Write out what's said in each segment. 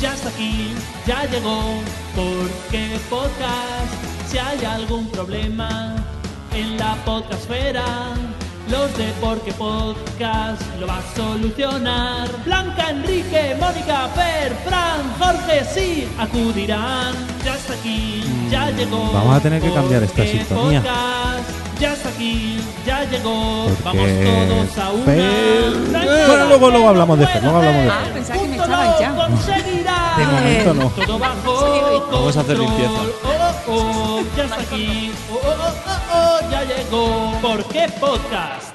ya está aquí, ya llegó, porque podcast, si hay algún problema en la podcastfera, los de Porque Podcast lo va a solucionar. Blanca, Enrique, Mónica, Per, Fran, Jorge, sí, acudirán, ya está aquí, ya llegó. Mm, Vamos a tener que cambiar esta Porque sintonía. Podcast, ya está aquí, ya llegó, Porque vamos todos a una. Fel- Tranquila, Bueno, luego- luego que hablamos de lo Fel, luego hablamos de puedes Fel. Ah, pensaba que me Júntalo, echabas ya. conseguirás. De momento no. Todo bajo Vamos a hacer control. limpieza. Oh, oh, oh, ya está aquí. Oh, oh, oh, oh, oh, ya llegó. ¿Por qué podcast?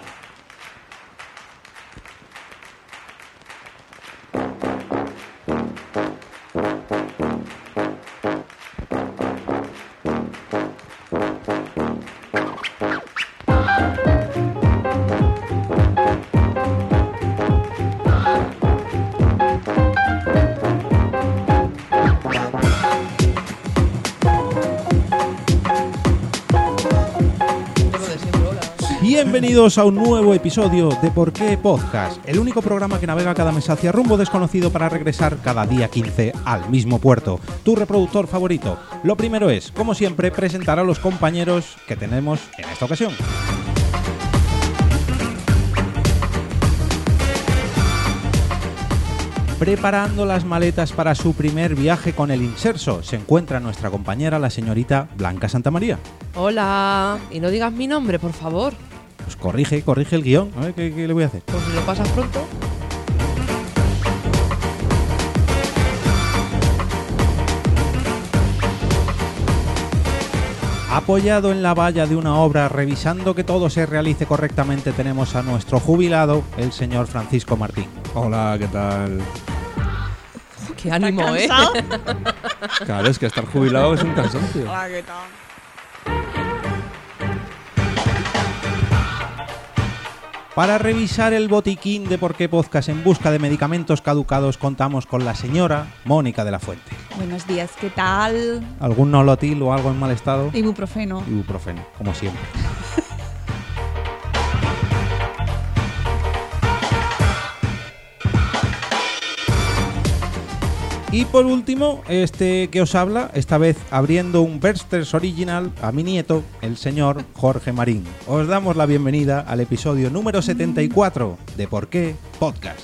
Bienvenidos a un nuevo episodio de Por qué Podcast, el único programa que navega cada mes hacia rumbo desconocido para regresar cada día 15 al mismo puerto, tu reproductor favorito. Lo primero es, como siempre, presentar a los compañeros que tenemos en esta ocasión. Preparando las maletas para su primer viaje con el inserso, se encuentra nuestra compañera, la señorita Blanca Santamaría. Hola, y no digas mi nombre, por favor, Pues corrige, corrige el guión. A ver, ¿qué, qué le voy a hacer? por si lo pasas pronto. Apoyado en la valla de una obra, revisando que todo se realice correctamente, tenemos a nuestro jubilado, el señor Francisco Martín. Hola, ¿qué tal? Qué ánimo, ¿eh? Claro, es que estar jubilado es un cansancio. Para revisar el botiquín de Por qué Podcast en busca de medicamentos caducados, contamos con la señora Mónica de la Fuente. Buenos días, ¿qué tal? ¿Algún nolotil o algo en mal estado? Ibuprofeno. Ibuprofeno, como siempre. Y por último, este que os habla, esta vez abriendo un Versters original a mi nieto, el señor Jorge Marín. Os damos la bienvenida al episodio número 74 de Por qué Podcast.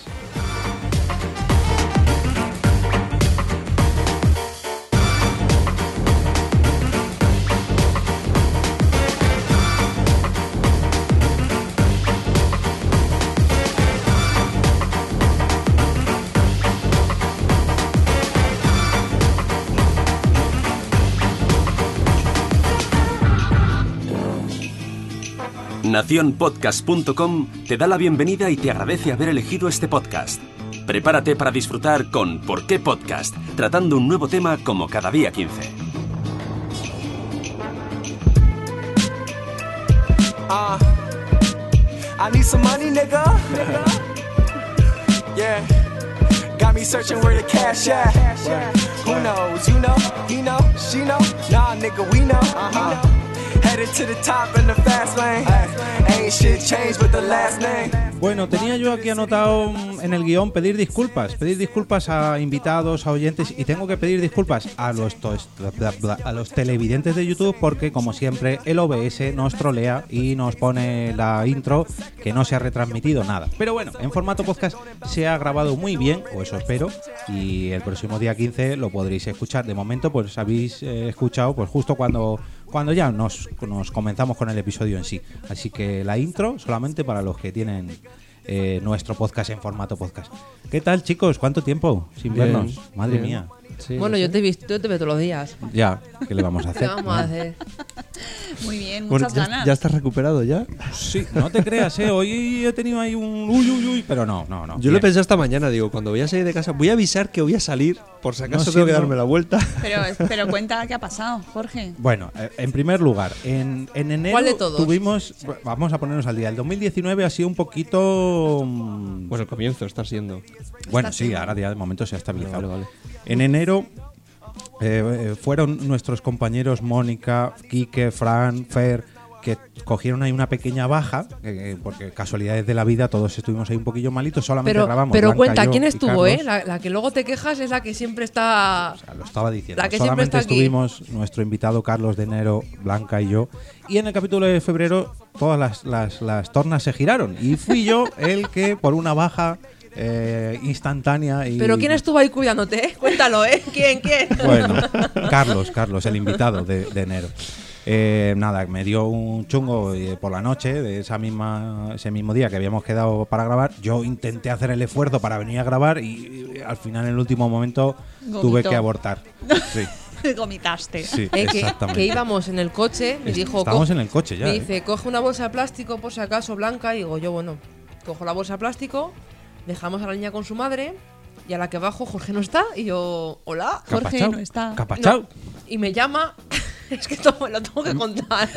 Naciónpodcast.com te da la bienvenida y te agradece haber elegido este podcast. Prepárate para disfrutar con ¿Por qué podcast? Tratando un nuevo tema como cada día 15. Uh, I need some money, nigga. Nigga. yeah. Got me searching where the cash at. Who knows? You know, he know, she know. Nah, nigga, we know. He know. Headed to the top in the fast lane. Ain't shit changed but the last name. Bueno, tenía yo aquí anotado mm, en el guión pedir disculpas, pedir disculpas a invitados, a oyentes y tengo que pedir disculpas a los, to- bla, bla, a los televidentes de YouTube porque como siempre el OBS nos trolea y nos pone la intro que no se ha retransmitido nada. Pero bueno, en formato podcast se ha grabado muy bien, o eso espero, y el próximo día 15 lo podréis escuchar. De momento pues habéis eh, escuchado pues justo cuando cuando ya nos, nos comenzamos con el episodio en sí. Así que la intro solamente para los que tienen eh, nuestro podcast en formato podcast. ¿Qué tal, chicos? ¿Cuánto tiempo sin Bien, vernos? Madre bien. mía. Sí, Bueno, lo yo sé. te, he visto, yo te veo todos los días. Ya, ¿qué le vamos a ¿Qué hacer? vamos a hacer? Muy bien, Bueno, muchas ya, ganas. ya estás recuperado ya? Sí, no te creas, ¿eh? Hoy he tenido ahí un uy, uy, uy, pero no, no, no. Yo lo Bien. he pensado esta mañana, digo, cuando voy a salir de casa, voy a avisar que voy a salir, por si acaso No tengo que siendo- darme la vuelta. Pero, pero cuenta qué ha pasado, Jorge. Bueno, eh, en primer lugar, en, en enero ¿Cuál de todos? tuvimos. Vamos a ponernos al día. El 2019 ha sido un poquito. mm, Pues Bueno, el comienzo está siendo. Bueno, sí, ahora ya de momento se ha estabilizado. Vale, vale, En enero eh, eh, fueron nuestros compañeros Mónica, Quique, Fran, Fer, que cogieron ahí una pequeña baja, eh, porque casualidades de la vida, todos estuvimos ahí un poquillo malitos, solamente Pero, grabamos. pero Blanca, cuenta, yo ¿quién y estuvo, eh? Carlos. La, la que luego te quejas es la que siempre está. O sea, lo estaba diciendo. La que siempre Solamente está aquí. estuvimos nuestro invitado Carlos de Enero, Blanca y yo. Y en el capítulo de febrero todas las, las- las tornas se giraron. Y fui yo el que por una baja eh, instantánea y... Pero ¿quién estuvo ahí cuidándote? eh? Cuéntalo, ¿eh? ¿Quién, quién? Bueno, Carlos, Carlos, el invitado de, de enero. Eh, nada, me dio un chungo eh, por la noche de esa misma, ese mismo día que habíamos quedado para grabar. Yo intenté hacer el esfuerzo para venir a grabar y, eh, al final, en el último momento, tuve Vomitó. que abortar. Sí, Gomitaste. sí, Eh, que, exactamente. que íbamos en el coche, me Est- dijo. estábamos "Co- en el coche ya, Me ¿eh? dice, coge una bolsa de plástico, por si acaso, blanca. Y digo, yo, bueno, cojo la bolsa de plástico, dejamos a la niña con su madre, y a la que bajo, Jorge no está, y yo, hola. Jorge Capachao, no está. Capachao. No. Y me llama, es que esto me lo tengo que contar.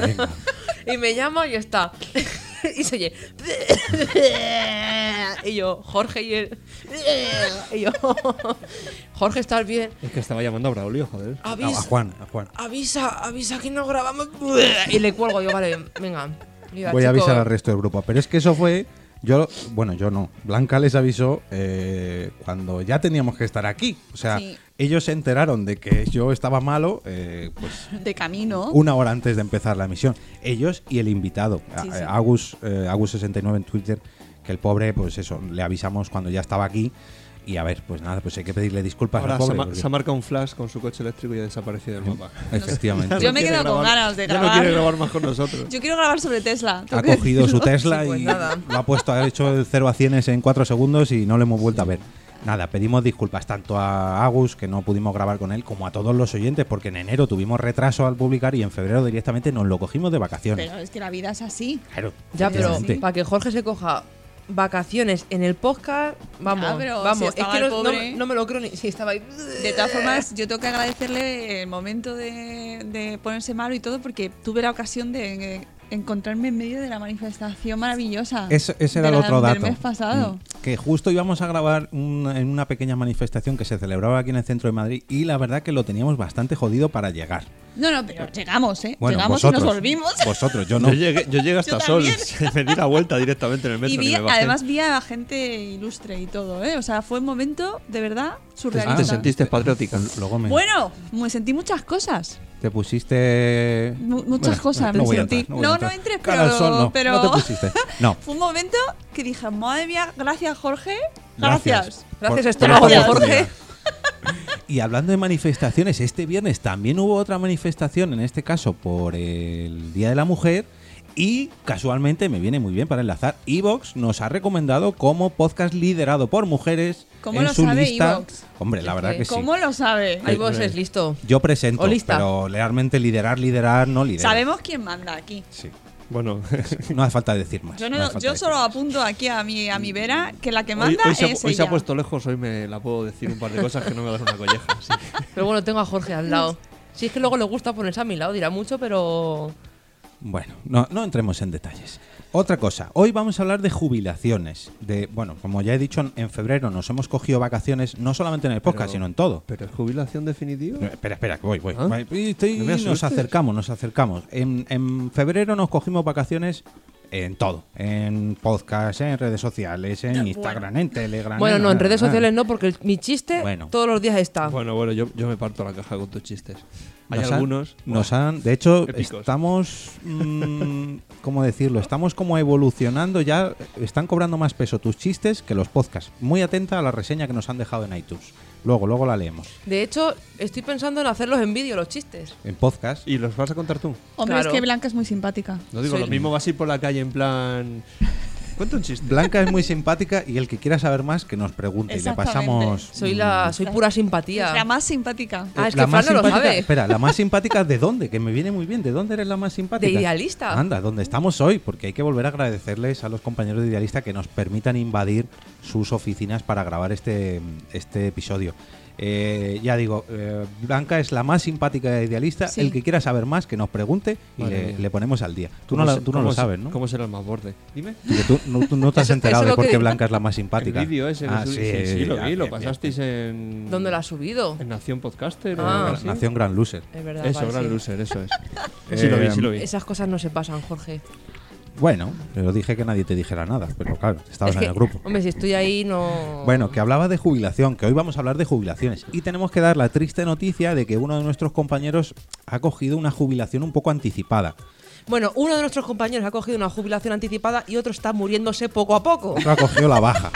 y me llama y está. y se oye. y yo, Jorge y él. y yo, Jorge, ¿estás bien? Es que estaba llamando a Braulio, joder. No, a Avisa, Juan, a Juan. avisa, avisa que no grabamos. y le cuelgo yo, vale, venga. Y yo, Voy a "Chico, avisar al resto del grupo. Pero es que eso fue. Yo, bueno, yo no. Blanca les avisó eh, cuando ya teníamos que estar aquí. O sea, Sí. ellos se enteraron de que yo estaba malo eh, pues De Oh. camino. una hora antes de empezar la emisión. Ellos y el invitado, a- Sí, sí. eh, Agus, eh, Agus69 en Twitter, que el pobre, pues eso, le avisamos cuando ya estaba aquí. Y a ver, pues nada, pues hay que pedirle disculpas Ahora al se, pobre. ma- porque- se ha marcado un flash con su coche eléctrico y ha desaparecido del mapa. efectivamente. Yo me he quiere quedado con grabar- ganas de Ya no grabar. quiere grabar más con nosotros. Yo quiero grabar sobre Tesla. ha tengo que cogido su decirlo. Tesla Sí, pues y nada. lo ha puesto, ha hecho el 0 a 100 en 4 segundos y no lo hemos vuelto a ver. Nada, pedimos disculpas tanto a Agus, que no pudimos grabar con él, como a todos los oyentes, porque en enero tuvimos retraso al publicar y en febrero directamente nos lo cogimos de vacaciones. Pero es que la vida es así. Claro, Ya, pero efectivamente. para que Jorge se coja vacaciones en el podcast, vamos, Ya, pero si vamos. es estaba que el no, no- pobre. no me lo creo ni si estaba ahí. De todas formas, yo tengo que agradecerle el momento de, de ponerse malo y todo, porque tuve la ocasión de eh, encontrarme en medio de la manifestación maravillosa. Eso- ese era de el la- otro dato. Del mes pasado. Mm, Que justo íbamos a grabar un- en una pequeña manifestación que se celebraba aquí en el centro de Madrid y la verdad que lo teníamos bastante jodido para llegar. No, no, pero llegamos, ¿eh? Bueno, llegamos vosotros, y nos volvimos. Vosotros, yo no. Yo llegué, yo llegué hasta Yo Sol. también. Me di la vuelta directamente en el metro. Y ni vi, me bajé. además vi a gente ilustre y todo, ¿eh? O sea, fue un momento de verdad surrealista. te sentiste patriótica. Luego me, Bueno, me sentí muchas cosas. Te pusiste. Mu- muchas cosas no me voy a sentí. entrar, voy a no, no entrar. entres, pero. Cara al sol, no, pero no te pusiste. No. Fue un momento que dije, madre mía, gracias Jorge, Gracias. gracias. Gracias, Por- estómago de gracias. Jorge. Y hablando de manifestaciones, este viernes también hubo otra manifestación, en este caso por el Día de la Mujer. Y casualmente me viene muy bien para enlazar. Evox nos ha recomendado como podcast liderado por mujeres. ¿Cómo en lo su sabe lista. iVox? Hombre, la verdad que sí. ¿Cómo lo sabe? Ahí vos es listo. Yo presento, O lista. pero realmente liderar, liderar, no liderar. Sabemos quién manda aquí. Sí. Bueno, No hace falta decir más. Yo, no no- hace falta yo decir solo apunto aquí a mi, a mi Vera que la que hoy, manda hoy se, ha- es hoy se ha ella. puesto lejos, hoy me la puedo decir un par de cosas que no me va a dar una colleja. así que- Pero bueno, tengo a Jorge al lado. Si es que luego le gusta ponerse a mi lado, dirá mucho, pero. Bueno, no, no entremos en detalles. Otra cosa, hoy vamos a hablar de jubilaciones. De, bueno, como ya he dicho, en- en febrero nos hemos cogido vacaciones, no solamente en el podcast, Pero- sino en todo. ¿Pero es jubilación definitiva? Eh, Espera, espera, que voy, voy. ¿Ah? Voy, y estoy- No me nos asustes. acercamos, nos acercamos. En, en febrero nos cogimos vacaciones en todo. En podcast, en redes sociales, en Instagram, en Telegram. Bueno, no, en redes ah, sociales no, porque el- mi chiste Bueno. todos los días está. Bueno, bueno, yo, yo me parto la caja con tus chistes. Hay Ah. Nos han- algunos. nos han, de hecho, épicos. estamos, mm, ¿cómo decirlo? Estamos como evolucionando ya, están cobrando más peso tus chistes que los podcasts. Muy atenta a la reseña que nos han dejado en iTunes. Luego, luego la leemos. De hecho, estoy pensando en hacerlos en vídeo, los chistes. En podcast. ¿Y los vas a contar tú? Hombre, Claro. es que Blanca es muy simpática. No digo, Soy- lo mismo vas a ir por la calle en plan. Cuenta un chiste. Blanca es muy simpática y el que quiera saber más que nos pregunte y le Exactamente. pasamos. Soy la soy pura simpatía. Es la más simpática. Ah, es Eh, La que más Fran no lo simpática- sabe. Espera, la más simpática de dónde, que me viene muy bien. ¿De dónde eres la más simpática? De Idealista. Anda, donde estamos hoy, porque hay que volver a agradecerles a los compañeros de Idealista que nos permitan invadir sus oficinas para grabar este, este episodio. Eh, ya digo, eh, Blanca es la más simpática de Idealista. Sí. El que quiera saber más, más, que nos pregunte y Madre le, mía. le ponemos al día. Tú ¿Cómo no, la- se- tú no cómo lo se- sabes, ¿no? ¿Cómo será el más borde? Dime. Porque tú, no, tú no te has Eso- enterado eso de lo por que- qué Blanca es la más El simpática. vídeo ese. Ah, lo sí, subí- sí, sí, lo vi, bien, lo bien. pasasteis en. ¿Dónde la has subido? En Nación Podcaster. Ah. o algo así. Nación Eh, Gran Loser. Es verdad. Eso, vale, Gran sí. Loser, eso es. Sí, lo vi, sí lo vi. Esas cosas no se pasan, Jorge. Bueno, pero dije que nadie te dijera nada, pero claro, estabas Es que, en el grupo. Hombre, si estoy ahí, no. Bueno, que hablaba de jubilación, que hoy vamos a hablar de jubilaciones. Y tenemos que dar la triste noticia de que uno de nuestros compañeros ha cogido una jubilación un poco anticipada. Bueno, uno de nuestros compañeros ha cogido una jubilación anticipada y otro está muriéndose poco a Oh. poco. Otro ha cogido la baja.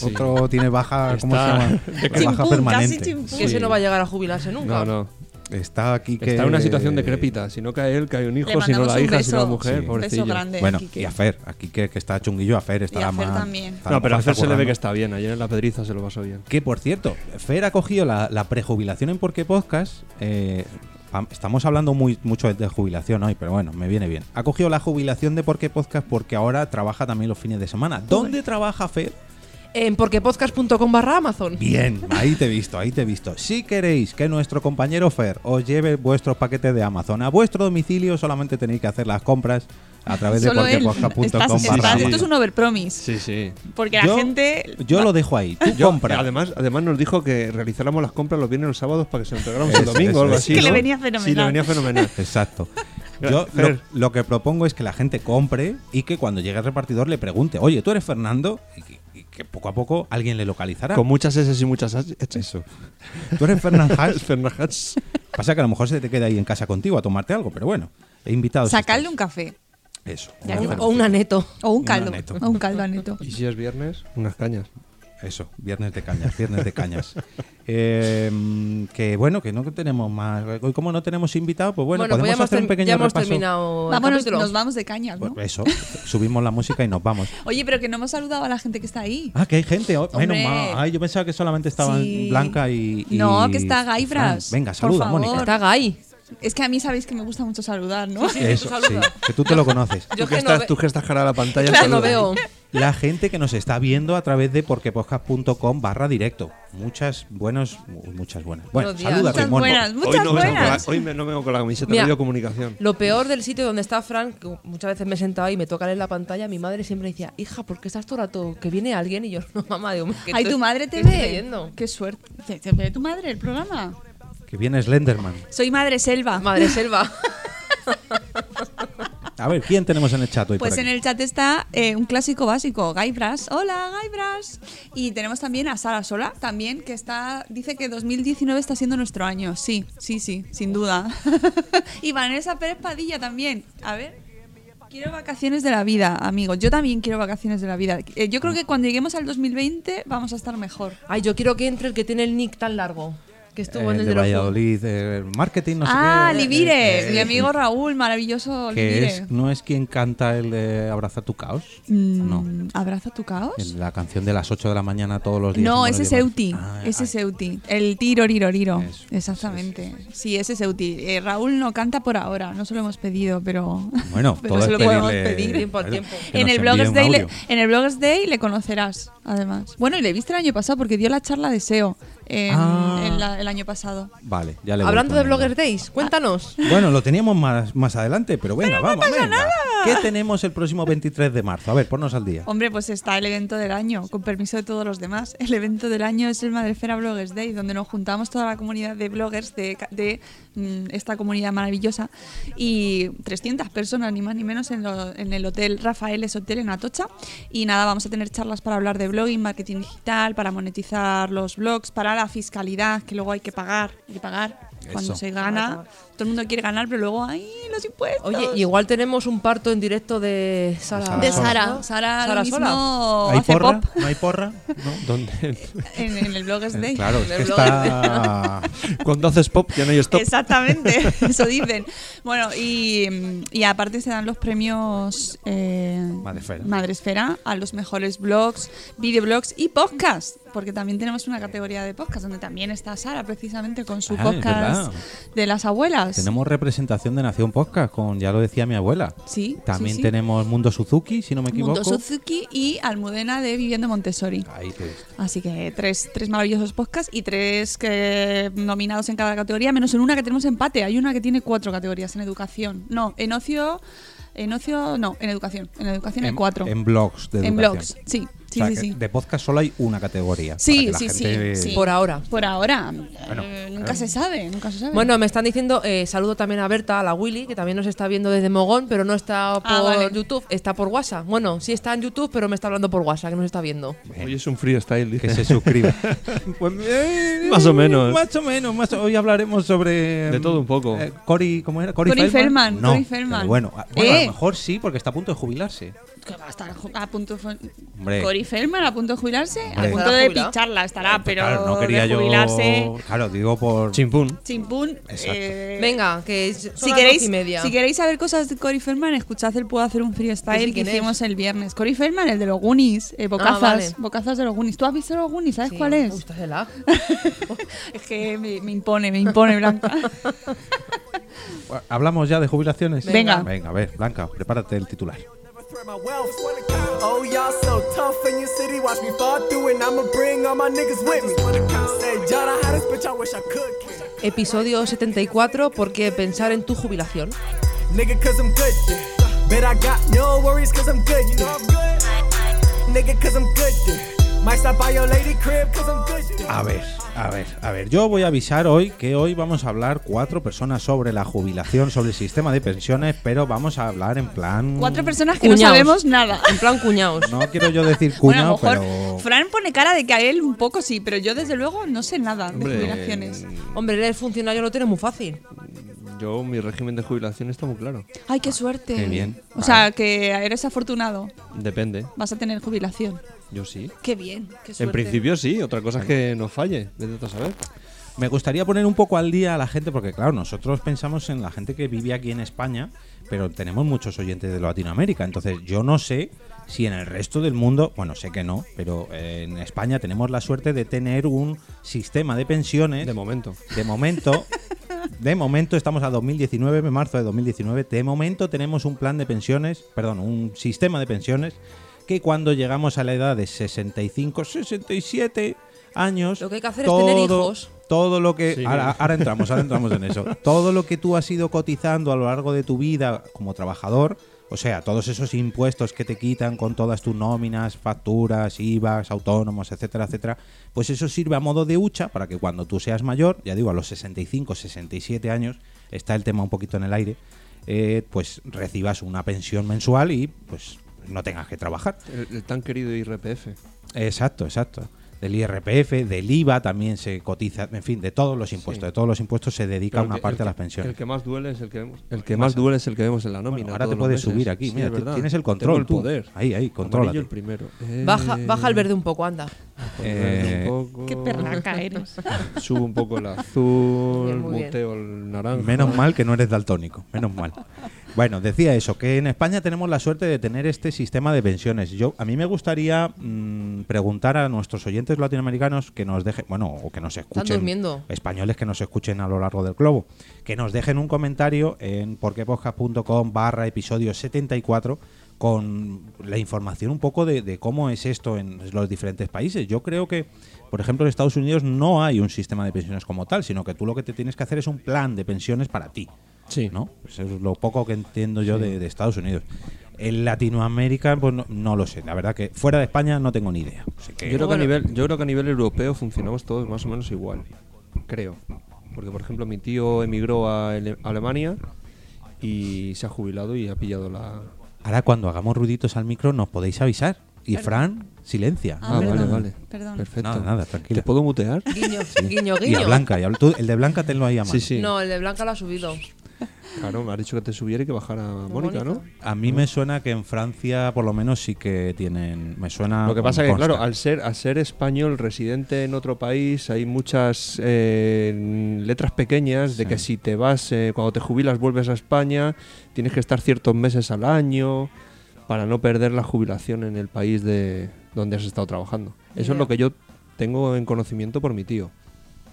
Otro tiene baja, ¿cómo se Está- llama? baja Chimpún, permanente. casi chimpún. Que ese no va a llegar a jubilarse No, nunca. no. Está aquí que. Está en una situación decrépita. Si no cae él, cae un hijo. Si no mandamos la un hija, si no la beso. mujer. Sí. pobrecillo. Beso grande. Bueno, Quique. y a Fer, aquí que, que está chunguillo, a Fer estará a Fer más. también. a lo No, pero a mejor está Fer se le ve currando. que está bien. Ayer en la pedriza se lo pasó bien. Que por cierto, Fer ha cogido la, la prejubilación en Porque Podcast. eh, am- estamos hablando muy, mucho de jubilación hoy, pero bueno, me viene bien. Ha cogido la jubilación de Porque Podcast porque ahora trabaja también los fines de semana. ¿Dónde trabaja Fer? En porquepodcast.com barra Amazon. Bien, ahí te he visto, ahí te he visto. Si queréis que nuestro compañero Fer os lleve vuestros paquetes de Amazon a vuestro domicilio, solamente tenéis que hacer las compras a través de Solo él. porquepodcast.com Estás- estás- barra Esto es un overpromise. Sí, sí. Porque la gente. yo lo dejo ahí, tú compra. Además, además nos dijo que realizáramos las compras los viernes y los sábados para que se lo entregáramos el Eso, domingo eso, o algo eso. así. Es que le ¿no? venía Sí, le fenomenal. venía fenomenal. Exacto. Yo lo, Fer. lo que propongo es que la gente compre y que cuando llegue el repartidor le pregunte, oye, ¿tú eres Fernando? Y que, y que poco a poco alguien le localizará. Con muchas S y muchas H. Eso. ¿Tú eres Fernando Haas? Fernajats. Pasa que a lo mejor se te queda ahí en casa contigo a tomarte algo, pero bueno, he invitado. Sacarle un café. Eso. Ya una que- cerveza. O un aneto. O un Un caldo. aneto. O un caldo aneto. Y si es viernes, unas cañas. Eso, viernes de cañas, viernes de cañas. Eh, que bueno, que no tenemos más. Hoy como no tenemos invitado, pues bueno, pues ya podemos hemos, hacer un ter- pequeño ya hemos repaso. terminado. el Vámonos, capítulo. nos vamos de cañas, ¿no? Pues Eso, subimos la música y nos vamos. Oye, pero que no hemos saludado a la gente que está ahí. Ah, que hay gente. oh, menos Hombre. mal. Ay, yo pensaba que solamente estaban Sí. Blanca y, y- No, que está Gaibras. Fran. Venga, Por saluda, favor. Mónica. Está Gai. Es que a mí sabéis que me gusta mucho saludar, ¿no? Sí, sí, tú Eso, sí, saluda. que tú te lo conoces. Yo tú, que que no estás, ve- tú que estás cara a la pantalla. Claro, no saluda. veo. La gente que nos está viendo a través de porquepodcast.com barra directo. Muchas buenos, mu- muchas buenas. Bueno, Buenos días. saluda, Muchas Raimon. buenas, Hoy muchas no vengo con la, buenas. hoy me- no vengo con la camiseta Mira. de comunicación. Lo peor del sitio donde está Fran, que muchas veces me he sentado y me toca leer la pantalla, mi madre siempre decía, hija, ¿por qué estás todo el rato? Que viene alguien y yo, no, mamá, digo, que Ay, estoy- tu madre te que estoy ve. leyendo". Qué suerte. ¿Te, te ve tu madre el programa? Que viene Slenderman. Soy madre selva. Madre selva. A ver, ¿quién tenemos en el chat hoy? por Pues en aquí? el chat está eh, un clásico básico, Gaibras. Hola, Gaibras. Y tenemos también a Sara Sola, también, que está dice que 2019 está siendo nuestro año. Sí, sí, sí, sin duda. y Vanessa Pérez Padilla también. A ver. Quiero vacaciones de la vida, amigos. Yo también quiero vacaciones de la vida. Eh, yo creo que cuando lleguemos al 2020 vamos a estar mejor. Ay, yo quiero que entre el que tiene el nick tan largo, que Eh, estuvo en el de de los Valladolid, eh, marketing, no sé ah, qué. Livires, Eh, mi amigo Raúl, maravilloso Que Livire. es, no es quien canta el de Abraza tu caos. Mm, No. ¿Abraza tu caos? En la canción de las 8 de la mañana todos los días. No, me lo ese es llevan. Euti. Ah, Ese ah, es Euti. El tiro, riro, riro. Eso, Exactamente. Sí, ese es Euti. Eh, Raúl no canta por ahora. No se lo hemos pedido, pero. Bueno, pero todo se es lo podemos pedirle- pedir. Tiempo al tiempo. que En nos el, Bloggers envíe un Day le, audio. en el Bloggers Day le conocerás, además. Bueno, y le viste el año pasado porque dio la charla de SEO en- Ah. en la- el año pasado. Vale, ya le voy Hablando de poniendo. Blogger Days, cuéntanos. Ah. Bueno, lo teníamos más, más adelante, pero venga, vamos. venga. ¿Qué tenemos el próximo 23 de marzo? A ver, ponnos al día. Hombre, pues está el evento del año, con permiso de todos los demás. El evento del año es el Madrefera Bloggers Day, donde nos juntamos toda la comunidad de bloggers de, ca- de, mm, esta comunidad maravillosa. Y 300 personas, ni más ni menos, en, lo- en el hotel Rafael's Hotel en Atocha. Y nada, vamos a tener charlas para hablar de blogging, marketing digital, para monetizar los blogs, para la fiscalidad, que luego hay que pagar, hay que pagar. Cuando Eso. se gana, todo el mundo quiere ganar, pero luego, ¡ay, los impuestos! Oye, igual tenemos un parto en directo de Sara. de Sola. Sara, ¿no? Sara, Sara lo mismo Sola. ¿Hay Oh, hace porra? pop ¿No hay porra? ¿Dónde? en, en el Bloggers Eh, Day. Claro, es Del que Blogger está. Cuando haces pop ya no hay stop. Exactamente, eso dicen. Bueno, y, y aparte se dan los premios eh, Madresfera. Madresfera a los mejores blogs, videoblogs y podcasts, porque también tenemos una categoría de podcast donde también está Sara precisamente con su Ah, es verdad. podcast de las abuelas. Tenemos representación de Nación Podcast, con ya lo decía mi abuela. Sí, También sí, sí. tenemos Mundo Suzuki, si no me equivoco. Mundo Suzuki y Almudena de Viviendo Montessori. Ahí te está. Así que tres, tres maravillosos podcasts y tres que, nominados en cada categoría, menos en una que tenemos empate. Hay una que tiene cuatro categorías en educación. No, en ocio, En ocio, no, en educación. En educación hay en, cuatro. en blogs de En educación. blogs, sí. O Sí, sea, sí, que sí. De podcast solo hay una categoría. para Sí, que la sí, sí, gente- sí. Por ahora. Por ahora. eh, nunca se sabe, nunca se sabe. Bueno, me están diciendo, eh, saludo también a Berta, a la Willy, que también nos está viendo desde Mogón, pero no está por Ah, vale. YouTube, está por WhatsApp. Bueno, sí está en YouTube, pero me está hablando por WhatsApp, que nos está viendo. Hoy es un freestyle, Que dice. se suscriba. Pues, eh, Más o menos. Más o menos. más o- Hoy hablaremos sobre. De todo un poco. eh, Cory, ¿cómo era? Cory Cory Feldman, No, Cory Feldman. pero Bueno, a, bueno, a Eh. Ah, lo mejor sí, porque está a punto de jubilarse. Que va a estar ju- a punto de fu- Hombre. Cory Feldman a punto de jubilarse, Hombre. a punto ¿Estará de jubilado? picharla estará, pero claro, no quería de jubilarse. yo. Claro, digo por. Chimpún. Chimpún. Exacto. eh, Venga, que es- son Si las queréis, doce y media. si queréis saber cosas de Cory Feldman, escuchad el Puedo Hacer un Freestyle Que sí, que ¿quién es? Ah, hicimos el viernes. Cory Feldman, el de los Goonies, eh, Bocazas, vale. Bocazas de los Goonies. ¿Tú has visto los Goonies? ¿Sabes Sí, cuál me es? gusta ese lag. Oh, es que me, me impone, me impone, Blanca. ¿Hablamos ya de jubilaciones? Venga. Venga, a ver, Blanca, prepárate el titular. Spread my wealth. Oh, y'all so tough in your city. Watch me fall through, and I'ma bring all my niggas with me. Say, y'all the hottest bitch. I wish I could kick. Episodio 74, ¿por qué pensar en tu jubilación? Nigga, cause I'm good. Yeah. Bet I got no worries, cause I'm good. You know I'm good. Nigga, cause I'm good. Yeah. Might stop by your lady crib, cause I'm good. Yeah. A ver, a ver, a ver. Yo voy a avisar hoy que hoy vamos a hablar cuatro personas sobre la jubilación, sobre el sistema de pensiones, pero vamos a hablar en plan. Cuatro personas que no Cuñaos. sabemos nada. En plan cuñados. No quiero yo decir Bueno, a lo cuñado, mejor pero. Fran pone cara de que a él un poco sí, pero yo desde luego no sé nada Hombre, de jubilaciones. Hombre, eres funcionario, lo tienes muy fácil. Yo, mi régimen de jubilación está muy claro. Ay, qué suerte. Qué bien. O sea, que eres afortunado. Depende. Vas a tener jubilación. Yo sí. Qué bien, qué suerte. En principio sí, otra cosa es Ah. que no falle, vete tú a saber. Me gustaría poner un poco al día a la gente, porque claro, nosotros pensamos en la gente que vive aquí en España, pero tenemos muchos oyentes de Latinoamérica. Entonces, yo no sé si en el resto del mundo, bueno, sé que no, pero eh, en España tenemos la suerte de tener un sistema de ¿Eh? pensiones. De momento. De momento, de momento estamos a 2019, en marzo de 2019. De momento tenemos un plan de pensiones, perdón, un sistema de pensiones que cuando llegamos a la edad de 65, 67 años, Lo que hay que hacer es tener hijos. Todo lo que Sí. ahora, ahora entramos, ahora entramos en eso. Todo lo que tú has ido cotizando a lo largo de tu vida como trabajador, o sea, todos esos impuestos que te quitan con todas tus nóminas, facturas, IVAs, autónomos, etcétera, etcétera, pues eso sirve a modo de hucha para que cuando tú seas mayor, ya digo, a los 65, 67 años, está el tema un poquito en el aire, eh, pues recibas una pensión mensual y pues no tengas que trabajar. El, el tan querido IRPF. Exacto, exacto. Del IRPF, del IVA también se cotiza, en fin, de todos los impuestos, de todos los impuestos se dedica Pero una que- parte el a las que- pensiones. El que más duele es el que vemos. El que más duele es el que vemos en la nómina. Bueno, ahora te todos los puedes meses. subir aquí, Sí, mira, es ti- verdad. tienes el Tengo control el tú. poder. Ahí, ahí, contrólate. Amarillo el primero. Eh, Baja, baja el verde un poco, anda. Eh, verde un poco. Qué perraca eres. Subo un poco el azul, Muy bien, muy bien. muteo el naranja. Menos mal que no eres daltónico, menos mal. Bueno, decía eso, que en España tenemos la suerte de tener este sistema de pensiones. Yo, a mí me gustaría mm, preguntar a nuestros oyentes latinoamericanos que nos dejen, bueno, o que nos escuchen, durmiendo. españoles que nos escuchen a lo largo del globo, que nos dejen un comentario en porquepodcast.com barra episodio 74 con la información un poco de, de cómo es esto en los diferentes países. Yo creo que, por ejemplo, en Estados Unidos no hay un sistema de pensiones como tal, sino que tú lo que te tienes que hacer es un plan de pensiones para ti. Sí. ¿no? Pues eso es lo poco que entiendo yo de, de Estados Unidos. En Latinoamérica, pues no, no lo sé. La verdad que fuera de España no tengo ni idea. Así que- Yo creo, que a nivel, yo creo que a nivel europeo funcionamos todos más o menos igual. Creo. Porque, por ejemplo, mi tío emigró a Ale- Alemania y se ha jubilado y ha pillado la. Ahora cuando hagamos ruiditos al micro nos podéis avisar. Y Fran, silencia. Ah, vale, perdón, vale. perdón. Perfecto. Nada, nada, tranquila. ¿Te puedo mutear? Guiño, guiño, Y guiño. a Blanca. y a- tú, el de Blanca tenlo ahí a mano. Sí, sí. No, el de Blanca lo ha subido. Claro, me has dicho que te subiera y que bajara Mónica, ¿no? A mí me suena que en Francia por lo menos sí que tienen... Me suena... Lo que pasa me que, claro, consta. al ser, al ser español residente en otro país, hay muchas eh, letras pequeñas de que si te vas, eh, cuando te jubilas vuelves a España, tienes que estar ciertos meses al año para no perder la jubilación en el país de donde has estado trabajando. Eso es lo que yo tengo en conocimiento por mi tío.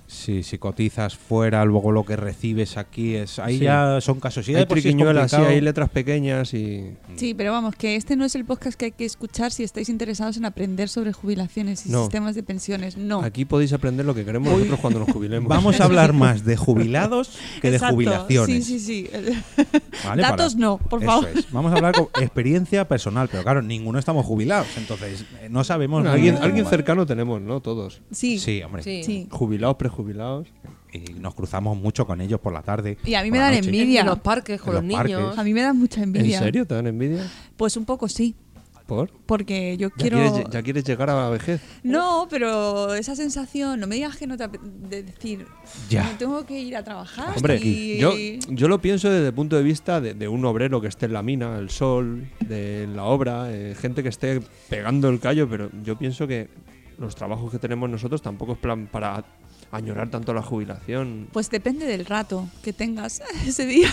si, si cotizas fuera, luego lo que recibes aquí es. Ahí Sí. ya son casos. Si ya hay de por sí es triquiñuelas, sí, complicado- hay letras pequeñas y. Sí, pero vamos, que este no es el podcast que hay que escuchar si estáis interesados en aprender sobre jubilaciones y No. sistemas de pensiones. No. Aquí podéis aprender lo que queremos Hoy- nosotros cuando nos jubilemos. Vamos a hablar más de jubilados que de Exacto. jubilaciones. Sí, sí, sí. ¿vale? Datos Para- no, por Eso favor. es. Vamos a hablar con experiencia personal, pero claro, ninguno estamos jubilados, entonces eh, no sabemos. Bueno, muy alguien, bien alguien cómo va. cercano tenemos, ¿no? Todos. Sí. Sí, hombre. Sí. sí. Jubilados, prejubilados. Y nos cruzamos mucho con ellos por la tarde. Y a mí por me la dan noche. envidia. En los parques, con En los, los parques. niños. A mí me da mucha ¿En envidia. serio? ¿Te dan envidia? Pues un poco sí, ¿Por? porque yo ¿Ya, quiero... quieres, ya quieres llegar a la vejez? No, pero esa sensación, no me digas que no te ape- de decir, Ya. "Me tengo que ir a trabajar. Hombre, y- yo, yo lo pienso desde el punto de vista de, de un obrero que esté en la mina, el sol, de en la obra, eh, gente que esté pegando el callo, pero yo pienso que los trabajos que tenemos nosotros tampoco es plan para añorar tanto la jubilación. Pues depende del rato que tengas ese día.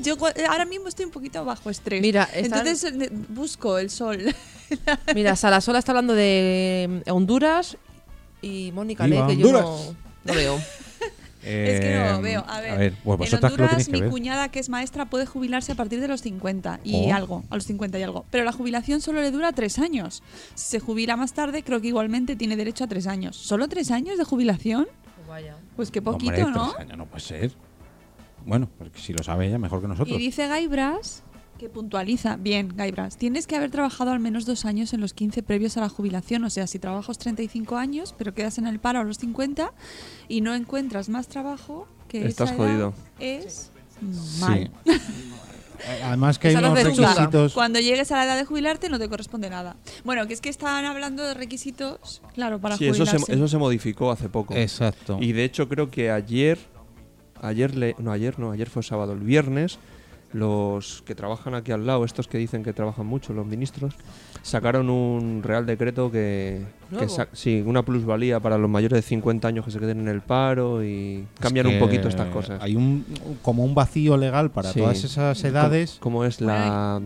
Yo cua- ahora mismo estoy un poquito bajo estrés. Mira, están- entonces eh, busco el sol. Mira, Salasola está hablando de eh, Honduras y Mónica Ley, Viva que yo no, Honduras. no veo. es que Eh, no veo. A ver, pues en vosotras que lo Honduras tenéis que mi ver. cuñada que es maestra puede jubilarse a partir de los 50 y Oh. algo, a los 50 y algo. Pero la jubilación solo le dura tres años. Si se jubila más tarde, creo que igualmente tiene derecho a tres años. ¿Solo tres años de jubilación? Vaya. Pues qué Hombre, poquito, ¿no? tres años no puede ser. Bueno, porque si lo sabe ella, mejor que nosotros. Y dice Gaibras que puntualiza, bien, Gaibras, tienes que haber trabajado al menos dos años en los 15 previos a la jubilación, o sea, si trabajas 35 años, pero quedas en el paro a los 50 y no encuentras más trabajo, que Estás esa edad jodido. Es Sí. mal. Además que hay Esa es la unos lechuga. requisitos. Cuando llegues a la edad de jubilarte no te corresponde nada. Bueno, que es que estaban hablando de requisitos, claro, para Sí, eso jubilarse. se, eso se modificó hace poco. Exacto. Y de hecho creo que ayer, ayer le, no ayer no, ayer fue sábado, el viernes, los que trabajan aquí al lado, estos que dicen que trabajan mucho, los ministros, sacaron un real decreto que, que ¿Nuevo? sa- sí, una plusvalía para los mayores de 50 años que se queden en el paro y Es cambian un que poquito estas cosas. Hay un como un vacío legal para Sí. todas esas edades. ¿Cómo, cómo es la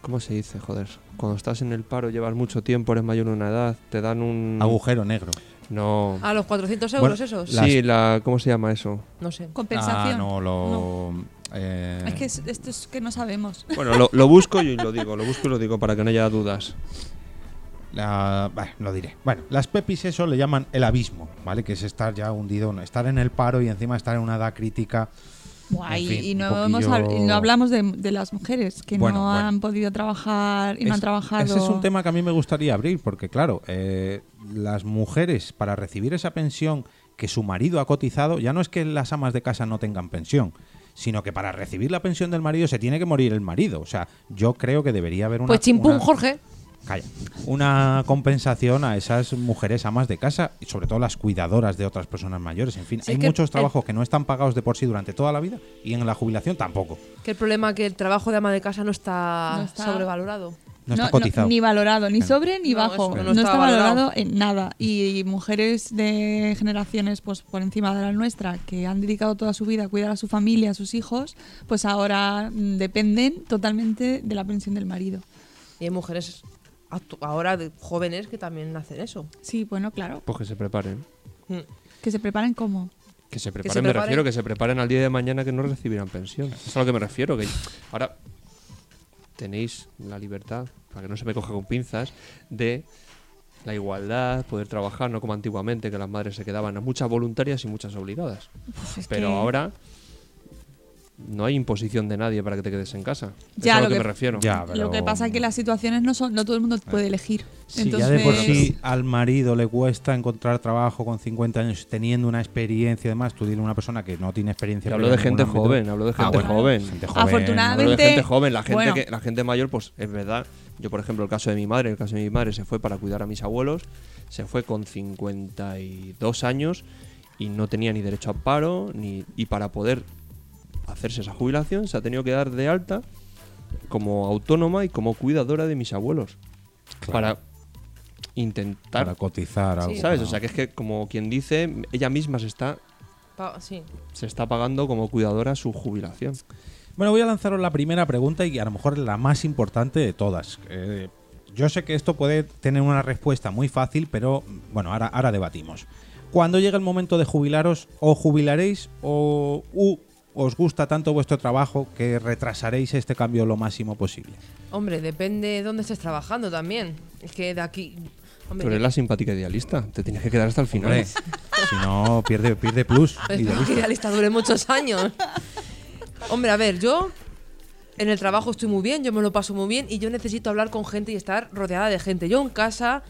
cómo se dice, joder? Cuando estás en el paro, llevas mucho tiempo, eres mayor de una edad, te dan un Agujero negro. No. ¿A los 400 Bueno, euros esos? la- Sí, la ¿cómo se llama eso? No sé. Compensación. Ah, no, lo. eh, Es que es- esto es que no sabemos. Bueno, lo, lo busco y lo digo, lo busco y lo digo para que no haya dudas. la- bah, lo diré. Bueno, las pepis eso le llaman el abismo, ¿vale? Que es estar ya hundido, no, estar en el paro y encima estar en una edad crítica. Buah, En y- fin, y, un no hemos poquillo- habl- y no hablamos de, de las mujeres que Bueno, no bueno. han podido trabajar y no Es- han trabajado. Ese es un tema que a mí me gustaría abrir, porque claro, eh, las mujeres para recibir esa pensión que su marido ha cotizado, ya no es que las amas de casa no tengan pensión, sino que para recibir la pensión del marido se tiene que morir el marido. O sea, yo creo que debería haber una... pues chimpún, una- Jorge. Calla. Una compensación a esas mujeres amas de casa y sobre todo las cuidadoras de otras personas mayores. En fin, Sí, hay es que muchos el- trabajos que no están pagados de por sí durante toda la vida y en la jubilación tampoco. Que el problema es que el trabajo de ama de casa no está, No está- sobrevalorado. No, está cotizado. ni valorado, ni Claro. sobre ni No, bajo. eso No, no está, está valorado. valorado. en nada. Y, mujeres de generaciones pues por encima de la nuestra, que han dedicado toda su vida a cuidar a su familia, a sus hijos, pues ahora mm, dependen totalmente de la pensión del marido. Y hay mujeres actu- ahora de jóvenes que también hacen eso. Sí, bueno, claro. Pues que se preparen. Mm. Que se preparen como. Que se preparen, se me preparen. refiero, que se preparen al día de mañana que no recibirán pensión. Eso es a lo que me refiero, que ahora tenéis la libertad, para que no se me coja con pinzas, de la igualdad, poder trabajar, no como antiguamente, que las madres se quedaban a muchas voluntarias y muchas obligadas. Uf, es Pero que- ahora no hay imposición de nadie para que te quedes en casa. Ya, Eso es a lo lo que, que- me refiero. Ya, pero- Lo que pasa es que las situaciones no son, no todo el mundo puede elegir. Si Entonces, ya de por sí al marido le cuesta encontrar trabajo con 50 años teniendo una experiencia y demás, tú dile a una persona que no tiene experiencia. Y hablo de previa en gente ningún ámbito. joven, hablo de gente Ah, bueno, joven. gente joven. Afortunadamente- Hablo de gente joven, la gente Bueno. que, la gente mayor, pues es verdad. Yo, por ejemplo, el caso de mi madre, el caso de mi madre se fue para cuidar a mis abuelos, se fue con 52 años y no tenía ni derecho a paro, ni y para poder hacerse esa jubilación se ha tenido que dar de alta como autónoma y como cuidadora de mis abuelos. Para intentar, Para cotizar algo. ¿sabes? ¿no? O sea, que es que como quien dice, ella misma se está Pa- sí. se está pagando como cuidadora su jubilación. Bueno, voy a lanzaros la primera pregunta y a lo mejor la más importante de todas. Eh, yo sé que esto puede tener una respuesta muy fácil, pero bueno, ahora, ahora debatimos. Cuando llegue el momento de jubilaros, o jubilaréis o u, os gusta tanto vuestro trabajo que retrasaréis este cambio lo máximo posible. Hombre, depende de dónde estés trabajando también. Es que de aquí. Hombre, Tú eres la simpática idealista, te tienes que quedar hasta el final. Hombre, si no, pierde, pierde plus. Pues y de espero que vista. la lista dure muchos años. Hombre, a ver, yo en el trabajo estoy muy bien, yo me lo paso muy bien y yo necesito hablar con gente y estar rodeada de gente. Yo en casa,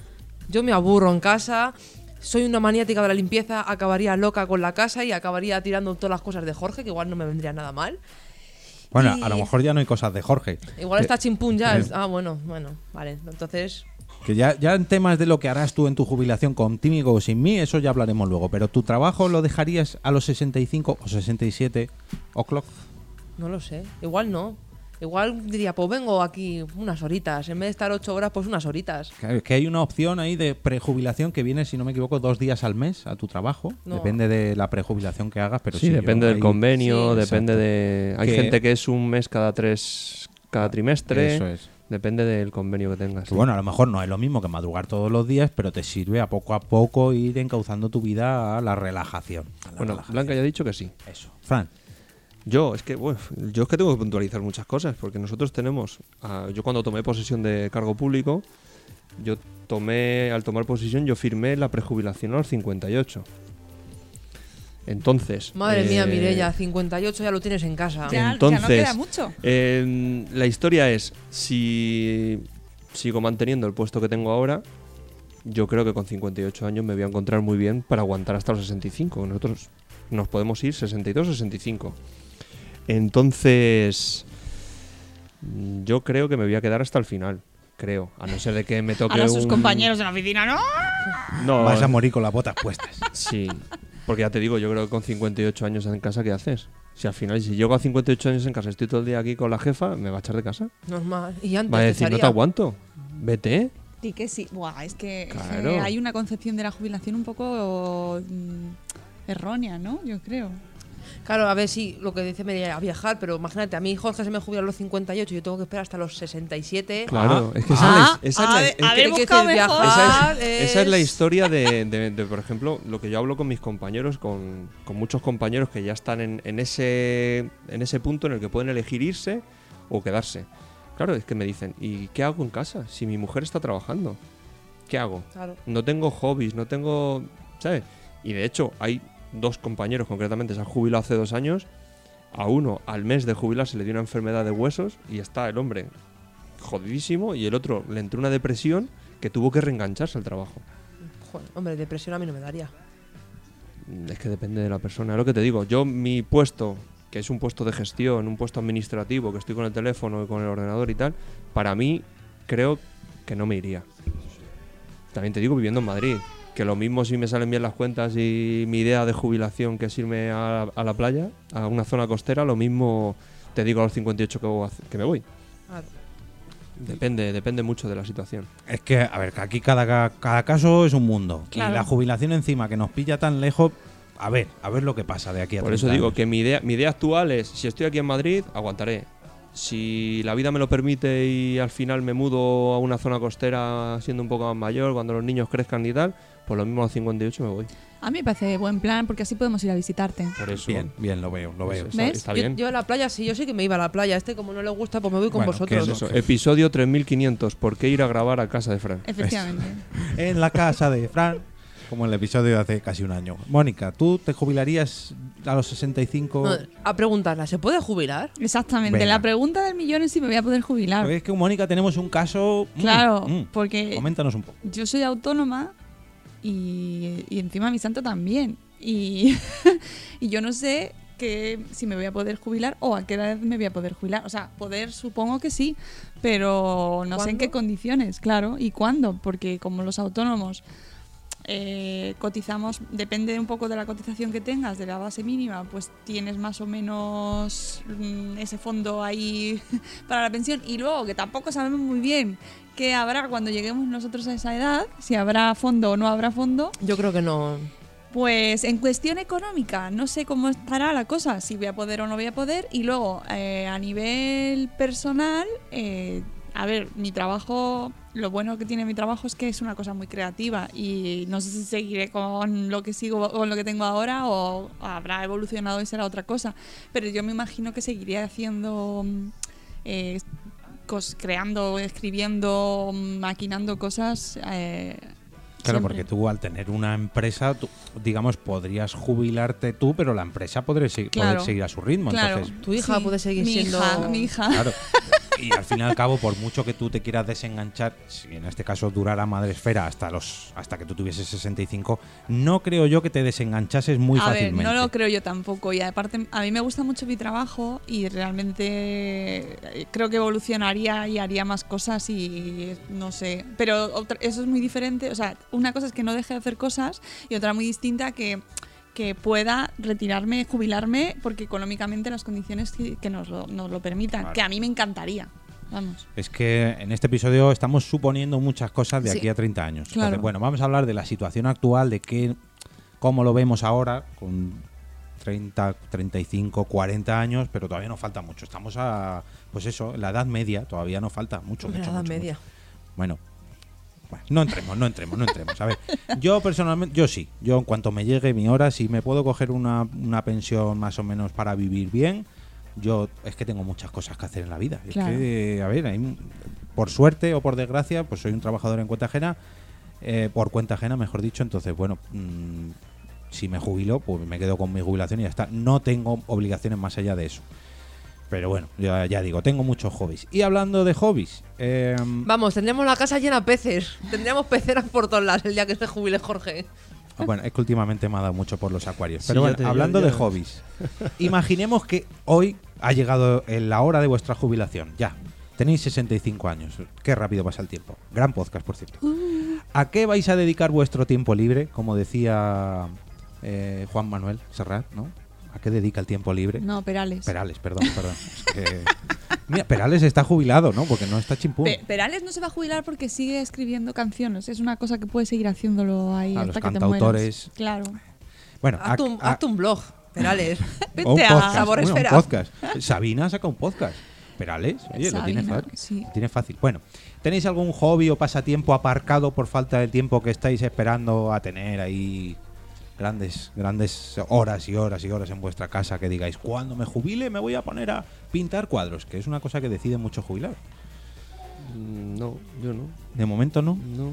yo me aburro en casa, soy una maniática de la limpieza, acabaría loca con la casa y acabaría tirando todas las cosas de Jorge, que igual no me vendría nada mal. Bueno, Y- a lo mejor ya no hay cosas de Jorge. Igual Que- está chimpún ya. es- ah, bueno, bueno, vale. Entonces, Que ya, ya en temas de lo que harás tú en tu jubilación contigo o sin mí, eso ya hablaremos luego. Pero tu trabajo lo dejarías a los 65 o 67 o'clock. no lo sé. Igual no. Igual diría, pues vengo aquí unas horitas. En vez de estar ocho horas, pues unas horitas. Que que hay una opción ahí de prejubilación que viene, si no me equivoco, dos días al mes a tu trabajo. No. Depende de la prejubilación que hagas, pero sí, sí, yo depende del ahí- convenio, Sí, depende de. Hay Que- gente que es un mes cada tres, cada trimestre. Eso es. Depende del convenio que tengas. Que bueno, a lo mejor no es lo mismo que madrugar todos los días, pero te sirve a poco a poco ir encauzando tu vida a la relajación. a la Bueno, relajación. Blanca ya ha dicho que sí. Eso. Fran, Yo, es que, bueno, yo es que tengo que puntualizar muchas cosas, porque nosotros tenemos. ah, yo cuando tomé posesión de cargo público, yo tomé, al tomar posesión, yo firmé la prejubilación a los 58. Entonces. Madre eh, mía, Mirella, 58 ya lo tienes en casa. Ya, ya no Entonces, queda mucho. eh, la historia es, si sigo manteniendo el puesto que tengo ahora, yo creo que con 58 años me voy a encontrar muy bien para aguantar hasta los 65. Nosotros nos podemos ir 62, 65. Entonces, mm, yo creo que me voy a quedar hasta el final. Creo, a no ser de que me toque Ahora sus un- compañeros de la oficina, ¿no? No, vas a morir con las botas puestas. Sí, porque ya te digo, yo creo que con 58 años en casa, ¿qué haces? Si al final, si llego a 58 años en casa, estoy todo el día aquí con la jefa, me va a echar de casa. Normal. Y antes Va a te decir, no echaría. te aguanto, vete. Sí que sí. Buah, es que es que Claro. hay una concepción de la jubilación un poco mm, errónea, ¿no? Yo creo. Claro, a ver si lo que dice me a viajar, pero imagínate, a mí Jorge se me jubila a los 58, yo tengo que esperar hasta los 67. Claro, es que Ah, esa es, esa a es ver, la, a ver, Ah, Quiero buscado decir, mejor. esa viajar es- esa es la historia de, de- de, por ejemplo, lo que yo hablo con mis compañeros, con, con muchos compañeros que ya están en, en ese, en ese punto en el que pueden elegir irse o quedarse. Claro, es que me dicen, ¿y qué hago en casa? Si mi mujer está trabajando, ¿qué hago? Claro. no tengo hobbies, no tengo. ¿Sabes? Y de hecho, hay dos compañeros concretamente, se han jubilado hace dos años. A uno, al mes de jubilarse, le dio una enfermedad de huesos y está el hombre jodidísimo. Y el otro le entró una depresión que tuvo que reengancharse al trabajo. Joder, hombre, depresión a mí no me daría. Mm, Es que depende de la persona, es lo que te digo. Yo, mi puesto, que es un puesto de gestión, un puesto administrativo, que estoy con el teléfono y con el ordenador y tal, para mí creo que no me iría. También te digo, viviendo en Madrid, que lo mismo si me salen bien las cuentas y mi idea de jubilación que es irme a, a la playa, a una zona costera, lo mismo te digo a los 58 que, voy a hacer- que me voy. Claro. Depende, depende mucho de la situación. Es que, a ver, que aquí cada, ca- cada caso es un mundo. Claro. Y la jubilación encima que nos pilla tan lejos, a ver, a ver lo que pasa de aquí a Por eso 30 digo años. que mi idea, mi idea actual es, si estoy aquí en Madrid, aguantaré. Si la vida me lo permite y al final me mudo a una zona costera siendo un poco más mayor, cuando los niños crezcan y tal, pues lo mismo a los 58 me voy. A mí me parece buen plan porque así podemos ir a visitarte. Por eso. Bien, bien, lo veo, lo Pues veo. está- ¿Ves? Está yo, bien. yo a la playa sí, yo sí que me iba a la playa. Este, como no le gusta, pues me voy con Bueno, ¿Qué vosotros. es eso? Episodio 3500. ¿Por qué ir a grabar a casa de Fran? Eh. Efectivamente. En la casa de Fran, como en el episodio de hace casi un año. Mónica, ¿tú te jubilarías a los 65? No, a preguntarla, ¿se puede jubilar? Exactamente. Venga. La pregunta del millón es si me voy a poder jubilar. Porque es que con Mónica tenemos un caso. mm, Claro, mm. porque- Coméntanos un poco. Yo soy autónoma y, y encima mi santo también. Y, y yo no sé que, si me voy a poder jubilar o a qué edad me voy a poder jubilar. O sea, poder supongo que sí, pero no sé en ¿Cuándo? qué condiciones, claro, y cuándo, porque como los autónomos eh, cotizamos, depende un poco de la cotización que tengas, de la base mínima, pues tienes más o menos mm, ese fondo ahí para la pensión. Y luego, que tampoco sabemos muy bien qué habrá cuando lleguemos nosotros a esa edad, si habrá fondo o no habrá fondo. Yo creo que no. Pues en cuestión económica, no sé cómo estará la cosa, si voy a poder o no voy a poder. Y luego, eh, a nivel personal, eh, a ver, mi trabajo, lo bueno que tiene mi trabajo es que es una cosa muy creativa y no sé si seguiré con lo que sigo, con lo que tengo ahora o habrá evolucionado y será otra cosa, pero yo me imagino que seguiré haciendo, mm, eh, cos- creando, escribiendo, maquinando cosas. eh, Claro, siempre. porque tú al tener una empresa, tú, digamos, podrías jubilarte tú, pero la empresa podría se- poder Claro. seguir a su ritmo. Claro. Entonces, Tu hija puede seguir mi siendo- Hija, mi hija. claro. Y al fin y al cabo, por mucho que tú te quieras desenganchar, si en este caso durara Madre Esfera hasta, los, hasta que tú tuvieses 65, no creo yo que te desenganchases muy a ver, fácilmente. no lo creo yo tampoco. Y aparte, a mí me gusta mucho mi trabajo y realmente eh, creo que evolucionaría y haría más cosas y eh, no sé. Pero otra- eso es muy diferente. O sea, una cosa es que no deje de hacer cosas y otra muy distinta que que pueda retirarme, jubilarme, porque económicamente las condiciones que que nos lo, nos lo permitan, Claro. que a mí me encantaría. Vamos. Es que en este episodio estamos suponiendo muchas cosas de Sí. aquí a 30 años. Claro. Entonces, bueno, vamos a hablar de la situación actual, de qué, cómo lo vemos ahora con 30, 35, 40 años, pero todavía nos falta mucho. Estamos a, pues eso, en la edad media, todavía nos falta mucho. Hombre, mucho, la edad mucho, media. mucho. Bueno, bueno, no entremos, no entremos, no entremos. A ver, yo personalmente, yo sí, yo en cuanto me llegue mi hora, si me puedo coger una, una pensión más o menos para vivir bien, yo es que tengo muchas cosas que hacer en la vida. Es Claro. que, a ver, hay un- por suerte o por desgracia, pues soy un trabajador en cuenta ajena, eh, por cuenta ajena, mejor dicho, entonces, bueno, mm, si me jubilo, pues me quedo con mi jubilación y ya está. No tengo obligaciones más allá de eso. Pero bueno, ya, ya digo, tengo muchos hobbies. Y hablando de hobbies, em, Vamos, tendríamos la casa llena de peces. Tendríamos peceras por todos lados el día que se jubile Jorge. Ah, Bueno, es que últimamente me ha dado mucho por los acuarios. Sí, Pero ya bueno, te- ya- hablando ya de ves. hobbies, imaginemos que hoy ha llegado en la hora de vuestra jubilación. Ya, tenéis 65 años. Qué rápido pasa el tiempo. Gran podcast, por cierto. Uh. ¿A qué vais a dedicar vuestro tiempo libre? Como decía eh, Juan Manuel Serrat, ¿no? ¿A qué dedica el tiempo libre? No, Perales. Perales, perdón, perdón. Es que- Mira, Perales está jubilado, ¿no? Porque no está chimpún. Pe- Perales no se va a jubilar porque sigue escribiendo canciones. Es una cosa que puede seguir haciéndolo ahí A hasta los que cantautores. te mueras. Claro. Bueno, a- Hazte un, a- hazte un blog, Perales. O un Vete a podcast. Sabor bueno, un Esfera. podcast. Sabina saca un podcast. Perales, oye, lo Sabina, tiene, fácil, sí. lo tiene fácil. Bueno, ¿tenéis algún hobby o pasatiempo aparcado por falta del tiempo que estáis esperando a tener ahí grandes, grandes horas y horas y horas en vuestra casa que digáis, cuando me jubile me voy a poner a pintar cuadros? Que es una cosa que decide mucho jubilar. Mm, No, yo no. De momento no. Mm, no.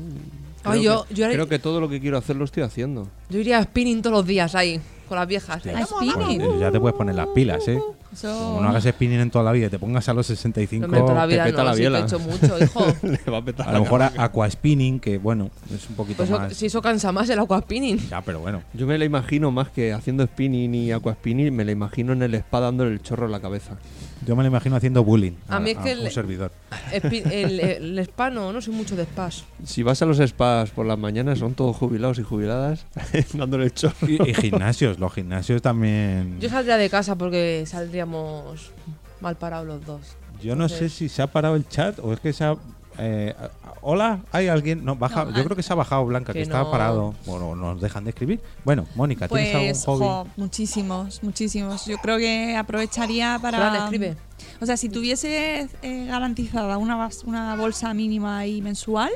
Ah, Creo yo- que- yo haré- creo que todo lo que quiero hacer lo estoy haciendo. Yo iría a spinning todos los días ahí, con las viejas. ¿eh? Hostia. A spinning. Bueno, pues, ya te puedes poner las pilas, ¿eh? Eso- Como no hagas spinning en toda la vida y te pongas a los 65 No me toda la te vida, peta no, la sí que biela. he hecho mucho, hijo. Le va a petar A la lo mejor cara. a- aquaspinning, que bueno, es un poquito Pues eso- más. si eso cansa más el aqua spinning. Ya, pero bueno. Yo me la imagino más que haciendo spinning y aquaspinning, me la imagino en el spa dándole el chorro en la cabeza. Yo me lo imagino haciendo bullying a, A mí es que a un le- servidor. Espi- El, el spa no, no soy mucho de spas. Si vas a los spas por las mañanas, son todos jubilados y jubiladas dándole el chorro. Y, y gimnasios, los gimnasios también. Yo saldría de casa porque saldríamos mal parados los dos. Yo no sé si se ha parado el chat o es que se ha. eh, a- a- Hola, ¿hay alguien? No, baja. No, Yo ah, creo que se ha bajado Blanca, que, que está no. parado. Bueno, nos dejan de escribir. Bueno, Mónica, ¿tienes Pues, algún hobby? jo, muchísimos, muchísimos. Yo creo que aprovecharía para. Fran, escribe. O sea, si tuviese eh, garantizada una, bas- una bolsa mínima y mensual,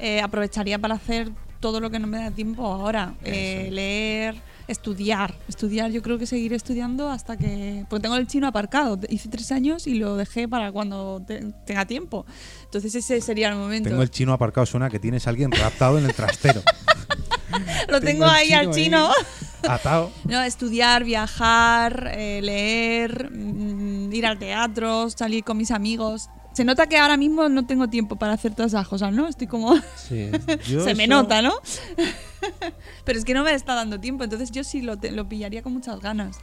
eh, aprovecharía para hacer todo lo que no me da tiempo ahora. Eh, leer, estudiar. Estudiar, yo creo que seguiré estudiando hasta que. Porque tengo el chino aparcado. Hice tres años y lo dejé para cuando te- tenga tiempo. Entonces, ese sería el momento. Tengo el chino aparcado, suena que tienes a alguien raptado en el trastero. lo tengo, el ahí al chino chino. ahí. Atado. No, estudiar, viajar, eh, leer, mm, ir al teatro, salir con mis amigos. Se nota que ahora mismo no tengo tiempo para hacer todas esas cosas, ¿no? Estoy como... Sí. Yo se me eso- nota, ¿no? Pero es que no me está dando tiempo, entonces yo sí lo, te- lo pillaría con muchas ganas.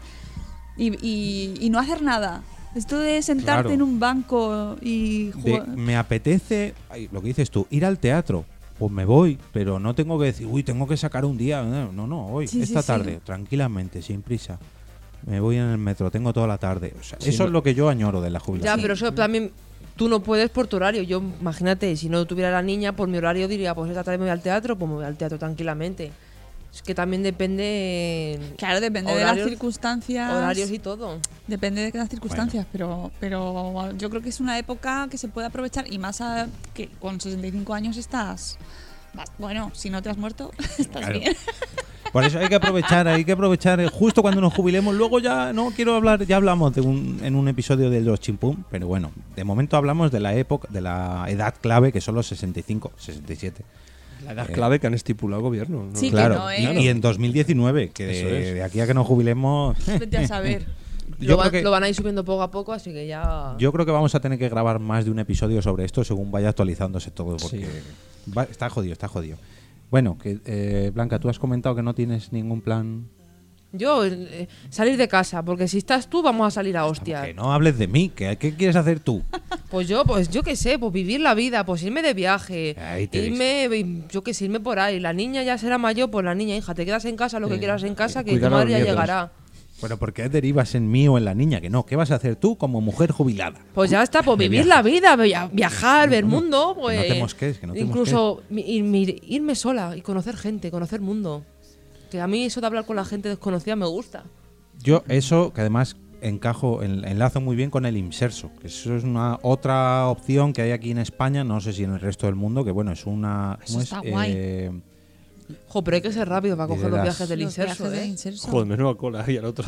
Y, y- y no hacer nada. Esto de sentarte Claro. en un banco y de, jugar... me apetece, ay, lo que dices tú, ir al teatro. Pues me voy, pero no tengo que decir, uy, tengo que sacar un día. No, no, no, hoy, Sí, sí, esta sí. tarde, tranquilamente, sin prisa. Me voy en el metro, tengo toda la tarde. O sea, Sí, eso no- es lo que yo añoro de la Ya, jubilación. pero eso también tú no puedes por tu horario. Yo, imagínate, si no tuviera la niña, por mi horario diría, pues esta tarde me voy al teatro, pues me voy al teatro tranquilamente. Es que también depende. eh, Claro, depende de las horarios- circunstancias. Horarios y todo. Depende de las circunstancias, pero, pero yo creo que es una época que se puede aprovechar y más a- que con 65 años estás. vas- Bueno, si no te has muerto, estás Claro. bien. Por eso hay que aprovechar, hay que aprovechar eh, justo cuando nos jubilemos. Luego ya no quiero hablar, ya hablamos de un, en un episodio de los chimpum, pero bueno, de momento hablamos de la época, de la edad clave que son los 65, 67. La edad Eh. clave que han estipulado el gobierno. ¿no? Sí, que claro, no, y- ¿eh? y en 2019, que Eso de, es. de aquí a que nos jubilemos, Vete a saber. yo lo, van, creo que- lo van a ir subiendo poco a poco, así que ya. yo creo que vamos a tener que grabar más de un episodio sobre esto según vaya actualizándose todo, porque va- está jodido, está jodido. Bueno, que eh, Blanca, tú has comentado que no tienes ningún plan. Yo, eh, salir de casa, porque si estás tú, vamos a salir a hostias. Que no hables de mí, que ¿qué quieres hacer tú? Pues yo, pues yo qué sé, pues vivir la vida, pues irme de viaje, Ahí te irme, yo qué sé, irme por ahí. La niña ya será mayor, pues la niña, hija, te quedas en casa Eh, lo que quieras en casa, que tu cuidar a madre los ya nietos. llegará. Bueno, porque derivas en mí o en la niña, que no. ¿Qué vas a hacer tú como mujer jubilada? Pues ya está, pues De vivir viaje. la vida, via- viajar, ver mundo, que pues. no te mosques, que no te incluso mi- irme, irme sola y conocer gente, conocer mundo. Que a mí eso de hablar con la gente desconocida me gusta. Yo eso, que además encajo, en- enlazo muy bien con el inserso, que eso es una otra opción que hay aquí en España, no sé si en el resto del mundo, que bueno, es una... Eso ¿cómo es? está guay. Eh, Jo, pero hay que ser rápido para Y coger los verás. viajes del Los inserso, viajes de ¿eh? inserso. Joder, menuda cola y al otro.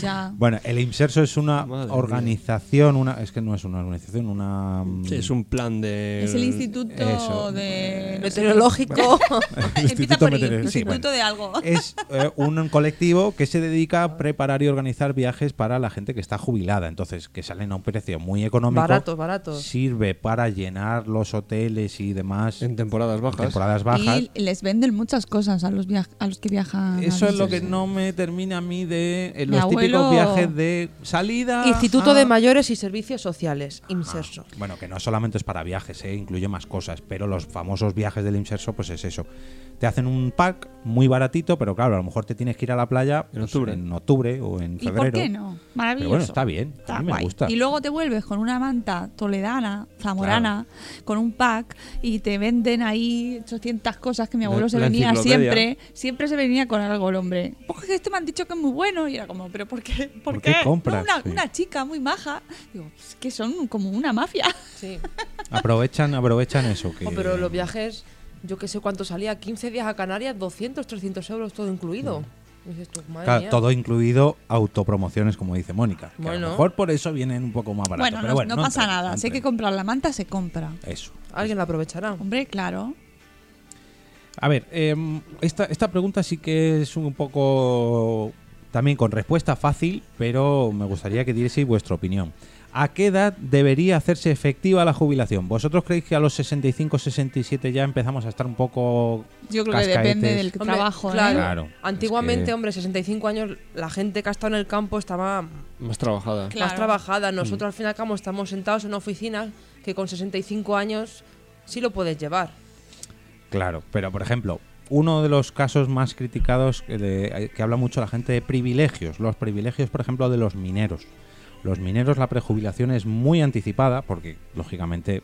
Ya. bueno, el inserso es una Madre mía. organización, una es que no es una organización, una... mm, Sí, es un plan de. Es el instituto eso. de. no sé. Meteorológico. Empieza Instituto por I, Meteorológico, sí, Instituto bueno. de algo. es eh, un colectivo que se dedica a preparar y organizar viajes para la gente que está jubilada, entonces que salen a un precio muy económico. baratos, baratos. sirve para llenar los hoteles y demás en En temporadas bajas. temporadas bajas. Y les venden muchas cosas a los, viaj- a los que viajan. Eso al es lo inserso. que no me termina a mí de en Mi los típicos abuelo- viajes de salida. Instituto a- de Mayores y Servicios Sociales, inserso. Ah. Bueno, que no solamente es para viajes, ¿eh? incluye más cosas, pero los famosos viajes del Inserso, pues es eso. Te hacen un pack muy baratito, pero claro, a lo mejor te tienes que ir a la playa pues, octubre. en octubre o en ¿Y febrero. por qué no? Maravilloso. Pero bueno, está bien, a mí me guay. gusta. Y luego te vuelves con una manta toledana, zamorana, con un pack y te venden ahí 800 cosas que mi abuelo se la venía enciclopedia. siempre. Siempre se venía con algo el hombre. Pues que este me han dicho que es muy bueno. Y era como, ¿pero por qué? ¿Por, ¿Por qué compras? No, una, Sí. una chica muy maja. Digo, es que son como una mafia. Sí. Aprovechan, aprovechan eso. Que... Jo, pero los viajes, yo qué sé cuánto salía, 15 días a Canarias, 200, 300 euros todo incluido. Y dices tú, madre Claro, mía. todo incluido autopromociones, como dice Mónica. Que a Bueno. lo mejor por eso vienen un poco más baratos. bueno, pero no, bueno, no pasa entremos, nada. no Si hay que entremos. comprar la manta, se compra. Eso. Alguien la aprovechará. Hombre, claro. A ver, em, esta, esta pregunta sí que es un poco también con respuesta fácil, pero me gustaría que dieseis vuestra opinión. ¿A qué edad debería hacerse efectiva la jubilación? ¿Vosotros creéis que a los 65, 67 ya empezamos a estar un poco... Yo creo que depende cascaetes? del Hombre, trabajo. ¿eh? Claro. Claro, es Antiguamente, que- hombre, 65 años, la gente que ha estado en el campo estaba Más trabajada. Claro. más Mm. trabajada. Nosotros al fin y al cabo estamos sentados en una oficina que con 65 años sí lo puedes llevar. Claro, pero por ejemplo, uno de los casos más criticados eh, de- que habla mucho la gente de privilegios, los privilegios, por ejemplo, de los mineros. Los mineros la prejubilación es muy anticipada porque, lógicamente,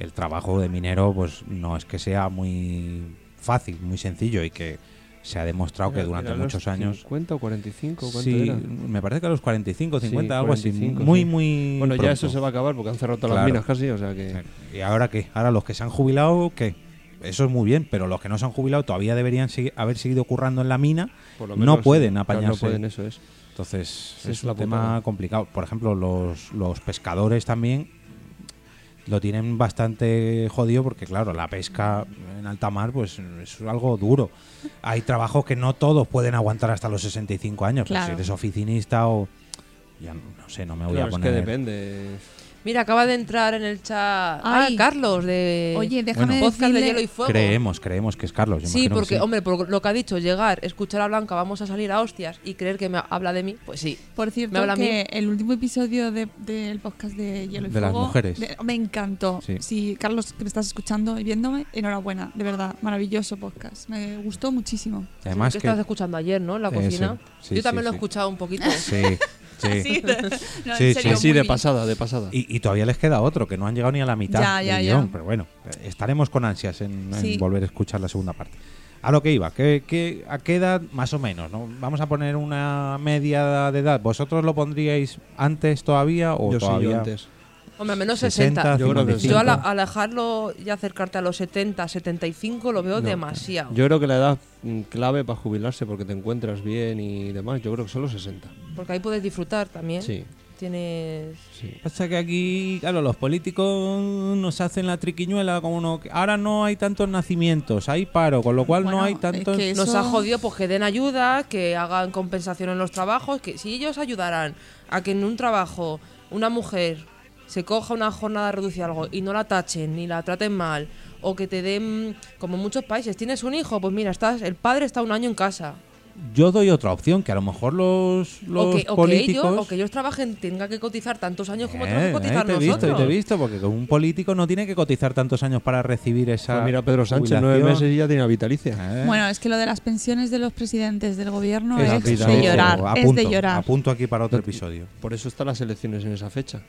el trabajo de minero pues no es que sea muy fácil, muy sencillo y que se ha demostrado que Era- durante era los muchos años... 50 o 45, ¿cuánto Sí, era? me parece que a los 45, 50, algo así. 45, Muy, sí. muy... Bueno, ya pronto. eso se va a acabar porque han cerrado todas Claro. las minas casi, o sea que. ¿Y ahora qué? Ahora los que se han jubilado, ¿qué? Eso es muy bien, pero los que no se han jubilado todavía deberían segui- haber seguido currando en la mina. por lo no menos- pueden claro, apañarse. No pueden, eso es. Entonces, Esa es es un la tema putada. complicado. Por ejemplo, los, los pescadores también lo tienen bastante jodido porque, claro, la pesca en alta mar pues es algo duro. Hay trabajos que no todos pueden aguantar hasta los 65 años. pues, Claro. si eres oficinista o... Ya no, no sé, no me voy Claro, a es poner... que depende. Mira, acaba de entrar en el chat. Ay. Ah, Carlos, de. Oye, Bueno. déjame podcast de decirle- hielo y fuego. creemos, creemos que es Carlos. yo Sí, imagino que porque, hombre, por lo que ha dicho, llegar, escuchar a Blanca, vamos a salir a hostias y creer que me habla de mí, pues sí. Por ¿Me cierto, habla a mí? que el último episodio de- del podcast de Hielo y De las Fuego, mujeres. de- me encantó. Sí. Si Carlos, que me estás escuchando y viéndome, enhorabuena, de verdad, maravilloso podcast. Me gustó muchísimo. Y Además que que... estabas escuchando ayer, ¿no? En la Eh, cocina. sí, sí, Yo sí, también lo he sí. escuchado un poquito. Sí, sí. no, en Sí, sí. serio, Así muy de bien. pasada, de pasada. Y, y todavía les queda otro, que no han llegado ni a la mitad Ya, del ya, guión, ya. Pero bueno, estaremos con ansias en, en Sí. volver a escuchar la segunda parte. A lo que iba, ¿qué, qué, a qué edad más o menos? ¿no? Vamos a poner una media de edad. ¿Vosotros lo pondríais antes todavía o yo sí, yo todavía? antes. Hombre, al menos 60, 60. Yo creo que sí. Yo al alejarlo y acercarte a los 70, 75 lo veo demasiado. Yo creo que la edad mm, clave para jubilarse porque te encuentras bien y demás, yo creo que son los 60. Porque ahí puedes disfrutar también. Sí, Tienes. sí. Pasa que aquí, claro, los políticos nos hacen la triquiñuela, como no, ahora no hay tantos nacimientos, hay paro, con lo cual Bueno, no hay es tantos... que Nos Eso- ha jodido pues que den ayuda, que hagan compensación en los trabajos, que si ellos ayudaran a que en un trabajo una mujer se coja una jornada reducida o algo y no la tachen ni la traten mal o que te den como en muchos países tienes un hijo pues mira estás el padre está un año en casa Yo doy otra opción, que a lo mejor los, los o, que, o que ellos, políticos... o que ellos trabajen tenga que cotizar tantos años como Eh, tenemos que ahí cotizar te he nosotros visto, ahí te he visto, porque un político no tiene que cotizar tantos años para recibir esa. Pues mira, Pedro Sánchez, nueve jubilación. meses y ya tiene vitalicia. Eh, Bueno, es que lo de las pensiones de los presidentes del gobierno Es es, vida, de ojo, llorar, es de llorar. Apunto aquí para otro episodio. Por eso están las elecciones en esa fecha.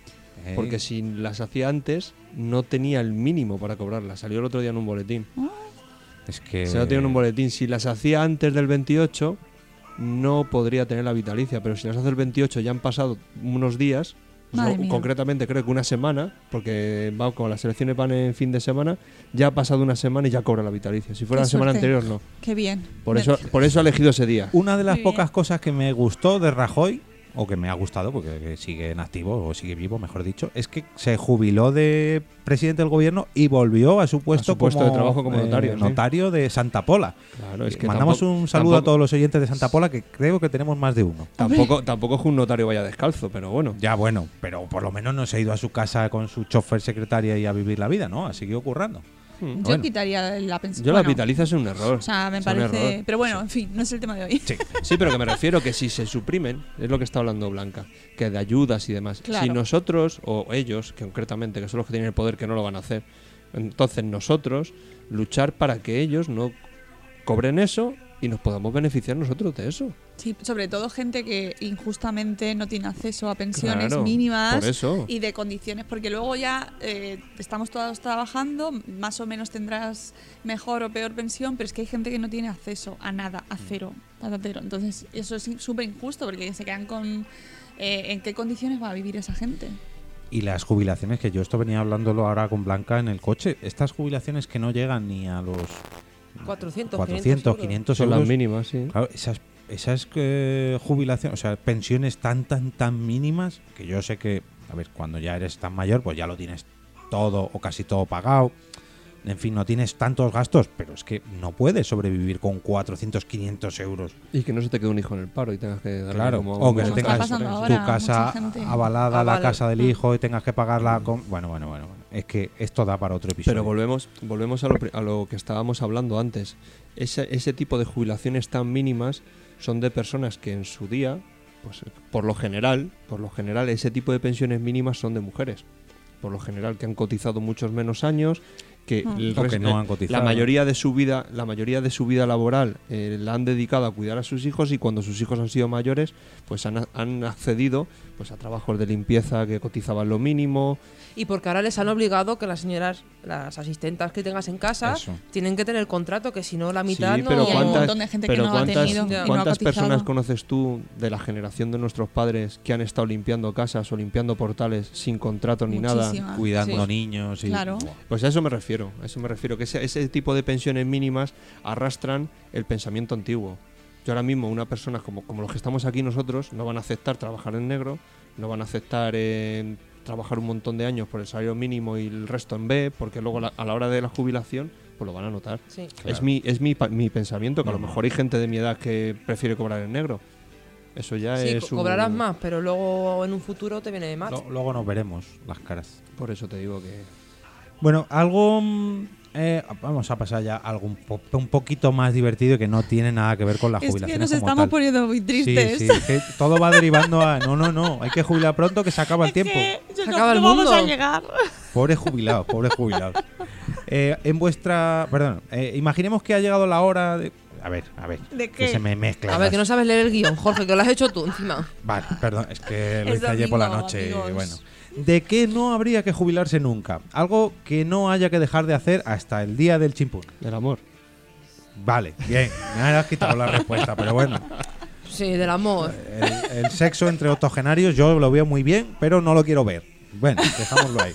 Eh, Porque si las hacía antes, no tenía el mínimo para cobrarlas. Salió el otro día en un boletín. es que. Se lo tiene en un boletín. Si las hacía antes del 28, no podría tener la vitalicia. Pero si las hace el 28, ya han pasado unos días. o sea, Madre mía. concretamente creo que una semana, porque va, como las elecciones van en fin de semana, ya ha pasado una semana y ya cobra la vitalicia. Si fuera Qué la semana suerte. anterior, no. Qué bien. Por Me- eso, por eso ha elegido ese día. Una de las Muy bien. pocas cosas que me gustó de Rajoy, o que me ha gustado, porque que sigue en activo, o sigue vivo, mejor dicho, es que se jubiló de presidente del gobierno y volvió a su puesto, puesto como, eh, de trabajo como notario, sí. notario de Santa Pola. Claro, es que Mandamos tampoco- un saludo a tampoco- todos los oyentes de Santa Pola, que creo que tenemos más de uno. Tampoco, tampoco es que un notario vaya descalzo, pero bueno. Ya bueno, pero por lo menos no se ha ido a su casa con su chofer secretaria y a vivir la vida, ¿no? Ha seguido currando. Yo Bueno. quitaría la pensión. Yo la Bueno, vitaliza es un error. O sea, me es un parece. error. Pero bueno, en fin, no es el tema de hoy. Sí. Sí, pero que me refiero que si se suprimen, es lo que está hablando Blanca, que de ayudas y demás. Claro. Si nosotros, o ellos, que concretamente, que son los que tienen el poder, que no lo van a hacer, entonces nosotros luchar para que ellos no cobren eso y nos podamos beneficiar nosotros de eso. Sí, sobre todo gente que injustamente no tiene acceso a pensiones Claro, mínimas por eso. y de condiciones, porque luego ya eh, estamos todos trabajando, más o menos tendrás mejor o peor pensión, pero es que hay gente que no tiene acceso a nada, Mm. a cero, patatero. Entonces eso es súper injusto porque se quedan con... eh, ¿En qué condiciones va a vivir esa gente? Y las jubilaciones, que yo esto venía hablándolo ahora con Blanca en el coche, estas jubilaciones que no llegan ni a los 400, 400, 500 500 Son las euros. mínimas, sí. Claro, esas esas eh, jubilaciones, o sea, pensiones tan, tan, tan mínimas, que yo sé que, a ver, cuando ya eres tan mayor, pues ya lo tienes todo o casi todo pagado. En fin, no tienes tantos gastos, pero es que no puedes sobrevivir con 400, 500 euros. Y que no se te quede un hijo en el paro y tengas que darle Claro, como o que Como está tengas pasando tu ahora, casa mucha gente. avalada, la Aval- casa del hijo, y tengas que pagarla con... Bueno, bueno, bueno, bueno. Es que esto da para otro episodio. Pero volvemos, volvemos a, lo, pri- a lo que estábamos hablando antes. Ese, ese tipo de jubilaciones tan mínimas son de personas que en su día, pues por lo general, por lo general, ese tipo de pensiones mínimas son de mujeres. Por lo general, que han cotizado muchos menos años, que, el O res- que no han cotizado. la mayoría de su vida, la mayoría de su vida laboral eh, la han dedicado a cuidar a sus hijos y cuando sus hijos han sido mayores, pues han, han accedido pues a trabajos de limpieza que cotizaban lo mínimo, Y porque ahora les han obligado que las señoras, las asistentas que tengas en casa, Eso. tienen que tener contrato, que si no la mitad sí, no. pero Y hay un cuántas, montón de gente que pero no lo ha cuántas, tenido y no ha cuántas cotizado. personas conoces tú de la generación de nuestros padres que han estado limpiando casas o limpiando portales sin contrato ni nada? Muchísimas. Cuidando Sí. niños y... Ah, Claro. Buah. Pues a eso me refiero, a eso me refiero, que ese, ese tipo de pensiones mínimas arrastran el pensamiento antiguo. Yo ahora mismo, una persona como, como los que estamos aquí nosotros, no van a aceptar trabajar en negro, no van a aceptar eh, trabajar un montón de años por el salario mínimo y el resto en B, porque luego la- a la hora de la jubilación, pues lo van a notar. Sí. Es, mi, es mi, pa- mi pensamiento, que a lo mejor hay gente de mi edad que prefiere cobrar en negro. Eso ya Sí, es co- un- cobrarás más, pero luego en un futuro te viene de más. Lo- Luego nos veremos las caras. Por eso te digo que... Bueno, algo. mm, eh, vamos a pasar ya a algo un, po- un poquito más divertido que no tiene nada que ver con la Es jubilación. que nos estamos poniendo muy tristes. Sí, sí, es que todo va derivando a. No, no, no. Hay que jubilar pronto que se acaba el tiempo. Yo Se no- acaba el no vamos a mundo. llegar. Pobres jubilados, pobres jubilados. Eh, en vuestra. Perdón. eh, imaginemos que ha llegado la hora de. A ver, a ver. ¿De Que qué? se me mezcla. A ver, que no sabes leer el guión, Jorge, que lo has hecho tú encima. Vale, perdón, es que lo Es hice ayer por la domingo, noche. y amigos. Bueno, ¿de qué no habría que jubilarse nunca? Algo que no haya que dejar de hacer hasta el día del chimpún. El amor. Vale, bien. Me has quitado la respuesta, pero bueno. Sí, del amor. El, el sexo entre octogenarios yo lo veo muy bien, pero no lo quiero ver. Bueno, dejámoslo ahí.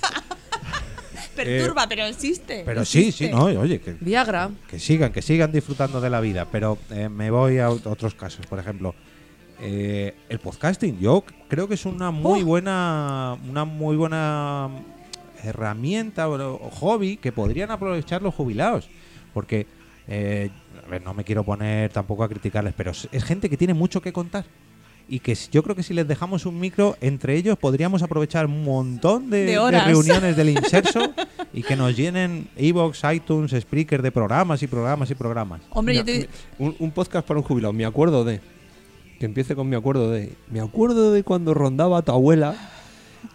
Perturba, pero existe. Eh, Pero sí, sí, existe. no, oye, que, Viagra. que sigan, que sigan disfrutando de la vida. Pero eh, me voy a ot- otros casos, por ejemplo. eh, el podcasting, yo c- creo que es una muy buena, una muy buena herramienta o o hobby que podrían aprovechar los jubilados. Porque, eh, a ver, no me quiero poner tampoco a criticarles, pero es es gente que tiene mucho que contar. Y que si- yo creo que si les dejamos un micro, entre ellos podríamos aprovechar un montón de, De horas. reuniones del inserso y que nos llenen Evox, iTunes, Spreaker de programas y programas y programas. Hombre, Mira, yo te. mi- un, un podcast para un jubilado, me acuerdo de. Que empiece con me acuerdo de. Me acuerdo de cuando rondaba tu abuela.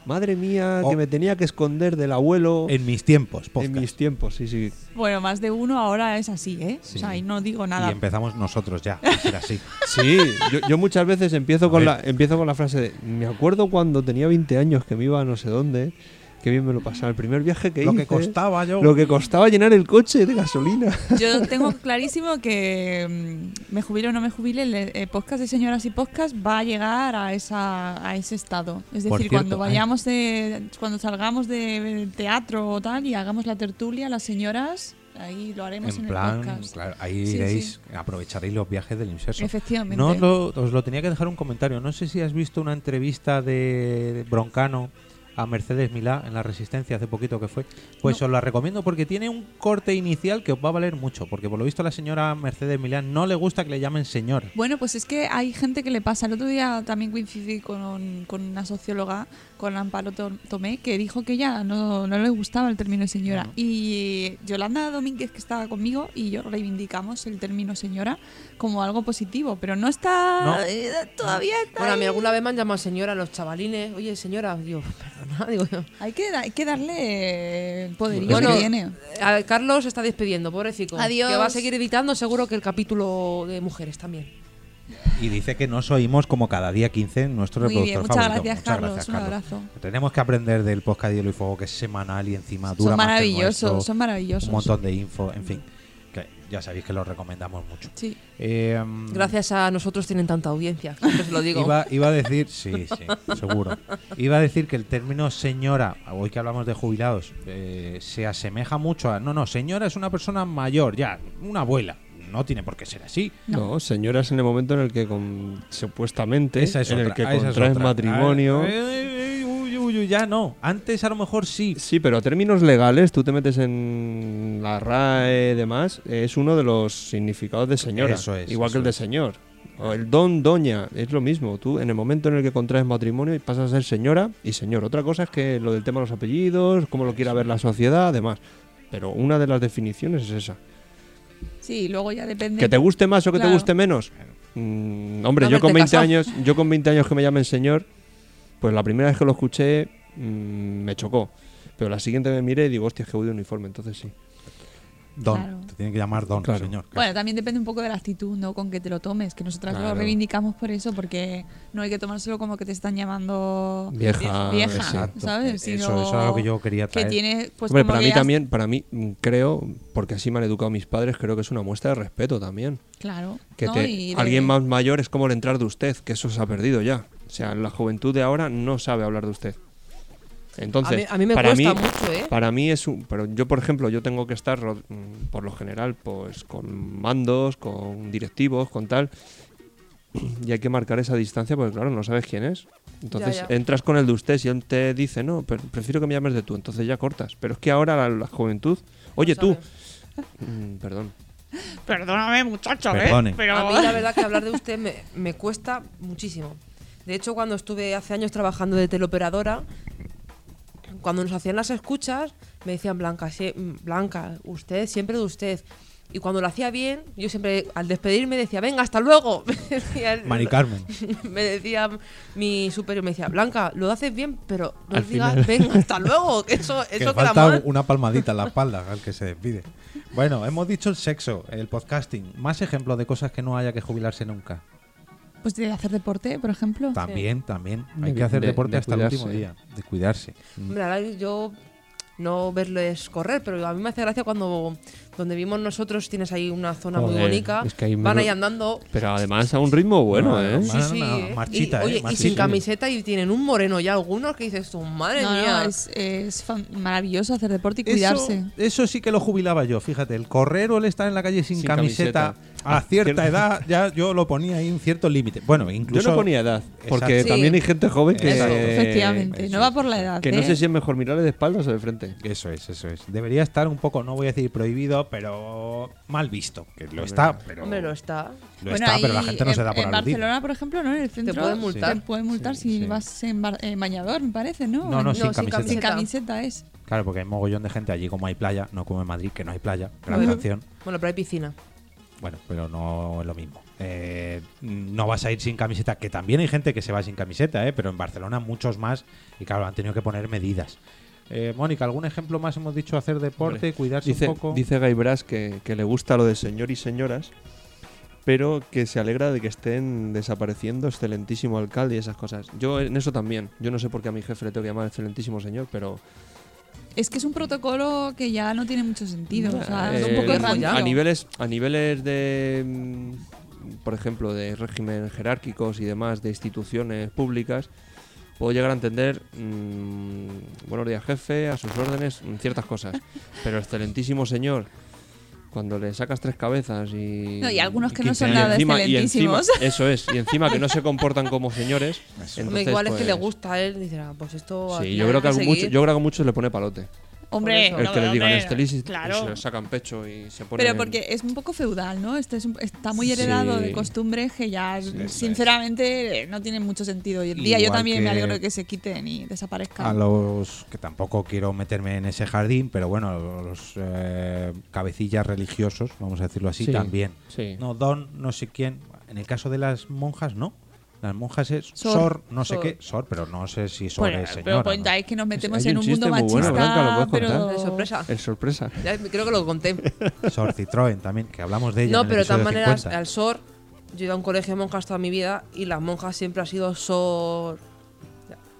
Madre mía, Oh. que me tenía que esconder del abuelo en, En mis tiempos, podcast. mis tiempos, sí, sí. Bueno, más de uno ahora es así, ¿eh? Sí. O sea, y no digo Y nada. empezamos nosotros ya, a ser así. Sí, yo, yo muchas veces empiezo con, la, ver. empiezo con la frase de. Me acuerdo cuando tenía 20 años que me iba a no sé dónde. Qué bien me lo pasaba. El primer viaje que Lo hice. que costaba yo. Lo que costaba llenar el coche de gasolina. Yo tengo clarísimo que mm, me jubile o no me jubile, el eh, podcast de señoras y podcast va a llegar a esa a ese estado. Es Por cierto, decir, cuando vayamos de, cuando salgamos de teatro o tal y hagamos la tertulia, las señoras, ahí lo haremos en, En el plan, podcast. claro, ahí Sí, iréis, sí. aprovecharéis los viajes del inserso. Efectivamente. No os lo, os lo tenía que dejar un comentario. No sé si has visto una entrevista de Broncano a Mercedes Milá en La Resistencia hace poquito que fue. Pues os la recomiendo porque tiene un corte inicial que os va a valer mucho. Porque por lo visto a la señora Mercedes Milá no le gusta que le llamen señora. Bueno, pues es que hay gente que le pasa. El otro día también coincidí con, con una socióloga, con Amparo To- Tomé, que dijo que ya no, no le gustaba el término señora. Y Yolanda Domínguez, que estaba conmigo, y yo reivindicamos el término señora como algo positivo, pero no está. No. eh, Todavía está. Bueno, a mí ahí. alguna vez me han llamado señora los chavalines. Oye, señora, digo, perdona, digo yo. Hay que, da- hay que darle el poderío Bueno, que tiene. a Carlos se está despidiendo, pobrecico. Adiós. Que va a seguir editando seguro que el capítulo de mujeres también. Y dice que nos oímos como cada día 15 en nuestro Muy bien, reproductor muchas favorito. gracias, Carlos, un abrazo. Tenemos que aprender del podcast de Hielo y Fuego, que es semanal y encima dura más Son que el maravillosos, nuestro. son maravillosos. Un montón de info, en fin. Que ya sabéis que lo recomendamos mucho. Sí. Eh, Mm. Gracias a nosotros tienen tanta audiencia. siempre se lo digo. Iba, iba a decir, sí, sí, seguro. Iba a decir que el término señora, hoy que hablamos de jubilados, eh, se asemeja mucho a. No, no, señora es una persona mayor, ya, una abuela. No tiene por qué ser así. No, señoras en el momento en el que con- supuestamente Esa es en el otra, que esa es contraes otra. Ah, matrimonio. Ay, ay, ay, uy, uy, uy, ya no. Antes a lo mejor sí. Sí, pero a términos legales, tú te metes en la RAE y demás, es uno de los significados de señora. Eso es, Igual eso que el de es. Ah. señor. O el don, doña, es lo mismo. Tú, en el momento en el que contraes matrimonio, y pasas a ser señora y señor. Otra cosa es que lo del tema de los apellidos, cómo lo quiera ver la sociedad, además. Pero una de las definiciones es esa. Sí, luego ya depende. Que te guste más o que Claro. te guste menos. Mm, hombre, No yo con haberte 20 casado. años, yo con 20 años que me llamen señor, pues la primera vez que lo escuché mm, me chocó. Pero la siguiente me miré y digo, hostia, es que voy de uniforme, entonces sí. Don. Claro. Te tienen que llamar Don, Claro. señor. Bueno, también depende un poco de la actitud, ¿no? Con que te lo tomes, que nosotras lo Claro. reivindicamos por eso, porque no hay que tomárselo como que te están llamando Vieja, vieja, exacto. ¿sabes? Eh, eso- Sino eso es lo que yo quería traer. Que tiene, pues, hombre, como para que mí ya- también, para mí mm, creo, porque así me han educado mis padres, creo que es una muestra de respeto también. Claro. Que ¿no? te- Y de- alguien más mayor es como el entrar de usted, que eso se ha perdido ya. O sea, la juventud de ahora no sabe hablar de usted. Entonces, A mí- a mí me para cuesta mí, mucho, ¿eh? Para mí es un. Pero yo, por ejemplo, yo tengo que estar ro- mm, por lo general, pues con mandos, con directivos, con tal. Y hay que marcar esa distancia porque, claro, no sabes quién es. Entonces Ya, ya. entras con el de usted y él te dice, no, pre- prefiero que me llames de tú. Entonces ya cortas. Pero es que ahora la, la juventud. Oye, tú. Mm, perdón. Perdóname, muchacho, Perdone. ¿eh? Pero... A mí la verdad que hablar de usted me, me cuesta muchísimo. De hecho, cuando estuve hace años trabajando de teleoperadora, cuando nos hacían las escuchas, me decían Blanca, sie- mm, Blanca, usted, siempre de usted. Y cuando lo hacía bien, yo siempre al despedirme decía, venga, hasta luego. Me decía el- Mari Carmen. me decía mi superior, me decía, Blanca, lo haces bien, pero no Al digas, final. venga, hasta luego, que eso, Que eso queda falta mal. una palmadita en la espalda al que se despide. Bueno, hemos dicho el sexo, el podcasting. Más ejemplos de cosas que no haya que jubilarse nunca. Pues de hacer deporte, por ejemplo. También, también. Hay De- que hacer de- deporte de hasta el último cuidarse. día. De cuidarse. Hombre, ahora yo no verles correr, pero a mí me hace gracia cuando donde vivimos nosotros tienes ahí una zona muy Joder, bonita. es que ahí me van lo- ahí andando. Pero además a un ritmo bueno, No, ¿eh? no, Sí, sí, no, ¿eh? marchita, y, ¿eh? oye, y sin Marchita. camiseta y tienen un moreno ya algunos que dices tú, madre No, mía. no, es, es fan- maravilloso hacer deporte y Eso, cuidarse. eso sí que lo jubilaba yo, fíjate, el correr o el estar en la calle sin, Sin camiseta, camiseta. a Ah, cierta cier- edad ya yo lo ponía ahí en cierto límite. Bueno, Yo incluso no ponía edad, porque Exacto. también Sí. hay gente joven que, Eso, Efectivamente, no va por la edad. que no ¿eh? sé si Eh, es mejor mirarle de espaldas o de frente. Eso es, eso es. Debería estar un poco, no voy a decir prohibido, pero mal visto. Que lo está, pero Hombre, lo está. lo Bueno, está, pero la ahí gente no en, se da por En aludido. Barcelona, por ejemplo, ¿no? En el centro pueden multar. Te pueden multar Sí, si sí. vas en, ba- en bañador, me parece, ¿no? No, no, En- sin camiseta. sin camiseta es. Claro, porque hay mogollón de gente allí, como hay playa, no como en Madrid, que no hay playa. Gran Bueno. canción. Bueno, pero hay piscina. Bueno, pero no es lo mismo. Eh, no vas a ir sin camiseta, que también hay gente que se va sin camiseta, ¿eh? pero en Barcelona muchos más y claro, han tenido que poner medidas. Eh, Mónica, ¿algún ejemplo más hemos dicho hacer deporte, Hombre, cuidarse Dice, un poco? dice Guy Brass que, que le gusta lo de señor y señoras, pero que se alegra de que estén desapareciendo excelentísimo alcalde y esas cosas. Yo en eso también. Yo no sé por qué a mi jefe le tengo que llamar excelentísimo señor, pero... Es que es un protocolo que ya no tiene mucho sentido. o sea, es Eh, un poco a raro. niveles a niveles de mm, por ejemplo de régimen jerárquicos y demás de instituciones públicas puedo llegar a entender mm, buenos días jefe a sus órdenes mm, ciertas cosas pero excelentísimo señor cuando le sacas tres cabezas y No, y algunos que no 15 son y nada encima- y encima- excelentísimos. eso es y encima que no se comportan como señores entonces, Hombre, igual es que le pues, gusta a él. Dice, ah, pues esto. sí aquí yo hay creo que que a mucho- seguir. yo creo que a muchos le pone palote Hombre, Por el no, que le hombre, digan excelentísimo y se Claro. le sacan pecho y se pone Pero porque es un poco feudal, ¿no? Este es un- está muy Sí. heredado de costumbres que ya, sinceramente, eh, no tienen mucho sentido hoy en día. Yo Igual también que- me alegro de que se quiten y desaparezcan. a los que tampoco quiero meterme en ese jardín, pero bueno, los eh, cabecillas religiosos, vamos a decirlo así, Sí, también. sí. No, don, no sé quién. En el caso de las monjas, no. Las monjas es sor, Sor. no sé Sor. qué, sor, pero no sé si sor Bueno, es señora. pero ¿no? cuenta, es que nos metemos Hay en un un mundo chiste muy bueno, machista, Blanca, ¿lo puedes pero... contar? De sorpresa. Es sorpresa. Ya creo que lo conté. Sor Citroën también, que hablamos de ella. No, en el pero de todas episodio maneras, 50. al SOR, yo he ido a un colegio de monjas toda mi vida y las monjas siempre ha sido SOR.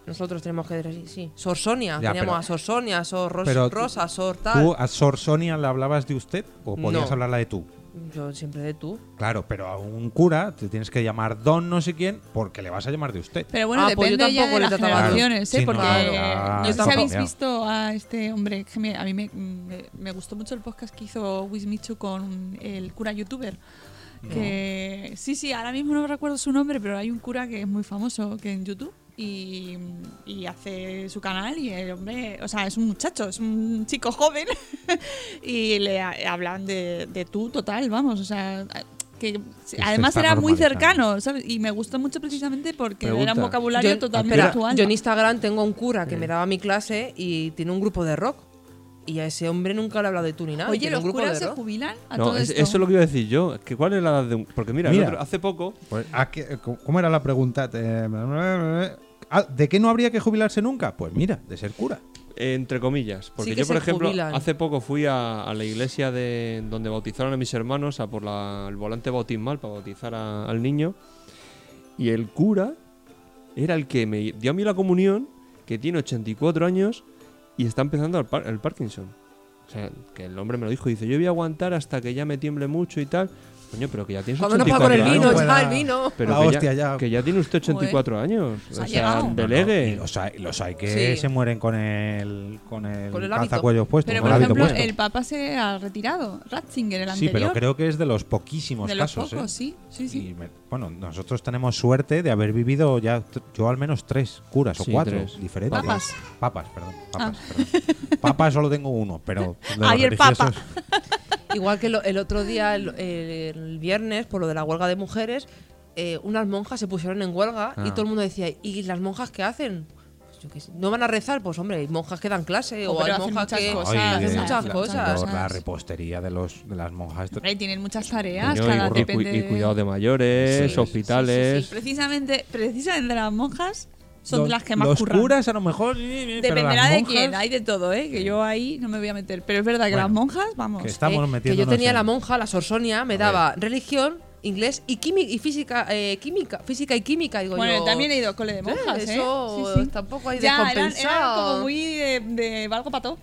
Nosotros tenemos que decir, sí, SOR Sonia. Ya, Teníamos pero- a SOR Sonia, SOR Ros- pero tú- Rosa, SOR ¿Tú tal. a Sor Sonia le hablabas de usted o podías No. hablarla de tú? Yo siempre de tú. Claro, pero a un cura te tienes que llamar don no sé quién porque le vas a llamar de usted. Pero bueno, Ah, pues yo depende ya tampoco de le las trataba mal. generaciones, ¿eh? Sí, no, Porque claro. eh, Yo no sé si habéis tampoco. visto a este hombre, que me- a mí me, me- me gustó mucho el podcast que hizo Wismichu con el cura youtuber. Que, sí, sí, ahora mismo no recuerdo su nombre, pero hay un cura que es muy famoso que en YouTube y, y hace su canal y el hombre, o sea, es un muchacho, es un chico joven y le ha- hablan de, de tú total, vamos, o sea, que se además está era muy normalizando. cercano, ¿sabes? Y me gustó mucho precisamente porque era Pregunta. un vocabulario Yo- totalmente espera, actual. Yo en Instagram tengo un cura que me daba mi clase y tiene un grupo de rock. Y a ese hombre nunca le he hablado de tú ni nada. y Oye, tiene los un grupo curas de se rock. jubilan a No, todo es- esto. eso es lo que iba a decir yo. Que ¿Cuál es la edad de un.? Porque mira, el Mira. otro- hace poco. Pues, ¿a qué- ¿Cómo era la pregunta? Eh, ah, ¿De qué no habría que jubilarse nunca? Pues mira, de ser cura. eh, Entre comillas, porque Sí que yo, por se ejemplo, jubilan. hace poco fui a, a la iglesia de donde bautizaron a mis hermanos a por la- el volante bautismal para bautizar a- al niño. Y el cura era el que me dio a mí la comunión, que tiene 84 años y está empezando el, par- el Parkinson. O sea, que el hombre me lo dijo, dice, yo voy a aguantar hasta que ya me tiemble mucho y tal. Coño, pero que ya tienes Cuando no paga con el 84 vino, años. ya el vino. Pero La que, pues, Ah, hostia, Ah, ya, ya. que ya tiene usted 84 años. O Se ha sea, llegado. Y delegue. los hay, los hay que Sí. se mueren con el, con el, Con el hábito. calzacuellos puesto. Pero, con por el hábito ejemplo, puesto. el Papa se ha retirado. Ratzinger, el Sí, anterior. pero creo que es de los poquísimos de los casos. ¿eh? pocos, sí. sí, sí. Y me- bueno, nosotros tenemos suerte de haber vivido ya, t- yo al menos tres curas Sí, o cuatro tres. diferentes. Papas. Ah. Papas, perdón. Papas, perdón. Papas solo tengo uno, pero. de los Ahí el papa. religiosos- Igual que lo- el otro día, el, el viernes, por lo de la huelga de mujeres, eh, unas monjas se pusieron en huelga y Ah. todo el mundo decía, ¿y las monjas qué hacen? Pues yo qué sé, ¿No van a rezar? Pues hombre, hay monjas que dan clase Oh, o pero hay hacen monjas muchas que... cosas, Ay, hacen de- muchas la- cosas. La repostería de, los, de las monjas. Hombre, tienen muchas tareas, Coño, cada y, y cu- depende... y cuidado de mayores, Sí, hospitales. Precisamente, precisamente las monjas son Los- las que más Los curran. curas, a lo mejor. sí, sí, pero Dependerá las de monjas, quién, hay de todo, ¿eh? Que yo ahí no me voy a meter. Pero es verdad que Bueno, las monjas, vamos... Que estamos Eh, que metiendo. yo tenía la monja, la sorsonia, me daba religión, inglés y, quími- y física, eh, química, física y química. Digo Bueno, yo, también he ido a cole de "Eh, monjas, ¿eh? Eso Sí, sí. tampoco hay Ya, eran, eran descompensado. como muy de, de Valgo Pato.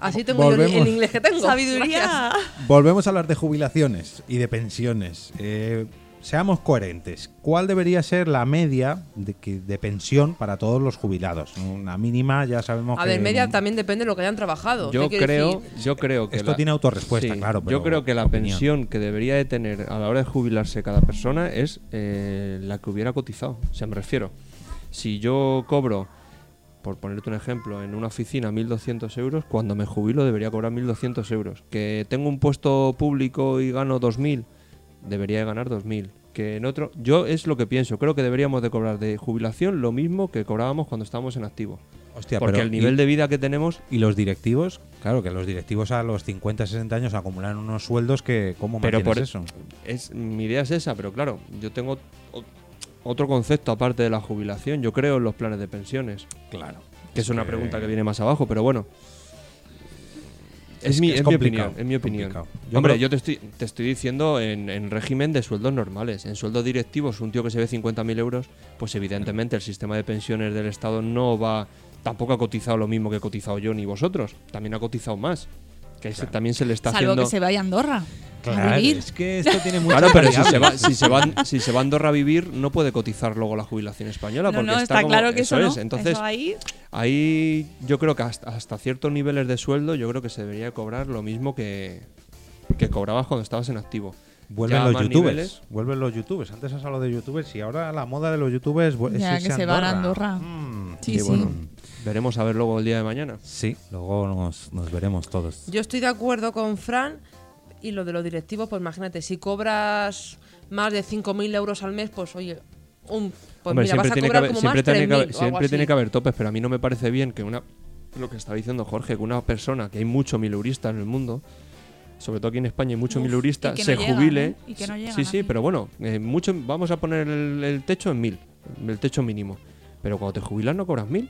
Así tengo yo el- el Volvemos. inglés que tengo. Sabiduría. Gracias. Volvemos a hablar de jubilaciones y de pensiones. Eh, seamos coherentes. ¿Cuál debería ser la media de, que- de pensión para todos los jubilados? Una mínima, ya sabemos A que. ver, media también depende de lo que hayan trabajado. Yo Te quiero creo, decir, yo creo que Esto tiene autorrespuesta, claro, pero yo creo que la opinión. pensión que debería de tener a la hora de jubilarse cada persona es eh, la que hubiera cotizado. O sea, me refiero. Si yo cobro, por ponerte un ejemplo, en una oficina 1.200 euros, cuando me jubilo debería cobrar 1.200 euros. Que tengo un puesto público y gano 2.000, debería de ganar 2.000. Que en otro, yo es lo que pienso. Creo que deberíamos de cobrar de jubilación lo mismo que cobrábamos cuando estábamos en activo. Hostia, Porque pero- el nivel y- de vida que tenemos Y los directivos, claro que los directivos a los 50, 60 años acumulan unos sueldos que. ¿Cómo Pero mantienes por eso? Es, mi idea es esa, pero claro, yo tengo o- otro concepto aparte de la jubilación. Yo creo en los planes de pensiones, Claro. que es una pregunta que viene más abajo, pero bueno. Es, Es mi, que es es mi complicado, opinión. Es mi opinión. complicado. Yo Hombre, creo- yo te estoy, te estoy diciendo en, en régimen de sueldos normales. En sueldos directivos, un tío que se ve 50.000 euros, pues evidentemente el sistema de pensiones del Estado no va. Tampoco ha cotizado lo mismo que he cotizado yo ni vosotros. También ha cotizado más. Que ese también se le está Salvo haciendo. que se vaya a Andorra. a Claro, vivir. es que esto tiene mucho Claro, pero si se, va, si, se va, si se va a Andorra a vivir, no puede cotizar luego la jubilación española. No, porque no, está, como- claro que eso, eso, no. es. Entonces, Eso ahí, ahí yo creo que hasta, hasta ciertos niveles de sueldo, yo creo que se debería cobrar lo mismo que, que cobrabas cuando estabas en activo. Vuelven Ya los más youtubers. niveles- Vuelven los youtubers. Antes has hablado de youtubers y ahora la moda de los youtubers pues vu- es ya irse que a se van a Andorra. Andorra. Mm, Sí, y sí. bueno, veremos a ver luego el día de mañana. sí, luego nos, nos veremos todos. Yo estoy de acuerdo con Fran y lo de los directivos, pues imagínate, si cobras más de 5.000 euros al mes, pues oye, un, pues Hombre, mira, vas siempre a tiene que cobrar haber, como siempre más tiene que 3.000 haber- o algo siempre tiene así. que haber topes, pero a mí no me parece bien que una. Lo que está diciendo Jorge, que una persona que hay mucho milurista en el mundo, sobre todo aquí en España hay mucho Uf, milurista, y que no se llegan, jubile. ¿eh? Y que no llegan sí, sí, aquí. pero bueno, eh, mucho, vamos a poner el, el techo en mil, el techo mínimo. Pero cuando te jubilas no cobras mil.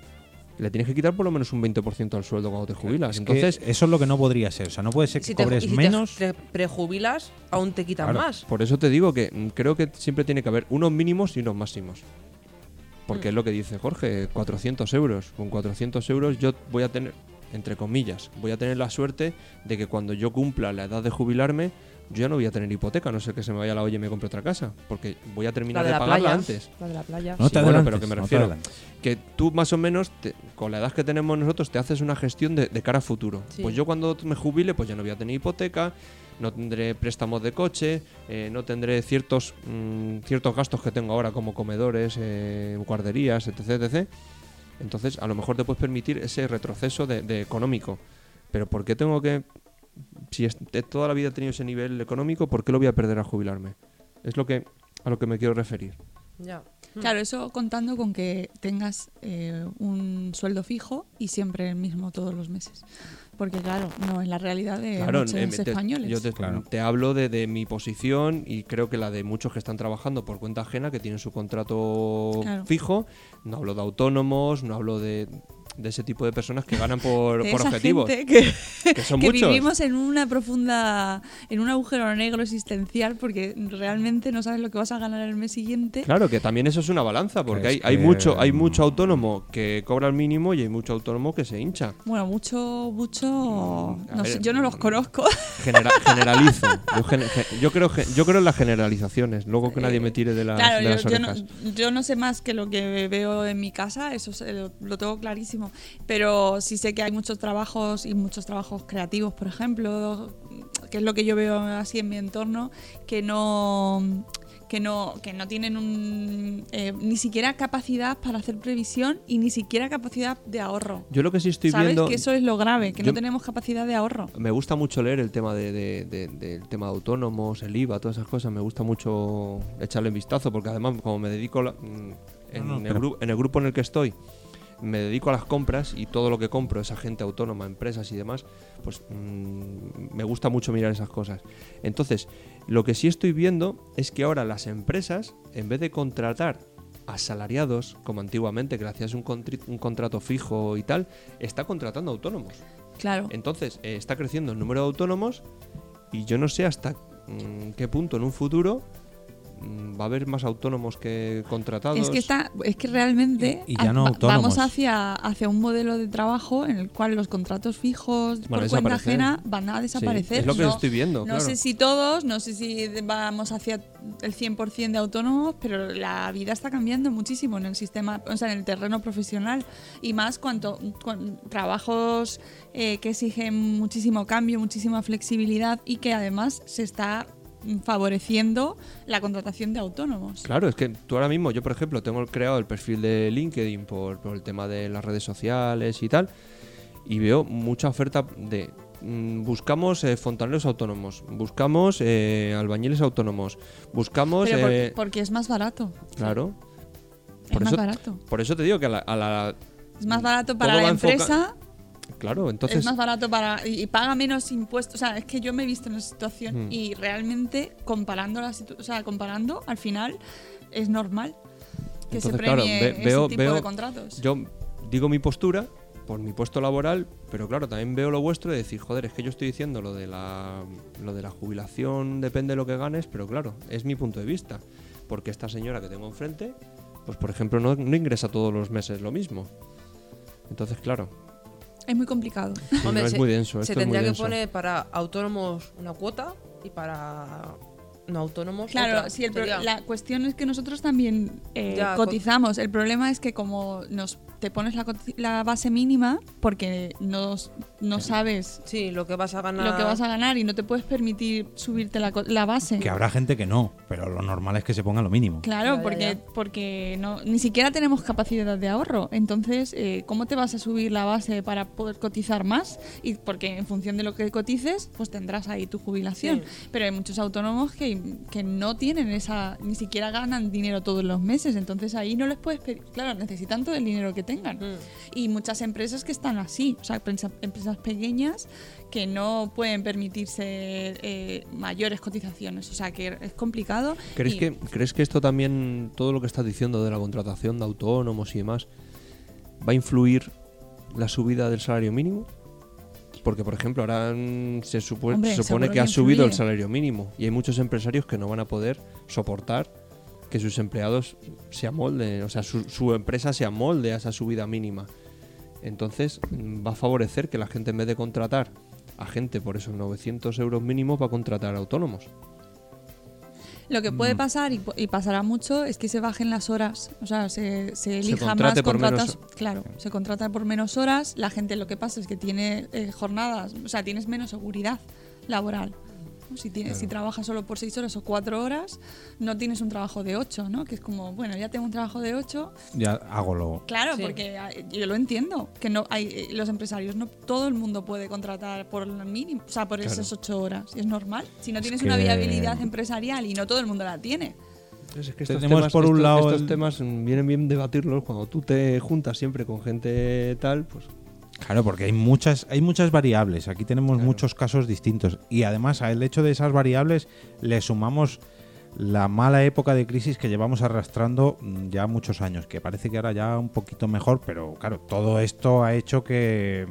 Le tienes que quitar por lo menos un 20% al sueldo cuando te jubilas. Es que Entonces, eso es lo que no podría ser. O sea, no puede ser que Si te, cobres y si te- menos. te prejubilas, aún te quitan Claro. más. Por eso te digo que mm, creo que siempre tiene que haber unos mínimos y unos máximos. Porque Mm. es lo que dice Jorge, 400 euros. Con 400 euros yo voy a tener, entre comillas, voy a tener la suerte de que cuando yo cumpla la edad de jubilarme, yo ya no voy a tener hipoteca, a no sé que se me vaya la olla y me compre otra casa. Porque voy a La terminar de de, la pagarla playa. antes. La de la playa. No te Sí, bueno, adelantes, pero que me no te refiero adelantes. que tú más o menos, te- con la edad que tenemos nosotros, te haces una gestión de, de cara a futuro. Sí. Pues yo cuando me jubile, pues ya no voy a tener hipoteca, no tendré préstamos de coche, eh, no tendré ciertos, mm, ciertos gastos que tengo ahora como comedores, eh, guarderías, etc, etc. Entonces, a lo mejor te puedes permitir ese retroceso de, de económico. Pero ¿por qué tengo que... Si es- de toda la vida he tenido ese nivel económico, ¿por qué lo voy a perder a jubilarme? Es lo que a lo que me quiero referir. Ya. Claro, eso contando con que tengas eh, un sueldo fijo y siempre el mismo todos los meses. Porque claro, no es la realidad de eh, muchos em, te- españoles. yo te, Claro. te hablo de, de mi posición y creo que la de muchos que están trabajando por cuenta ajena, que tienen su contrato Claro. fijo. No hablo de autónomos, no hablo de, de ese tipo de personas que ganan por, De por esa objetivos. gente que, que son que muchos. vivimos en una profunda, en un agujero negro existencial porque realmente no sabes lo que vas a ganar el mes siguiente. Claro, que también eso es una balanza, porque hay, Es hay que- mm. mucho, hay mucho autónomo que cobra el mínimo y hay mucho autónomo que se hincha. Bueno, mucho, mucho, a no ver, sé, yo no los mm, conozco. Genera- generalizo. Yo, gene- ge- yo creo, ge- yo creo en las generalizaciones, luego que nadie me tire de las, Eh, Claro, de las yo, yo orejas. no, yo no sé más que lo que veo en mi casa, eso se- lo, lo tengo clarísimo. Pero sí sé que hay muchos trabajos y muchos trabajos creativos, por ejemplo, que es lo que yo veo así en mi entorno, que no que no, que no tienen un, eh, ni siquiera capacidad para hacer previsión y ni siquiera capacidad de ahorro. Yo lo que sí estoy ¿Sabes? viendo. que eso es lo grave, que yo- no tenemos capacidad de ahorro. Me gusta mucho leer el tema de, de- de- del tema de autónomos, el IVA, todas esas cosas. Me gusta mucho echarle un vistazo porque además como me dedico la- mm, en, No, no, el pero- gru- en el grupo en el que estoy, me dedico a las compras y todo lo que compro es a gente autónoma, empresas y demás, pues mm, me gusta mucho mirar esas cosas. Entonces, lo que sí estoy viendo es que ahora las empresas, en vez de contratar asalariados como antiguamente, que le hacías un contri- un contrato fijo y tal, está contratando autónomos. Claro. Entonces, eh, está creciendo el número de autónomos y yo no sé hasta mm, qué punto en un futuro mm, va a haber más autónomos que contratados. Es que, está, es que realmente Y- y ya no va- autónomos. vamos hacia, hacia un modelo de trabajo en el cual los contratos fijos Van a por cuenta desaparecer. ajena van a desaparecer. es lo que no, estoy viendo, No claro. sé si todos, no sé si vamos hacia el 100% de autónomos, pero la vida está cambiando muchísimo en el sistema, o sea, en el terreno profesional. Y más cuanto cuan- trabajos eh, que exigen muchísimo cambio, muchísima flexibilidad y que además se está mm, favoreciendo la contratación de autónomos. Claro, es que tú ahora mismo, yo por ejemplo, tengo creado el perfil de LinkedIn por, por el tema de las redes sociales y tal, y veo mucha oferta de... mm, Buscamos eh, fontaneros autónomos, buscamos eh, albañiles autónomos, buscamos... Pero por- eh, porque es más barato. Claro. Es más barato. Por eso te digo que a la... a la- Es más barato todo para la va enfoca- empresa, Claro, es entonces... más barato para. Y, y paga menos impuestos. O sea, es que yo me he visto en esa situación Hmm. y realmente comparando la situ- o sea, comparando, al final es normal que se Entonces, premie claro, ve- ese veo- tipo veo- de contratos. Yo digo mi postura por mi puesto laboral, pero claro, también veo lo vuestro de decir, joder, es que yo estoy diciendo lo de la, lo de la jubilación, depende de lo que ganes, pero claro, es mi punto de vista. Porque esta señora que tengo enfrente, pues por ejemplo, no, no ingresa todos los meses lo mismo. Entonces, claro, es muy complicado. sí, Hombre, no, es se- muy denso. Se esto es muy tendría que denso. poner para autónomos una cuota y para no autónomos Claro, otra, sí, el pro- sería. la cuestión es que nosotros también eh, Ya, co- cotizamos. El problema es que como nos te pones la, coti- la base mínima porque no, no sabes Sí, lo que vas a ganar. lo que vas a ganar y no te puedes permitir subirte la, co- la base. Que habrá gente que no, pero lo normal es que se ponga lo mínimo. Claro, Ya, ya, porque, ya. porque no, ni siquiera tenemos capacidad de ahorro. Entonces, eh, ¿cómo te vas a subir la base para poder cotizar más? Y porque en función de lo que cotices, pues tendrás ahí tu jubilación. Pero hay muchos autónomos que, que no tienen esa, ni siquiera ganan dinero todos los meses. Entonces ahí no les puedes pedir. Claro, necesitan todo el dinero que tengan. Mm. Y muchas empresas que están así, o sea, prensa- empresas pequeñas que no pueden permitirse eh, mayores cotizaciones. O sea, que es complicado. ¿Crees y- que, ¿Crees que esto también, todo lo que estás diciendo de la contratación de autónomos y demás, va a influir la subida del salario mínimo? Porque, por ejemplo, ahora mm, se, supo- Hombre, se seguro supone que, que ha subido el influye. salario mínimo y hay muchos empresarios que no van a poder soportar que sus empleados se amolden, o sea, su, su empresa se amolde a esa subida mínima. Entonces mm, va a favorecer que la gente en vez de contratar a gente por esos 900 euros mínimos va a contratar a autónomos. Lo que puede pasar y, po- y pasará mucho es que se bajen las horas, o sea, se, se elija más contrate por menos contratas, claro, se contrata por menos horas, la gente lo que pasa es que tiene eh, jornadas, o sea, tienes menos seguridad laboral. ¿no? Si, tienes, si trabajas solo por seis horas o cuatro horas, no tienes un trabajo de ocho, ¿no? Que es como, bueno, ya tengo un trabajo de ocho, Ya hago lo, Claro, Sí. porque ah, yo lo entiendo, que no hay eh, los empresarios no todo el mundo puede contratar por el mínimo, o sea, por esas ocho horas, y es normal. Si no tienes una que- viabilidad empresarial y no todo el mundo la tiene. Es que estos Tenemos temas, por un estos- lado estos el- temas mm, vienen bien debatirlos cuando tú te juntas siempre con gente tal, pues Claro, porque hay muchas, hay muchas variables. Aquí tenemos muchos casos distintos. Y además, al hecho de esas variables, le sumamos la mala época de crisis que llevamos arrastrando mm, ya muchos años, que parece que ahora ya un poquito mejor, pero claro, todo esto ha hecho que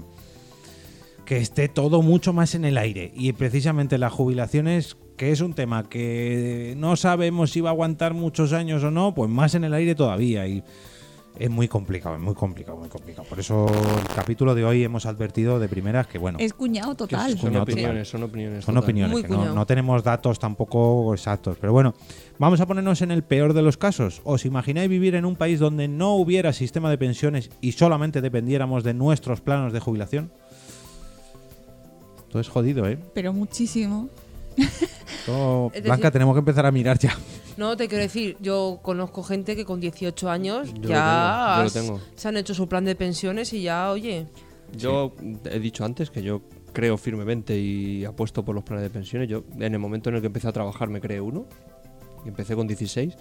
que esté todo mucho más en el aire y precisamente las jubilaciones que es un tema que no sabemos si va a aguantar muchos años o no, pues más en el aire todavía y es muy complicado, es muy complicado, muy complicado. Por eso el capítulo de hoy hemos advertido de primeras que, bueno, Es cuñado total. es son Cuñado total. opiniones, son opiniones. son total. opiniones, Muy que no, cuñado. no tenemos datos tampoco exactos. Pero bueno, vamos a ponernos en el peor de los casos. ¿Os imagináis vivir en un país donde no hubiera sistema de pensiones y solamente dependiéramos de nuestros planos de jubilación? Esto es jodido, ¿eh? Pero muchísimo. Esto- Es decir- Blanca, tenemos que empezar a mirar ya. No, te quiero decir, yo conozco gente que con 18 años Yo ya lo tengo, yo lo has- se han hecho su plan de pensiones y ya, oye, Yo mm, he dicho antes que yo creo firmemente y apuesto por los planes de pensiones. Yo en el momento en el que empecé a trabajar me creé uno y empecé con 16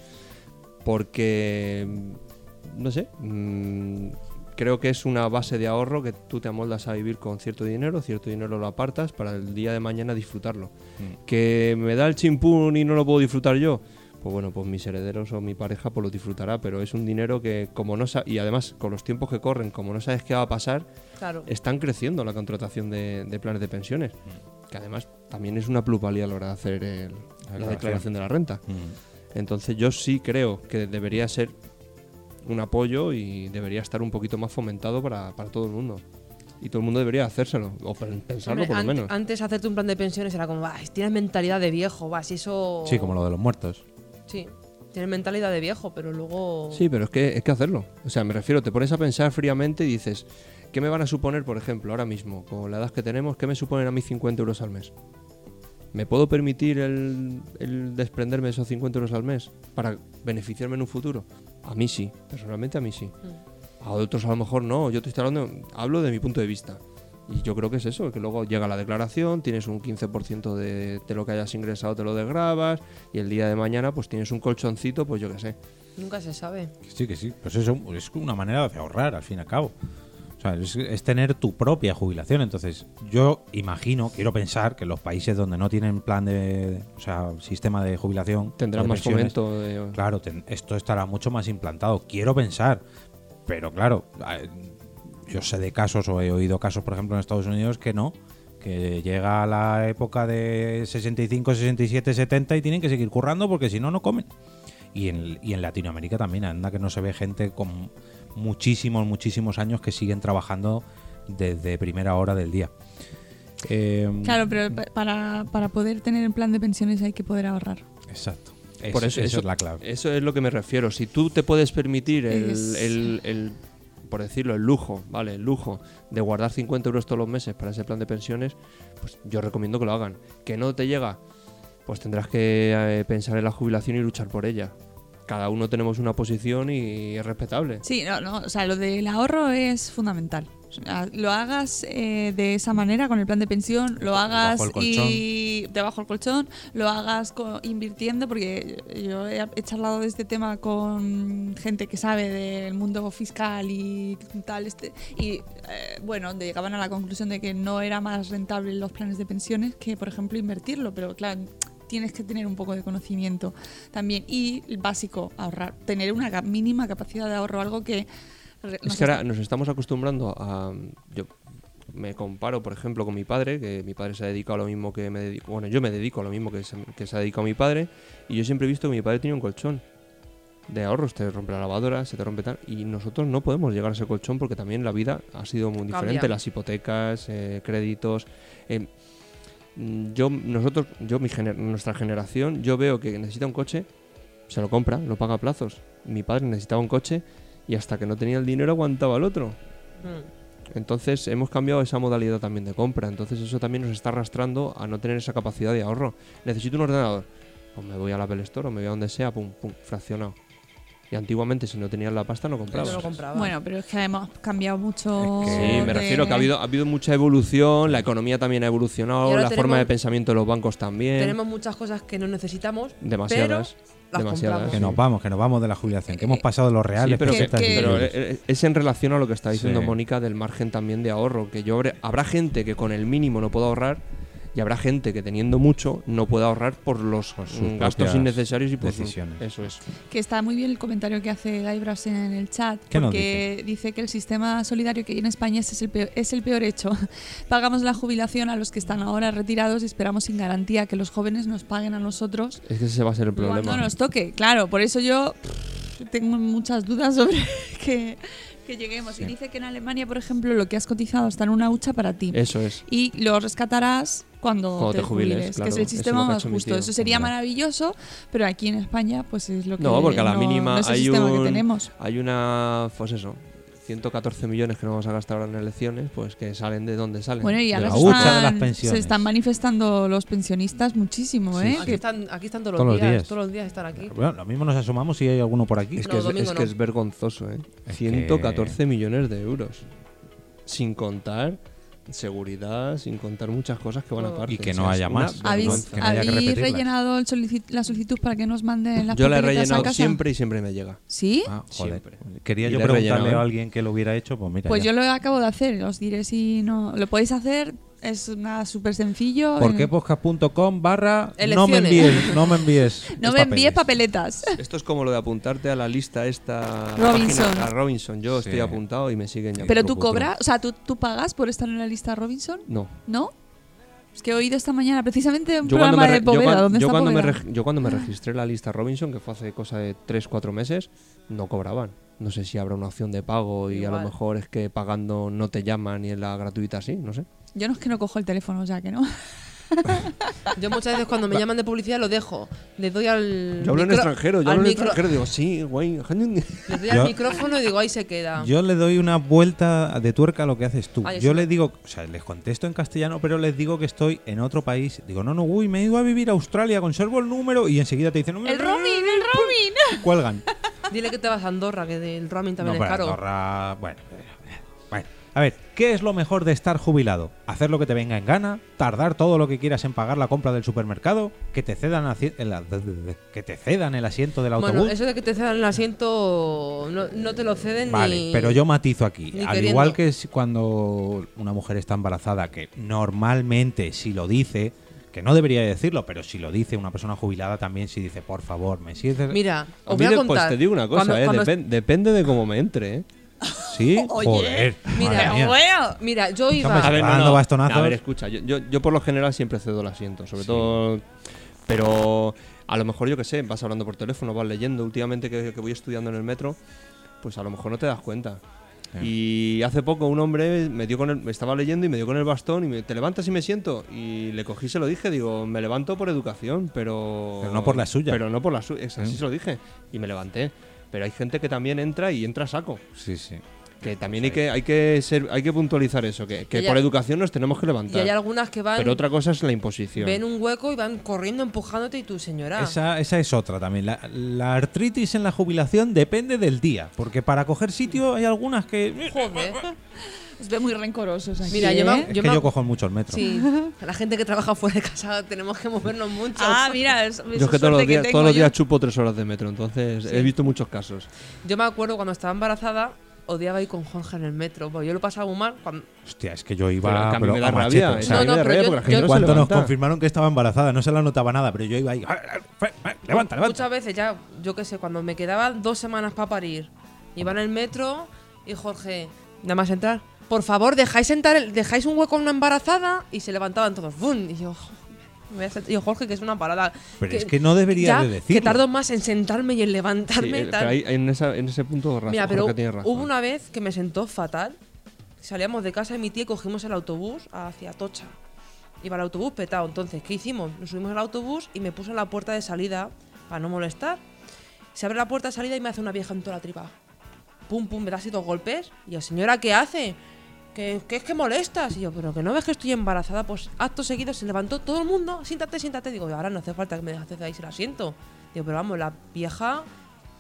porque mm, no sé, mm, creo que es una base de ahorro que tú te amoldas a vivir con cierto dinero, cierto dinero lo apartas para el día de mañana disfrutarlo. Que me da el chimpún y no lo puedo disfrutar yo. Pues bueno, pues mis herederos o mi pareja pues lo disfrutará, pero es un dinero que como no sa- y además con los tiempos que corren, como no sabes qué va a pasar, claro. están creciendo la contratación de, de planes de pensiones, que además también es una plusvalía a la hora de hacer el- la declaración. declaración de la renta. Entonces yo sí creo que debería ser un apoyo y debería estar un poquito más fomentado para, para todo el mundo. Y todo el mundo debería hacérselo, o pen- pensarlo Hombre, por lo ante- menos. Antes hacerte un plan de pensiones era como, "Bah, tienes mentalidad de viejo, vas, si eso. Sí, como lo de los muertos. Sí, tienes mentalidad de viejo, pero luego. Sí, pero es que es que hacerlo. O sea, me refiero, te pones a pensar fríamente y dices, ¿qué me van a suponer, por ejemplo, ahora mismo, con la edad que tenemos, qué me suponen a mí 50 euros al mes? ¿Me puedo permitir el, el desprenderme de esos 50 euros al mes para beneficiarme en un futuro? A mí sí, personalmente a mí sí. A otros a lo mejor no, yo te estoy hablando, hablo de mi punto de vista. Y yo creo que es eso, que luego llega la declaración, tienes un 15% de, de lo que hayas ingresado, te lo desgrabas, y el día de mañana pues tienes un colchoncito, pues yo qué sé. Nunca se sabe. Que sí, que sí. Pues eso es una manera de ahorrar, al fin y al cabo. O sea, es, es tener tu propia jubilación. Entonces, yo imagino, quiero pensar que los países donde no tienen plan de. O sea, sistema de jubilación. Tendrán de más pensiones, fomento. de- Claro, ten- esto estará mucho más implantado. Quiero pensar. Pero claro, a- yo sé de casos o he oído casos, por ejemplo, en Estados Unidos que no. Que llega la época de 65, 67, 70 y tienen que seguir currando porque si no, no comen. Y en, y en Latinoamérica también, anda que no se ve gente con muchísimos, muchísimos años que siguen trabajando desde primera hora del día. Eh, Claro, pero pa- para, para poder tener el plan de pensiones hay que poder ahorrar. Exacto. Por eso, eso, esa eso- es la clave. Eso es lo que me refiero. Si tú te puedes permitir el, Es- el- el- por decirlo, el lujo, ¿vale? El lujo de guardar 50 euros todos los meses para ese plan de pensiones, pues yo recomiendo que lo hagan. Que no te llega, pues tendrás que eh, pensar en la jubilación y luchar por ella. Cada uno tenemos una posición y es respetable. Sí, no, no, o sea, lo del ahorro es fundamental. O sea, Lo hagas eh, de esa manera con el plan de pensión, lo hagas el colchón. y debajo del colchón, lo hagas co- invirtiendo, porque yo he, he charlado de este tema con gente que sabe del mundo fiscal y tal, este, y eh, bueno, de- llegaban a la conclusión de que no era más rentable los planes de pensiones que, por ejemplo, invertirlo, pero claro, tienes que tener un poco de conocimiento también y el básico, ahorrar, tener una ca- mínima capacidad de ahorro, algo que... re- Es nos que ahora está- nos estamos acostumbrando a. Yo me comparo, por ejemplo, con mi padre, que mi padre se ha dedicado a lo mismo que me dedico. Bueno, yo me dedico a lo mismo que se, que se ha dedicado mi padre, y yo siempre he visto que mi padre tenía un colchón de ahorros. Te rompe la lavadora, se te rompe tal. Y nosotros no podemos llegar a ese colchón porque también la vida ha sido muy Cambia. diferente. Las hipotecas, eh, créditos. eh, mm, yo, nosotros, yo, mi gener- nuestra generación, yo veo que necesita un coche, se lo compra, lo paga a plazos. Mi padre necesitaba un coche y hasta que no tenía el dinero aguantaba el otro. Mm. Entonces hemos cambiado esa modalidad también de compra. Entonces eso también nos está arrastrando a no tener esa capacidad de ahorro. Necesito un ordenador. Pues me voy a la Apple Store o me voy a donde sea, pum, pum, fraccionado. Y antiguamente si no tenías la pasta no Yo no comprabas. lo compraba. Bueno, pero es que hemos cambiado mucho... Es que- Sí, me de- refiero que ha habido, ha habido mucha evolución, la economía también ha Y evolucionado, ahora la forma tenemos- de pensamiento de los bancos también. Tenemos muchas cosas que no necesitamos. demasiadas. las demasiadas. compramos. Que nos vamos, que nos vamos de la jubilación, que hemos pasado de los reales. Ah, Eh, Sí, pero, que- que- pesetas y que- pero, euros. eh, eh, es en relación a lo que está diciendo Sí. Mónica del margen también de ahorro, que yo habré- habrá gente que con el mínimo no pueda ahorrar y habrá gente que teniendo mucho no pueda ahorrar por los Por sus mm, gastos propias innecesarios y por sus- decisiones. eso es. Que está muy bien el comentario que hace Guybrush en el chat, ¿Qué nos porque dice? que el sistema solidario que hay en España es el peor, es el peor hecho. Pagamos la jubilación a los que están ahora retirados y esperamos sin garantía que los jóvenes nos paguen a nosotros Es que ese va a ser el problema. cuando nos toque. Claro, por eso yo pff, tengo muchas dudas sobre que, que lleguemos. Y dice que en Alemania, por ejemplo, lo que has cotizado está en una hucha para ti Eso es. y lo rescatarás cuando, Cuando te jubiles, claro. que es el Eso es lo sistema que ha más hecho mi justo. tío. Eso sería Hombre. maravilloso, pero aquí en España pues es lo que No, porque a la mínima no es el hay sistema un- que tenemos. Hay una, pues eso, 114 millones que no vamos a gastar ahora en elecciones, pues que salen de donde salen. Bueno, y De ahora la se hucha de las están, pensiones. se están manifestando los pensionistas muchísimo, Sí, ¿eh? sí. Que Aquí están, aquí están todos, los días, Todos los días están aquí. Bueno, lo mismo nos asomamos si hay alguno por aquí. Es No, que, es, domingo es que no. es vergonzoso, ¿eh? Es 114 millones de euros. Sin contar seguridad, sin contar muchas cosas que van Todo. aparte. Y que O no sea, es haya una más. ¿Habéis, vergüenza. no haya que habéis repetirlas. rellenado el solici- la solicitud para que nos manden las Yo la he papeletas a rellenado casa? siempre y siempre me llega. ¿Sí? Ah, joder. Siempre. Quería Y yo le he preguntarle rellenado, a ¿eh? alguien que lo hubiera hecho, pues mira. Pues ya. yo lo acabo de hacer, os diré si no... Lo podéis hacer, es una súper sencillo. ¿Por qué eh, podcast.com barra no me Elecciones. envíes? No me envíes. No los me envíes papeles. papeletas. Esto es como lo de apuntarte a la lista esta. Robinson. página- a Robinson. Yo Sí. estoy apuntado y me siguen llamando. Pues, Pero tú cobras, o sea, ¿tú, tú pagas por estar en la lista Robinson, No. ¿no? Es que he oído esta mañana precisamente un Yo cuando, programa me, de re- yo Poveda. cuan- ¿Dónde yo está cuando me Poveda? reg- yo cuando me registré la lista Robinson, que fue hace cosa de 3-4 meses, no cobraban. No sé si habrá una opción de pago y a Igual. lo mejor es que pagando no te llaman y en la gratuita sí, no sé. Yo no es que no cojo el teléfono, o sea que no. Yo muchas veces cuando me llaman de publicidad lo dejo. Le doy al. Yo hablo en micro- extranjero, yo al hablo en micro- extranjero, digo, sí, güey. Le doy Yo- al micrófono y digo, ahí se queda. Yo le doy una vuelta de tuerca a lo que haces tú. Ah, yo yo sí. les digo, o sea, les contesto en castellano, pero les digo que estoy en otro país. Digo, no, no, uy, me he ido a vivir a Australia, conservo el número y enseguida te dicen, ¡El roaming! ¡El roaming! Cuelgan. Dile que te vas a Andorra, que del roaming también No, pero es caro. Andorra, bueno, eh, bueno. A ver, ¿qué es lo mejor de estar jubilado? ¿Hacer lo que te venga en gana? ¿Tardar todo lo que quieras en pagar la compra del supermercado? ¿Que te cedan, aci- el, a- que te cedan el asiento del autobús? Bueno, eso de que te cedan el asiento no, no te lo ceden Vale, ni. pero yo matizo aquí. ni Al queriendo. igual que si- cuando una mujer está embarazada, que normalmente si lo dice, que no debería decirlo, pero si lo dice una persona jubilada también, si dice, por favor, me sientes. Mira, A os voy mí a de- contar. pues te digo una cosa, Cuando- eh, cuando- depen- depende de cómo me entre, eh. Sí, joder. madre mira, mía. ¡Bueno! mira, yo Hombre, iba. A ver, no, Dando no. bastonazos. A ver, escucha, yo, yo, yo por lo general siempre cedo el asiento, sobre todo. Pero a lo mejor, yo que sé, vas hablando por teléfono, vas leyendo. Últimamente que, que voy estudiando en el metro, pues a lo mejor no te das cuenta. Y hace poco un hombre me dio con el, me estaba leyendo y me dio con el bastón y me te levantas y me siento y le cogí se lo dije digo me levanto por educación pero Pero no por la suya. ¿Eh? pero no por la suya así se lo dije y me levanté pero hay gente que también entra y entra a saco Sí, sí. que también hay que, hay que ser, hay que puntualizar eso, que, que Y hay- por educación nos tenemos que Y levantar. hay algunas que van. pero otra cosa es la imposición. ven un hueco y van corriendo empujándote y tú, señora. Esa, esa es otra también. La, la artritis en la jubilación depende del día, porque para coger sitio hay algunas que. eh, Joder. Os veo muy rencorosos aquí. Mira, yo me- ¿eh? Es que me- yo cojo mucho el metro. Sí, la gente que trabaja fuera de casa tenemos que movernos mucho. Ah, mira, es, yo es que todos los días, todos los días chupo tres horas de metro, entonces he visto muchos casos. Yo me acuerdo cuando estaba embarazada, odiaba ir con Jorge en el metro. porque yo lo pasaba muy mal. cuando- Hostia, es que yo Pero iba. que a mí pero me da a machete, rabia, ¿eh? o es sea, que a mí No, no, me da rabia pero porque la yo- gente yo- no se cuando nos levanta. confirmaron que estaba embarazada, no se la notaba nada, pero yo iba ahí. Levanta, levanta. Muchas veces ya, yo qué sé, cuando me quedaban dos semanas para parir, iba en el metro y Jorge, nada más entrar, por favor, dejáis entrar, el- dejáis un hueco a una embarazada y se levantaban todos, ¡bum! Y yo, "Jo, me voy a sentar". Y yo, Jorge, que es una parada. Pero es que no debería ya, de decirlo. Que tardo más en sentarme y en Sí, levantarme. y eh, tal. pero ahí- en, esa- en ese punto razón, Mira, pero Jorge tiene razón. hubo una vez que me sentó fatal. Salíamos de casa de mi tía y cogimos el autobús hacia Tocha. Iba el autobús petado. Entonces, ¿qué hicimos? Nos subimos al autobús y me puso en la puerta de salida para no molestar. Se abre la puerta de salida y me hace una vieja en toda la tripa. Pum, pum, me da así dos golpes. Y yo, señora, ¿qué hace? Que, que es que molestas. Y yo, pero que no ves que estoy embarazada. Pues acto seguido se levantó todo el mundo. Siéntate, siéntate. Digo, ahora no hace falta que me dejes ahí el asiento. Digo, pero vamos, la vieja.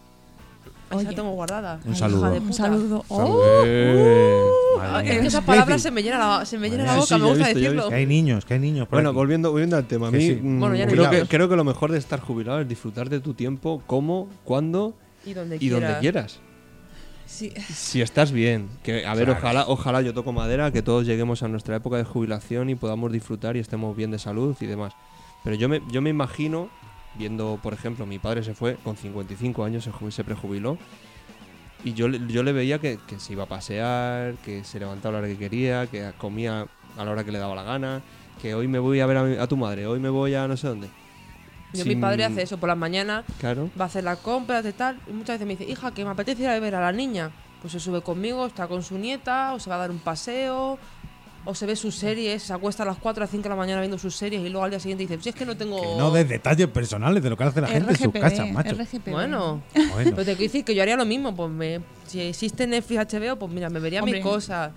ahí se la Oye. tengo guardada. Un Hija saludo. de Un puta. saludo. Eh. Ah, Madre Es mía. que esas palabras se me llenan la, se me llena la Sí, boca, sí, me ya he gusta visto, ya he decirlo. Que hay niños, que hay niños. por Bueno, aquí. volviendo, volviendo al tema, a Que mí sí. mm, Bueno, ya no creo, que, digamos. creo que lo mejor de estar jubilado es disfrutar de tu tiempo, cómo, cuándo Y donde y donde quieras. Sí. Si estás bien, que a ver, Claro. ojalá, ojalá yo toco madera, que todos lleguemos a nuestra época de jubilación y podamos disfrutar y estemos bien de salud y demás. Pero yo me, yo me imagino, viendo, por ejemplo, mi padre se fue con 55 años, se, ju- se prejubiló, y yo, le- yo le veía que, que se iba a pasear, que se levantaba a la hora que quería, que comía a la hora que le daba la gana, que hoy me voy a ver a, mi- a tu madre, hoy me voy a no sé dónde. Yo, mi Sin- padre hace eso por las mañanas, Claro. va a hacer las compras y tal. Y muchas veces me dice, hija, que me apetece ir a ver a la niña. Pues se sube conmigo, está con su nieta, o se va a dar un paseo, o se ve sus series, se acuesta a las 4 a 5 de la mañana viendo sus series y luego al día siguiente dice, si es que no tengo. Que no des detalles personales de lo que hace la Oh, gente en sus casas, macho. RGPD. Bueno, Bueno. pero te quiero decir que yo haría lo mismo. Pues me, si existe Netflix, HBO, pues mira, me vería mis Hombre. cosas.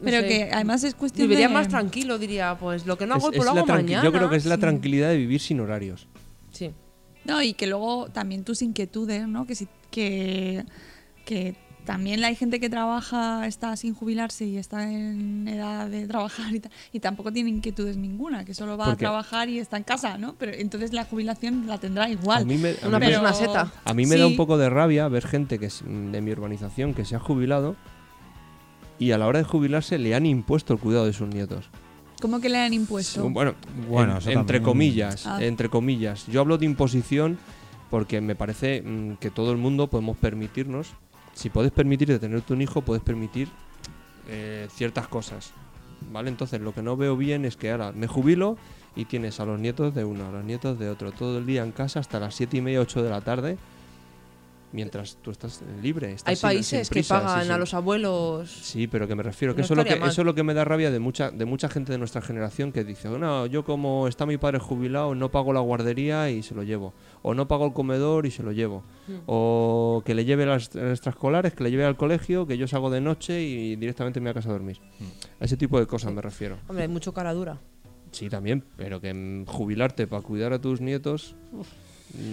No Pero sé, que además es cuestión Viviría de... más tranquilo, diría, pues lo que no Es- hago, hoy, es pues lo la hago tranqui- mañana. yo creo que es la tranquilidad de vivir sin horarios. Sí. No, y que luego también tus inquietudes, ¿no? Que, si, que, que también hay gente que trabaja, está sin jubilarse y está en edad de trabajar y, ta- y tampoco tiene inquietudes ninguna, que solo va a Porque- trabajar y está en casa, ¿no? Pero entonces la jubilación la tendrá igual. A mí me- a Una mí me- persona seta. A mí me da Sí. un poco de rabia ver gente que es mm, de mi urbanización que se ha jubilado y a la hora de jubilarse le han impuesto el cuidado de sus nietos. ¿Cómo que le han impuesto? Bueno, Bueno, en- eso entre también. comillas, Ah. entre comillas. Yo hablo de imposición porque me parece mm, que todo el mundo podemos permitirnos, si puedes permitir de tener un hijo, puedes permitir eh, ciertas cosas. ¿Vale? Entonces lo que no veo bien es que ahora me jubilo y tienes a los nietos de uno, a los nietos de otro, todo el día en casa hasta las 7 y media, 8 de la tarde, mientras tú estás libre. estás Hay sin- sin países que prisa, Ah, sí, pagan sí. a los abuelos. Sí, pero que me refiero, que, No eso, es lo que estaría mal. eso es lo que me da rabia de mucha, de mucha gente de nuestra generación que dice, no, yo como está mi padre jubilado, no pago la guardería y se lo llevo. O no pago el comedor y se lo llevo. Mm. O que le lleve las las extraescolares, que le lleve al colegio, que yo salgo de noche y directamente me voy a casa a dormir. Mm. A ese tipo de cosas me refiero. Hombre, hay mucho cara dura. Sí, también, pero que mm, jubilarte para cuidar a tus nietos. uf,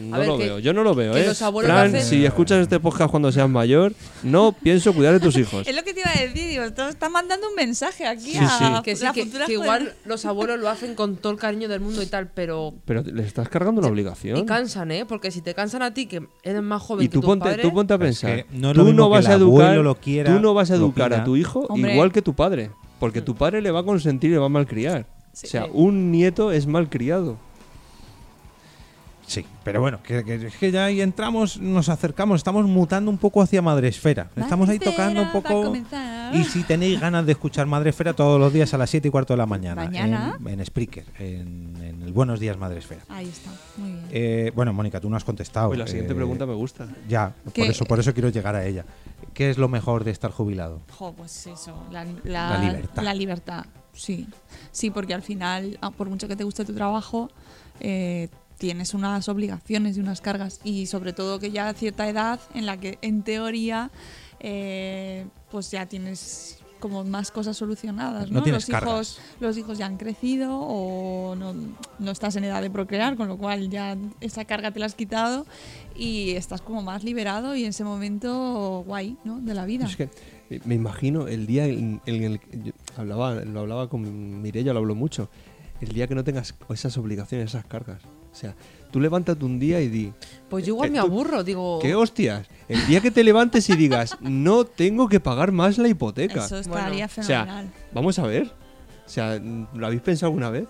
No A ver, lo que- veo, yo no lo veo, que ¿eh? los abuelos Fran, hacen- si escuchas este podcast cuando seas mayor, no pienso cuidar de tus hijos. Es lo que te iba a decir, digo, esto está mandando un mensaje aquí Sí, a sí. Que sí, Ah, la que, futura que generación. igual los abuelos lo hacen con todo el cariño del mundo y tal, pero. Pero le estás cargando una obligación. Y cansan, ¿eh? Porque si te cansan a ti, que eres más joven Y que tú tus ponte, padres. tú ponte a Pero es pensar, que no es lo tú, mismo no que vas el a educar, abuelo lo quiera, tú no vas a lo educar pida. a tu hijo Hombre. igual que tu padre, porque tu padre le va a consentir y le va a malcriar. Sí. O sea, un nieto es malcriado. Sí, pero bueno, que, que- es que ya ahí entramos, nos acercamos, estamos mutando un poco hacia Madresfera. Estamos ahí tocando un Madresfera va a poco. comenzar. Y si tenéis ganas de escuchar Madresfera todos los días a las 7 y cuarto de la mañana. Mañana. En, en Spreaker, en, en el Buenos Días Madresfera. Ahí está, muy bien. Eh, bueno, Mónica, tú no has contestado. Uy, Pues la siguiente eh, pregunta me gusta. Ya, por Que- eso, por eso quiero llegar a ella. ¿Qué es lo mejor de estar jubilado? Jo, pues eso, la, La libertad. la libertad, sí. Sí, porque al final, ah, por mucho que te guste tu trabajo, eh, tienes unas obligaciones y unas cargas. Y sobre todo que ya a cierta edad en la que, en teoría, eh, pues ya tienes como más cosas solucionadas, No ¿no? tienes los hijos cargas. los hijos ya han crecido o no, no estás en edad de procrear, con lo cual ya esa carga te la has quitado y estás como más liberado y en ese momento guay, ¿no? de la vida. Es que eh, me imagino el día en, en el que yo hablaba, lo hablaba con Mireia, lo hablo mucho, el día que no tengas esas obligaciones, esas cargas. O sea, tú levántate un día y di, Pues yo igual Eh, me tú- aburro, digo. ¿qué hostias? El día que te levantes y digas, no tengo que pagar más la hipoteca. Eso estaría O sea, fenomenal. vamos a ver. O sea, ¿lo habéis pensado alguna vez?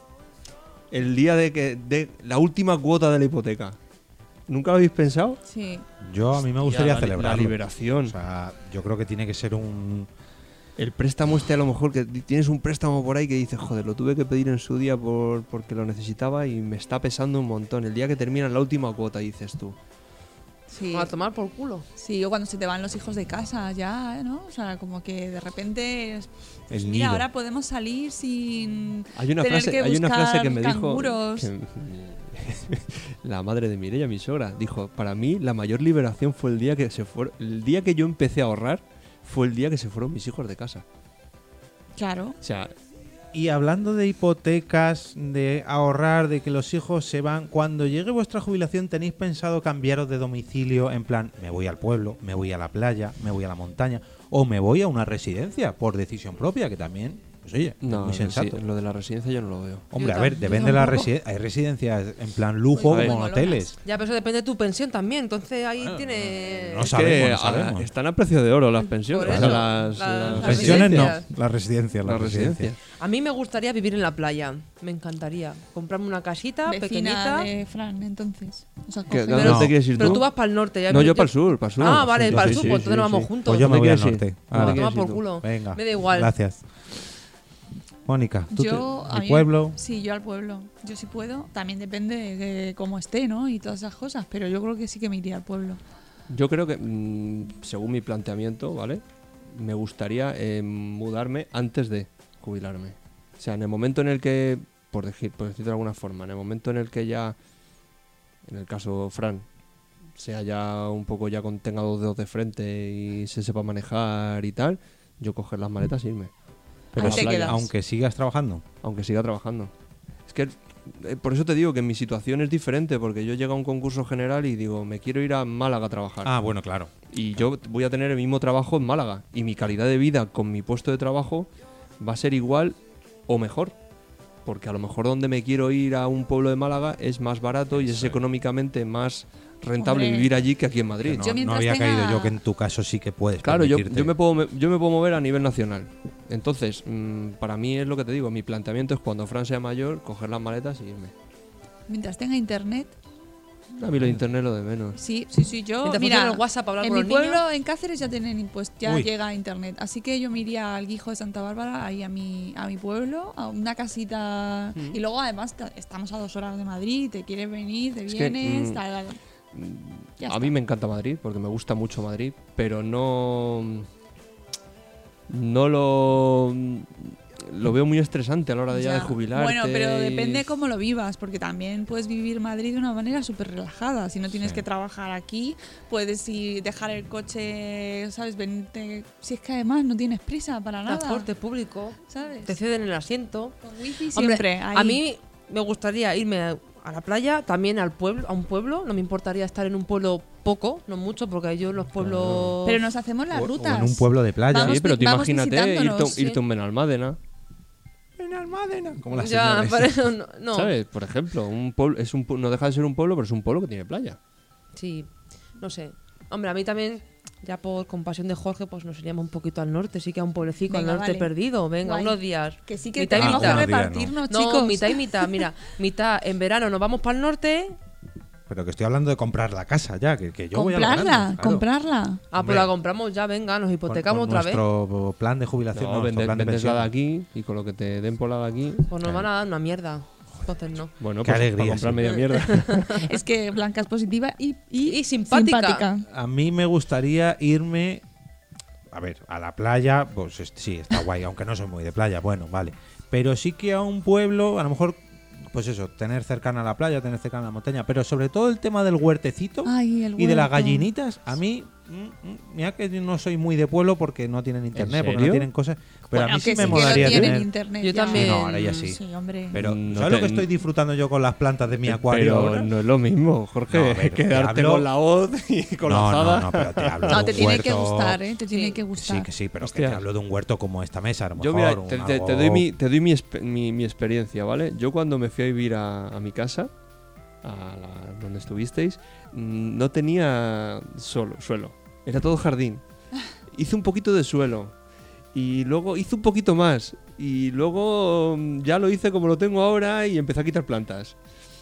El día de que de la última cuota de la hipoteca. ¿Nunca lo habéis pensado? sí. Yo a mí me gustaría la, celebrarlo. La liberación. O sea, yo creo que tiene que ser un. el préstamo este a lo mejor que tienes un préstamo por ahí que dices, joder, lo tuve que pedir en su día por, porque lo necesitaba y me está pesando un montón. El día que terminas la última cuota, dices tú. Sí. A tomar por culo. Sí, o cuando se te van los hijos de casa ya, ¿eh? ¿no? O sea, como que de repente... es, pues El mira, nido. ahora podemos salir sin... Hay una tener frase, que hay una frase buscar que me canguros. dijo que- la madre de Mireia, mi sogra, dijo, "Para mí la mayor liberación fue el día que se fueron, el día que yo empecé a ahorrar fue el día que se fueron mis hijos de casa." Claro. O sea, Y hablando de hipotecas, de ahorrar, de que los hijos se van, cuando llegue vuestra jubilación, ¿tenéis pensado cambiaros de domicilio? En plan, me voy al pueblo, me voy a la playa, me voy a la montaña, o me voy a una residencia por decisión propia, que también, pues oye, no, muy sí, sensato. lo de la residencia yo no lo veo. Hombre, Yo a ver, tam- depende de la tampoco. residencia. Hay residencias en plan lujo, Pues, A ver. como hoteles. Ya, pero eso depende de tu pensión también. Entonces ahí eh, tiene. no sabemos, que, no a ver, sabemos. están a precio de oro las pensiones. Por o sea, eso, las, la- las- las Pensiones no, residencias. las residencias, las residencias. A mí me gustaría vivir en la playa. Me encantaría. Comprarme una casita Vecina pequeñita. de Fran, entonces. O sea, ¿Qué- coge- dónde No. te quieres ir Pero tú? tú vas para el norte. ya No, me- yo pa'l sur, pa'l sur. Ah, vale, Sí, para el sí, sur. sí, pues entonces sí, nos vamos sí. juntos. Pues yo me ¿Dónde voy al quieres ir? norte. ¿Dónde Ala, A tomar quieres ir por tú? culo. Venga. Me da igual. Gracias. Mónica, tú yo, te- a mi mí- pueblo. Sí, yo al pueblo. Yo sí puedo. También depende de cómo esté, ¿no? Y todas esas cosas. Pero yo creo que sí que me iría al pueblo. Yo creo que, mm, según mi planteamiento, ¿vale? Me gustaría eh, mudarme antes de jubilarme. O sea, en el momento en el que, por, decir, por decirlo de alguna forma, en el momento en el que ya, en el caso Fran, sea ya un poco ya con, tenga dos dedos de frente y se sepa manejar y tal, yo coger las maletas e irme. Pero Ahí si- te quedas. aunque sigas trabajando. aunque siga trabajando. Es que eh, por eso te digo que mi situación es diferente, porque yo llego a un concurso general y digo, me quiero ir a Málaga a trabajar. Ah, bueno, claro. Y yo voy a tener el mismo trabajo en Málaga. Y mi calidad de vida con mi puesto de trabajo va a ser igual o mejor. Porque a lo mejor donde me quiero ir a un pueblo de Málaga es más barato y es económicamente más rentable Hombre. vivir allí que aquí en Madrid. No, Yo no mientras había tenga- caído yo que en tu caso sí que puedes. Claro, yo, permitirte. yo me puedo, me- yo me puedo mover a nivel nacional. Entonces, mm, para mí es lo que te digo, mi planteamiento es cuando Fran sea mayor, coger las maletas y irme. Mientras tenga internet, A mí lo de internet lo de menos. Sí, sí, sí, yo. Mientras Mira, funcione el WhatsApp, hablar en con mi los pueblo, niños. en Cáceres, ya tienen impuesto, ya Uy. llega internet. Así que yo me iría al Guijo de Santa Bárbara, ahí a mi, a mi pueblo, a una casita. Mm. Y luego, además, ta- estamos a dos horas de Madrid, te quieres venir, te Es que, vienes. mm, tal, tal, tal. Ya a está. mí me encanta Madrid porque me gusta mucho Madrid, pero no. No lo. Lo veo muy estresante a la hora de ya, de Ya. jubilar. Bueno, pero depende cómo lo vivas, porque también puedes vivir Madrid de una manera súper relajada. Si no tienes que trabajar aquí, puedes ir, dejar el coche, ¿sabes? Venirte. Si es que además no tienes prisa para nada. Transporte público, ¿Sabes? te ceden el asiento. Con wifi Hombre, siempre. ahí. a mí me gustaría irme a- a la playa, también al pueblo, a un pueblo. No me importaría estar en un pueblo poco, no mucho, porque yo en los pueblos. Pero nos hacemos las O- o rutas. en un pueblo de playa. Vamos Sí, pero vi- tú vamos imagínate irte, visitándonos, irte a un Benalmádena. Como las ya, señoras. pero no. no. ¿Sabes? Por ejemplo, un pueblo, es un, pu- no deja de ser un pueblo, pero es un pueblo que tiene playa. Sí, no sé. Hombre, a mí también, ya por compasión de Jorge, pues nos iríamos un poquito al norte, sí que a un pueblecito al Venga, norte vale. perdido. Venga, Guay. unos días. Que sí que mitad y Ah, tenemos que mitad. bueno, días, no. repartirnos, No, chicos. mitad y mitad, mira, mitad en verano nos vamos para el norte, Pero que estoy hablando de comprar la casa ya, que, que yo voy a lo comprarla, grande, claro. comprarla. ah, Hombre. pues la compramos ya, venga, nos Con- hipotecamos con otra vez. Nuestro plan de jubilación, No, no, nuestro vende- plan de vendes la pensión. de aquí y con lo que te den por la de aquí. Pues Eh. nos van a dar una mierda. Entonces no. Bueno, Qué pues alegría, para comprar sí. media mierda. es que Blanca es positiva y, Y simpática. A mí me gustaría irme, a ver, a la playa, pues es- sí, está guay, aunque no soy muy de playa, bueno, vale. Pero sí que a un pueblo, a lo mejor, pues eso, tener cercana la playa, tener cercana la montaña, pero sobre todo el tema del huertecito Ay, el y de las huerto. gallinitas, a mí, mm, mm, mira que yo no soy muy de pueblo porque no tienen internet, porque no serio? tienen cosas, pero a Bueno, mí sí me que sí que lo molaría tienen tener... internet. Yo ya. Mm, también. Sí, no, ahora ya sí. Sí, hombre. Pero No ¿sabes lo te- que estoy disfrutando yo con las plantas de mi acuario pero ahora? no es lo mismo, Jorge, No, a ver, quedarte te hablo- con la hoz y con no, la azada. no, no, pero te hablo de No, un te tiene que huerto- gustar, ¿eh? Te tiene Sí. que gustar. Sí, que sí, pero que Hostia. te hablo de un huerto como esta mesa, a lo mejor. Yo mira, un te, te- te algo- doy, mi, te doy mi, exp- mi- mi experiencia, ¿vale? Yo cuando me fui a vivir a, a mi casa, a la- donde estuvisteis, mm, no tenía solo, suelo. Era todo jardín. Hice un poquito de suelo. Y luego hice un poquito más. Y luego mm, ya lo hice como lo tengo ahora y empecé a quitar plantas.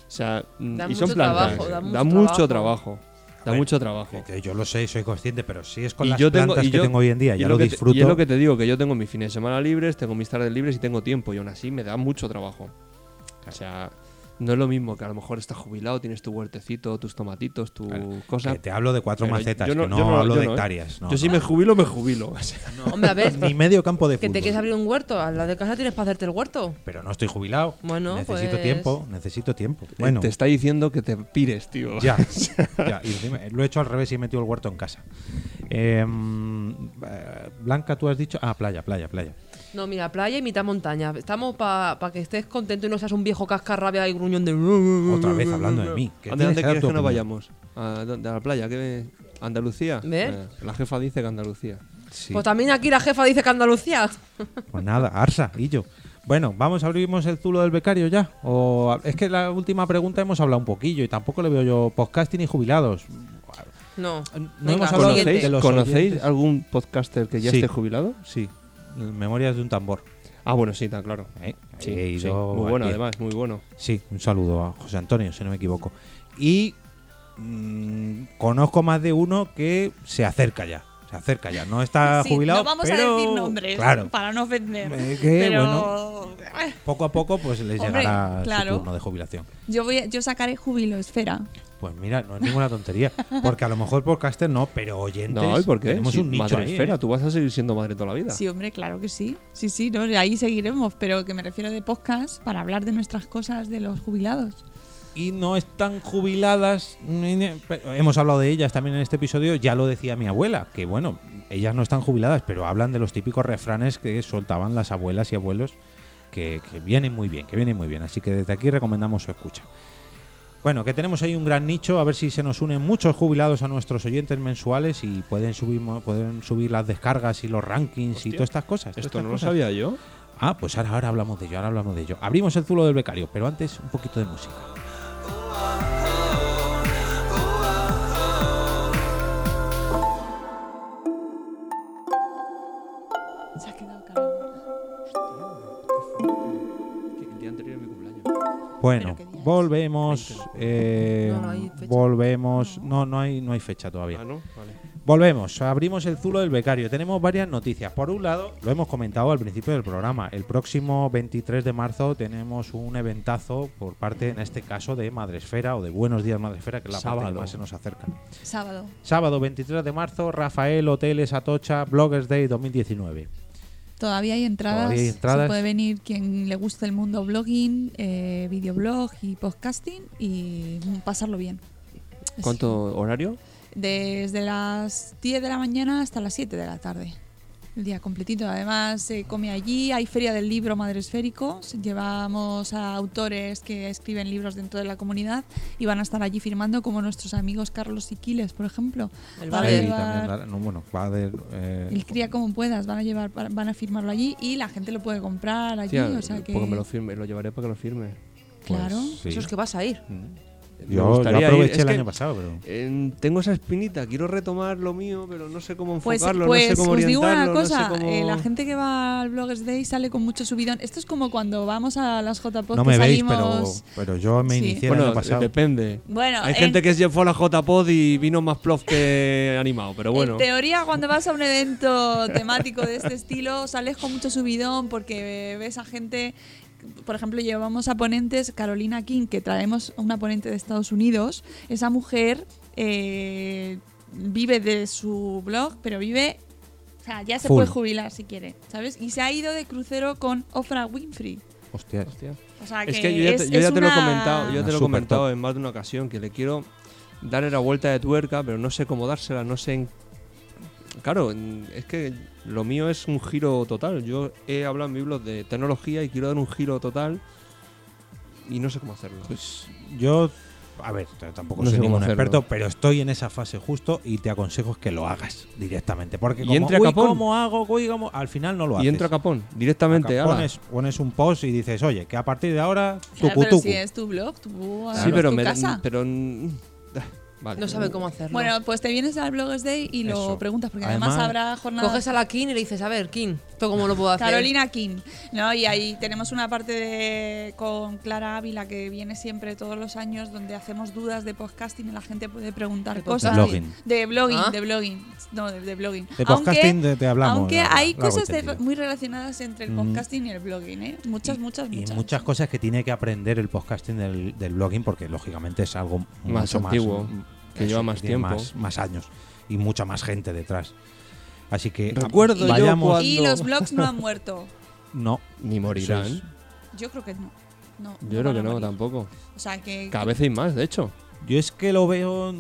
O sea, mm, Da y son mucho plantas. trabajo, da mucho trabajo. mucho trabajo. Da ver, mucho trabajo que Yo lo sé, soy consciente, pero sí es con y las yo plantas tengo, y que yo- tengo hoy en día, y ya lo lo que te- disfruto. y es lo que te digo, que yo tengo mis fines de semana libres, tengo mis tardes libres y tengo tiempo, y aún así me da mucho trabajo. O sea, no es lo mismo que a lo mejor estás jubilado, tienes tu huertecito, tus tomatitos, tus cosas. que te hablo de cuatro pero macetas, yo no- que no, yo no- hablo yo de no, ¿eh? hectáreas. no, yo si no. me jubilo, me jubilo. O sea, Hombre, a ver, Ni medio campo de que fútbol. te quieres abrir un huerto, al lado de casa tienes para hacerte el huerto. Pero no estoy jubilado. Bueno, necesito pues- tiempo, necesito tiempo. Bueno, Te está diciendo que te pires, tío. ya. ya, y encima lo he hecho al revés y he metido el huerto en casa. Eh, eh, Blanca, tú has dicho. Ah, playa, playa, playa. No, mira, playa y mitad montaña. Estamos para que estés contento y no seas un viejo cascarrabia y gruñón de. Otra vez hablando de mí. Mm, ¿A que dónde, tienes dónde dar quieres tu que opinión. nos vayamos? ¿A, dónde- a la playa? ¿Qué, ¿Andalucía? ¿Ves? Eh, la jefa dice que Andalucía. Sí. Pues también aquí la jefa dice que Andalucía. Pues nada, Arsa, y yo. Bueno, vamos, abrimos el zulo del becario ya. O es que la última pregunta hemos hablado un poquillo y tampoco le veo yo podcasting y jubilados. No. No Venga, hemos hablado siguiente. de ¿Conocéis, los ¿conocéis oyentes. algún podcaster que ya Sí. esté jubilado? Sí, Memorias de un tambor. Ah, bueno, sí, está claro. ¿eh? Sí, He sí. ido Muy al bueno, pie. además, muy bueno. Sí, un saludo a José Antonio, si no me equivoco. Y mm, conozco más de uno que se acerca ya. Se acerca ya. No está Sí, jubilado. no vamos pero- a decir nombres Claro. para no ofender. Eh, que, pero eh, Poco a poco, pues les Hombre, llegará claro. su turno de jubilación. yo voy a- yo sacaré júbilo esfera. Pues mira, no es ninguna tontería. Porque a lo mejor podcaster no, pero oyentes. No, ¿y por qué? Tenemos Sí, un nicho madre ahí, esfera, ¿eh? tú vas a seguir siendo madre toda la vida. Sí, hombre, claro que sí. Sí, sí, no, de ahí seguiremos, pero que me refiero de podcast para hablar de nuestras cosas de los jubilados. Y no están jubiladas. ni- ni- pero Hemos hablado de ellas también en este episodio. Ya lo decía mi abuela, que bueno, ellas no están jubiladas, pero hablan de los típicos refranes que soltaban las abuelas y abuelos. Que, que vienen muy bien, que vienen muy bien. Así que desde aquí recomendamos su escucha. Bueno, que tenemos ahí un gran nicho, a ver si se nos unen muchos jubilados a nuestros oyentes mensuales y pueden subir, pueden subir las descargas y los rankings y todas estas cosas. todas Esto estas no lo cosas. sabía yo. Ah, pues ahora, ahora hablamos de ello, ahora hablamos de ello. Abrimos el zulo del becario, pero antes un poquito de música. Se ha quedado calado. El día anterior mi cumpleaños. Pero Bueno, qué día Volvemos. eh, No, no hay fecha. volvemos. No, no hay, no hay fecha todavía. Ah, ¿no? Vale. Volvemos, abrimos el zulo del becario. Tenemos varias noticias. Por un lado, lo hemos comentado al principio del programa. El próximo 23 de marzo tenemos un eventazo por parte, en este caso, de Madresfera o de Buenos Días Madresfera, que es la parte Sábado. que más se nos acerca. Sábado. Sábado 23 de marzo, Rafael Hoteles Atocha, Bloggers Day 2019. Todavía hay entradas. Todavía hay entradas. Se puede venir quien le guste el mundo blogging, eh, videoblog y podcasting y mm, pasarlo bien. ¿Cuánto horario? Desde las 10 de la mañana hasta las 7 de la tarde. El día completito. Además, se come allí. Hay Feria del Libro Madresférico. Llevamos a autores que escriben libros dentro de la comunidad y van a estar allí firmando, como nuestros amigos Carlos y Quiles, por ejemplo. El Van a Bader. Ahí llevar- también, la- no, bueno, va a haber, eh, el cría como puedas, van a llevar, van a firmarlo allí y la gente lo puede comprar allí, Hostia, o sea que porque me lo firme, lo llevaré para que lo firme. claro. pues, sí. Eso es que vas a ir. yo, Me yo gustaría ir. aproveché Es el que, año pasado, pero. Pues eh, tengo esa espinita, quiero retomar lo mío, pero no sé cómo Pues, enfocarlo, pues no sé cómo os digo una orientarlo, no sé cosa, cómo- eh, la gente que va al Bloggers Day sale con mucho subidón. Esto es como cuando vamos a las JPOD No que me veis, pero, salimos. pero yo me Sí. inicié el año Bueno, pasado. depende. Bueno, Hay en- gente que se fue a la J-Pod y vino más plof que animado, pero bueno. En Eh, teoría, cuando vas a un evento temático de este estilo, sales con mucho subidón porque eh, ves a gente. Por ejemplo, llevamos a ponentes, Carolina King, que traemos a una ponente de Estados Unidos. Esa mujer eh, vive de su blog, pero vive. O sea, ya se Full. puede jubilar si quiere, ¿sabes? Y se ha ido de crucero con Ofra Winfrey. Hostias. Hostia. O sea, Es que yo ya te, yo es ya te lo he una- comentado, yo ya Una te lo he super comentado top. en más de una ocasión que le quiero darle la vuelta de tuerca, pero no sé cómo dársela, no sé. en- Claro, en- es que lo mío es un giro total. Yo he hablado en mi blog de tecnología y quiero dar un giro total y no sé cómo hacerlo. Pues yo, a ver, t- tampoco No soy sé cómo ningún hacerlo. experto, pero estoy en esa fase justo y te aconsejo que lo hagas directamente. Porque Y como, entre a "Uy, Capón". ¿cómo hago? Uy, ¿cómo?", Al final no lo haces. y entra Capón, directamente. Capón ala. es- pones un post y dices, oye, que a partir de ahora, tu Claro, pero si es tu blog, tu, Sí, pero tu me da- casa. pero mm, vale. No sabe cómo hacerlo. Bueno, pues te vienes al Bloggers Day y lo Eso. preguntas, porque Además, además, habrá jornadas. Coges a la King y le dices, a ver, King, ¿esto cómo lo puedo hacer? Carolina King, ¿no? Y ahí tenemos una parte de- con Clara Ávila que viene siempre todos los años donde hacemos dudas de podcasting y la gente puede preguntar De cosas. podcasting. De blogging, Ah. de blogging. No, de, de blogging. De podcasting de- te hablamos, Aunque la- hay la cosas de- Wikipedia. muy relacionadas entre el podcasting y el blogging, ¿eh? Muchas, muchas, Y muchas. muchas cosas que tiene que aprender el podcasting del, del blogging, porque lógicamente es algo Más mucho antiguo, más mm, que lleva más tiene tiempo. más, más años y mucha más gente detrás. Así que Recuerdo yo vayamos, cuando- Y los blogs no han muerto. no, Ni morirán. Eso es. Yo creo que no. no Yo creo van que a no, morir. tampoco. O sea, que. Cada vez hay más, de hecho. Yo es que lo veo.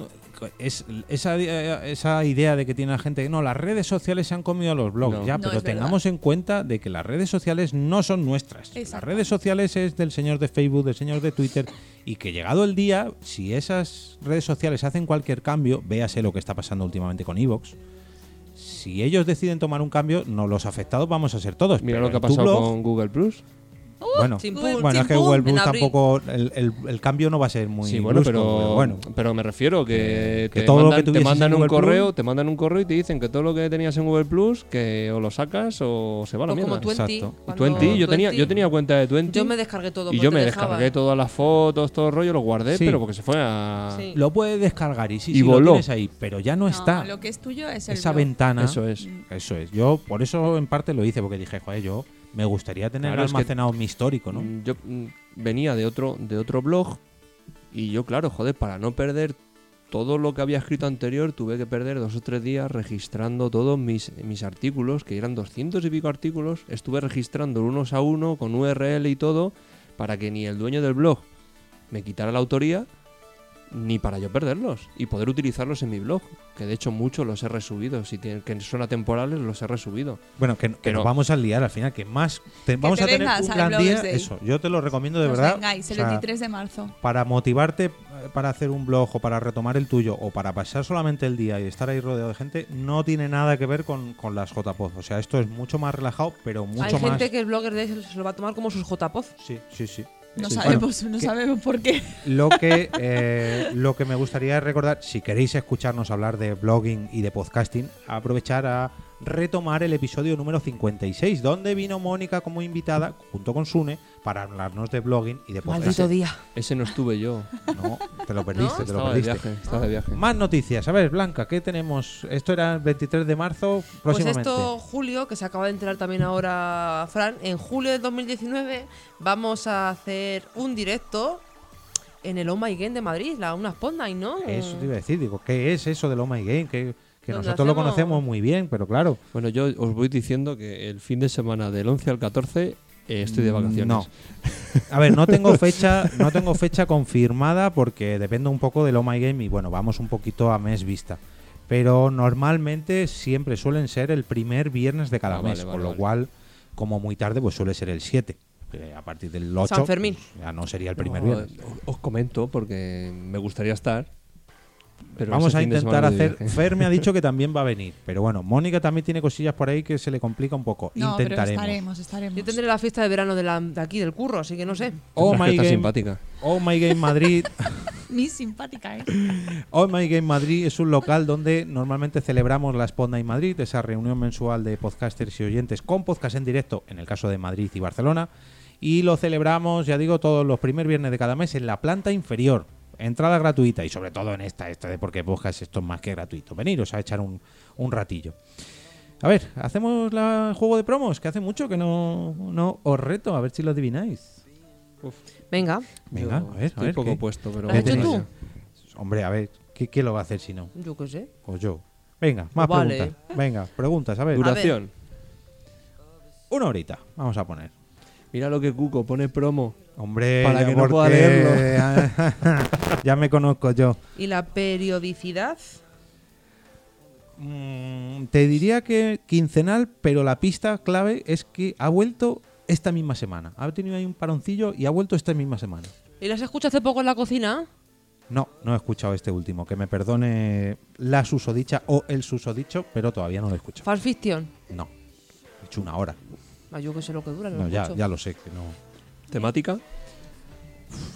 Es, esa, esa idea de que tiene la gente. No, las redes sociales se han comido a los blogs. No. Ya, No, pero es verdad. tengamos en cuenta de que las redes sociales no son nuestras. Las Exacto. redes sociales es del señor de Facebook, del señor de Twitter. Y que llegado el día, si esas redes sociales hacen cualquier cambio, véase lo que está pasando últimamente con Evox. Si ellos deciden tomar un cambio, no los afectados vamos a ser todos. Mira Pero lo que ha en tu pasado blog, con Google Plus. Bueno, Chimpún, bueno es que chimpún, Google en Plus abril. tampoco. El, el- el cambio no va a ser muy. sí, bueno, brusco, pero, pero bueno. pero me refiero que, que te, todo lo mandan, que te tuvieses mandan en un Google Plus- correo, te mandan un correo y te dicen que todo lo que tenías en Google Plus que o lo sacas o se va a la O como mierda. 20. Exacto. Y cuando 20, yo tenía 20, yo tenía cuenta de 20 Yo me descargué todo. y pero yo te me dejaba. ¿eh? descargué todas las fotos, todo el rollo, lo guardé, Sí. pero porque se fue a Sí. Lo puedes descargar y sí, Y sí, lo voló. tienes ahí, pero ya no, No, está. Lo que es tuyo es el. Esa blog. ventana. Eso es. Eso es. Yo por eso en parte lo hice, porque dije, joder, yo me gustaría tener Claro, es que- almacenado mi histórico, ¿no? Mm, Yo mm, venía de otro, de otro blog y yo, claro, joder, para no perder todo lo que había escrito anterior, tuve que perder dos o tres días registrando todos mis, mis artículos, que eran doscientos y pico artículos. Estuve registrando unos a uno con URL y todo, para que ni el dueño del blog me quitara la autoría, ni para yo perderlos y poder utilizarlos en mi blog. Que de hecho muchos los he resubido, si tienen, que son atemporales los he resubido. Bueno, que, que Pero- nos vamos a liar al final, que más. te- vamos te a tener vengas un al gran Bloggers día. Day. Eso, yo te lo recomiendo de Nos verdad. vengáis, el o sea, 23 de marzo. para motivarte eh, para hacer un blog o para retomar el tuyo o para pasar solamente el día y estar ahí rodeado de gente, no tiene nada que ver con, con las JPOD. O sea, esto es mucho más relajado, pero mucho Hay más. Pues gente que el blogger de se lo va a tomar como sus JPOZ. Sí, sí, sí. No Sí, bueno, sabemos, no que- sabemos por qué. Lo que, eh, lo que me gustaría recordar, si queréis escucharnos hablar de blogging y de podcasting, aprovechar a retomar el episodio número 56, donde vino Mónica como invitada, junto con Sune, para hablarnos de blogging y de podcast. Maldito día. Ese no estuve yo. No, te lo perdiste, te lo Estaba de perdiste. viaje, estaba de viaje. Más noticias. A ver, Blanca, ¿qué tenemos? Esto era el 23 de marzo, Pues próximamente. esto, Julio, que se acaba de enterar también ahora Fran, en julio de 2019 vamos a hacer un directo en el Oh My Game de Madrid, la una Spotlight, ¿no? Eso te iba a decir, digo, ¿qué es eso del Oh My Game? Que, que Donde nosotros lo Pues hacemos- conocemos muy bien, pero claro. Bueno, yo os voy diciendo que el fin de semana del 11 al 14 eh, estoy de vacaciones. No. A ver, no tengo fecha, no tengo fecha confirmada porque depende un poco del Oh My Game y bueno, vamos un poquito a mes vista. Pero normalmente siempre suelen ser el primer viernes de cada Ah, mes, vale, vale, con lo vale. cual, como muy tarde, pues suele ser el 7. Eh, A partir del 8 San Fermín. pues, ya no sería el No, primer viernes. os- Os comento porque me gustaría estar. Pero Vamos ese a fin de intentar semana de hacer. viaje. Fer me ha dicho que también va a venir. Pero bueno, Mónica también tiene cosillas por ahí que se le complica un poco. No, pero Intentaremos. estaremos, estaremos. Yo tendré la fiesta de verano de, la- de aquí, del curro, así que no sé. Oh Tendrás my, que estar game, simpática. oh my Game Madrid. Mi simpática, ¿eh? oh my Game Madrid es un local donde normalmente celebramos la Sponda en Madrid, esa reunión mensual de podcasters y oyentes con podcast en directo, en el caso de Madrid y Barcelona. Y lo celebramos, ya digo, todos los primer viernes de cada mes en la planta inferior. Entrada gratuita y sobre todo en esta, esta de porque podcast esto es más que gratuito. Veniros a echar un, un ratillo. A ver, hacemos la- el juego de promos, que hace mucho que no, no os reto, a ver si lo adivináis. Venga, Venga, Yo a ver, a estoy ver. poco ¿qué? puesto, pero. ¿Lo has hecho bueno, tú? Hombre, a ver, ¿qué, ¿quién lo va a hacer si no? yo qué sé. O yo. Venga, más Pues vale. preguntas. Venga, preguntas, a ver. Ah, Duración. Una horita, vamos a poner. Mira lo que Cuco pone promo. Hombre, Para ya que no pueda porque- leerlo. ya me conozco yo. ¿Y la periodicidad? Mm, te diría que quincenal, pero la pista clave es que ha vuelto esta misma semana. Ha tenido ahí un paroncillo y ha vuelto esta misma semana. ¿Y las escuchas hace poco en la cocina? No, no he escuchado este último. Que me perdone la susodicha o el susodicho, pero todavía no lo he escuchado. Fan Fiction. No. He hecho una hora. Ah, yo qué sé lo que dura. No, ya, ya lo sé. Que no. Temática.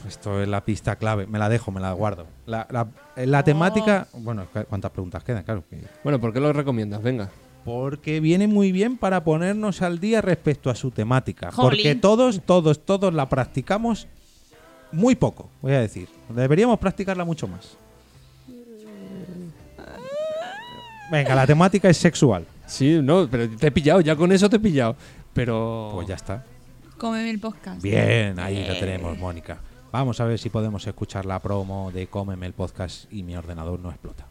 Esto es la pista clave. Me la dejo, me la guardo. La, la- eh, la temática. Bueno, cu- ¿cuántas preguntas quedan? Claro. que- Bueno, ¿por qué lo recomiendas? Venga. Porque viene muy bien para ponernos al día respecto a su temática. Porque todos, todos, todos la practicamos muy poco, voy a decir. Deberíamos practicarla mucho más. Venga, la temática es sexual. Sí, no, pero te he pillado, ya con eso te he pillado. Pero. Pues ya está. Cómeme el podcast. Bien, ahí lo tenemos, Mónica. Vamos a ver si podemos escuchar la promo de Cómeme el podcast y mi ordenador no explota.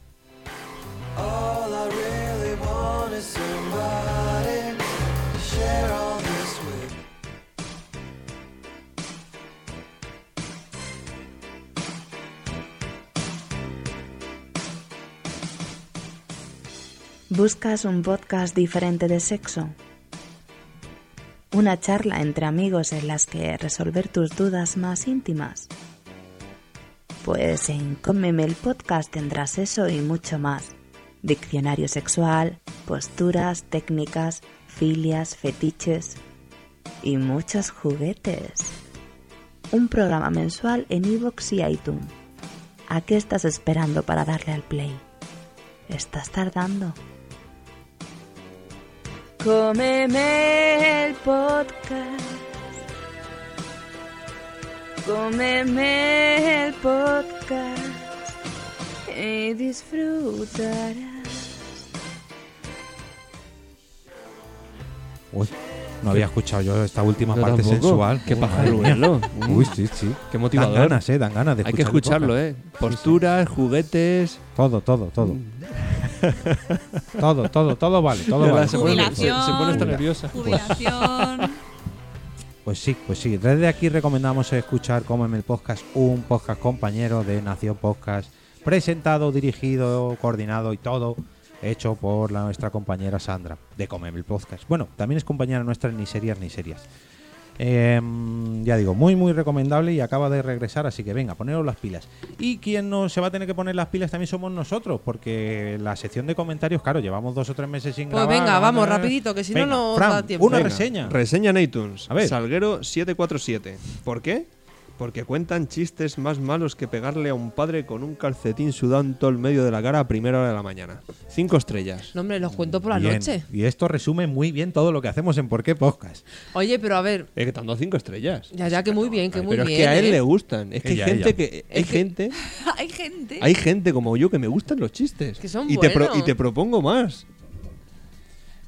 ¿Buscas un podcast diferente de sexo? Una charla entre amigos en las que resolver tus dudas más íntimas. Pues en Cómeme el podcast tendrás eso y mucho más. Diccionario sexual, posturas, técnicas, filias, fetiches y muchos juguetes. Un programa mensual en iVoox y iTunes. ¿A qué estás esperando para darle al play? Estás tardando. Cómeme el podcast. Cómeme el podcast. Y disfrutarás. Uy, no había escuchado yo esta última Yo parte tampoco. sensual. Qué Uy, madre mía. pajaruelo. Uy, sí, sí. Mm. Qué Dan motivador. ganas, eh, dan ganas de Hay que escuchar el escucharlo, podcast. ¿eh? Posturas, juguetes. Todo, todo, todo. Mm. todo, todo, todo vale, todo Mira, vale. se, pone, se, Jubilación. se pone hasta nerviosa. Jubilación. Pues sí, pues sí. Desde aquí recomendamos escuchar Cómeme el Podcast, un podcast compañero de Nación Podcast, presentado, dirigido, coordinado y todo hecho por la- nuestra compañera Sandra de Cómeme el Podcast. Bueno, también es compañera nuestra en Ni Serias Ni Serias. Em, ya digo, muy muy recomendable y acaba de regresar, así que venga, poneros las pilas. Y quien no se va a tener que poner las pilas también somos nosotros, porque la sección de comentarios, claro, llevamos dos o tres meses sin Pues grabar. venga, vamos, eh. rapidito, que si no, Venga, no Fran, da tiempo. Una Venga, reseña. Reseña en iTunes. A ver. Salguero 747. ¿Por qué? Porque cuentan chistes más malos que pegarle a un padre con un calcetín sudado en todo el medio de la cara a primera hora de la mañana. Cinco estrellas. No, hombre, los cuento por la Bien. noche. Y esto resume muy bien todo lo que hacemos en Por qué Podcast. Oye, pero a ver, Es Eh, que te han dado cinco estrellas. ya, ya, que muy bien, que Ay, muy pero bien. es que a él ¿eh? le gustan. Es que Ella, hay gente ella. que hay Es que- gente, Hay gente. hay gente como yo que me gustan los chistes. Que son y te pro- buenos. y te propongo más.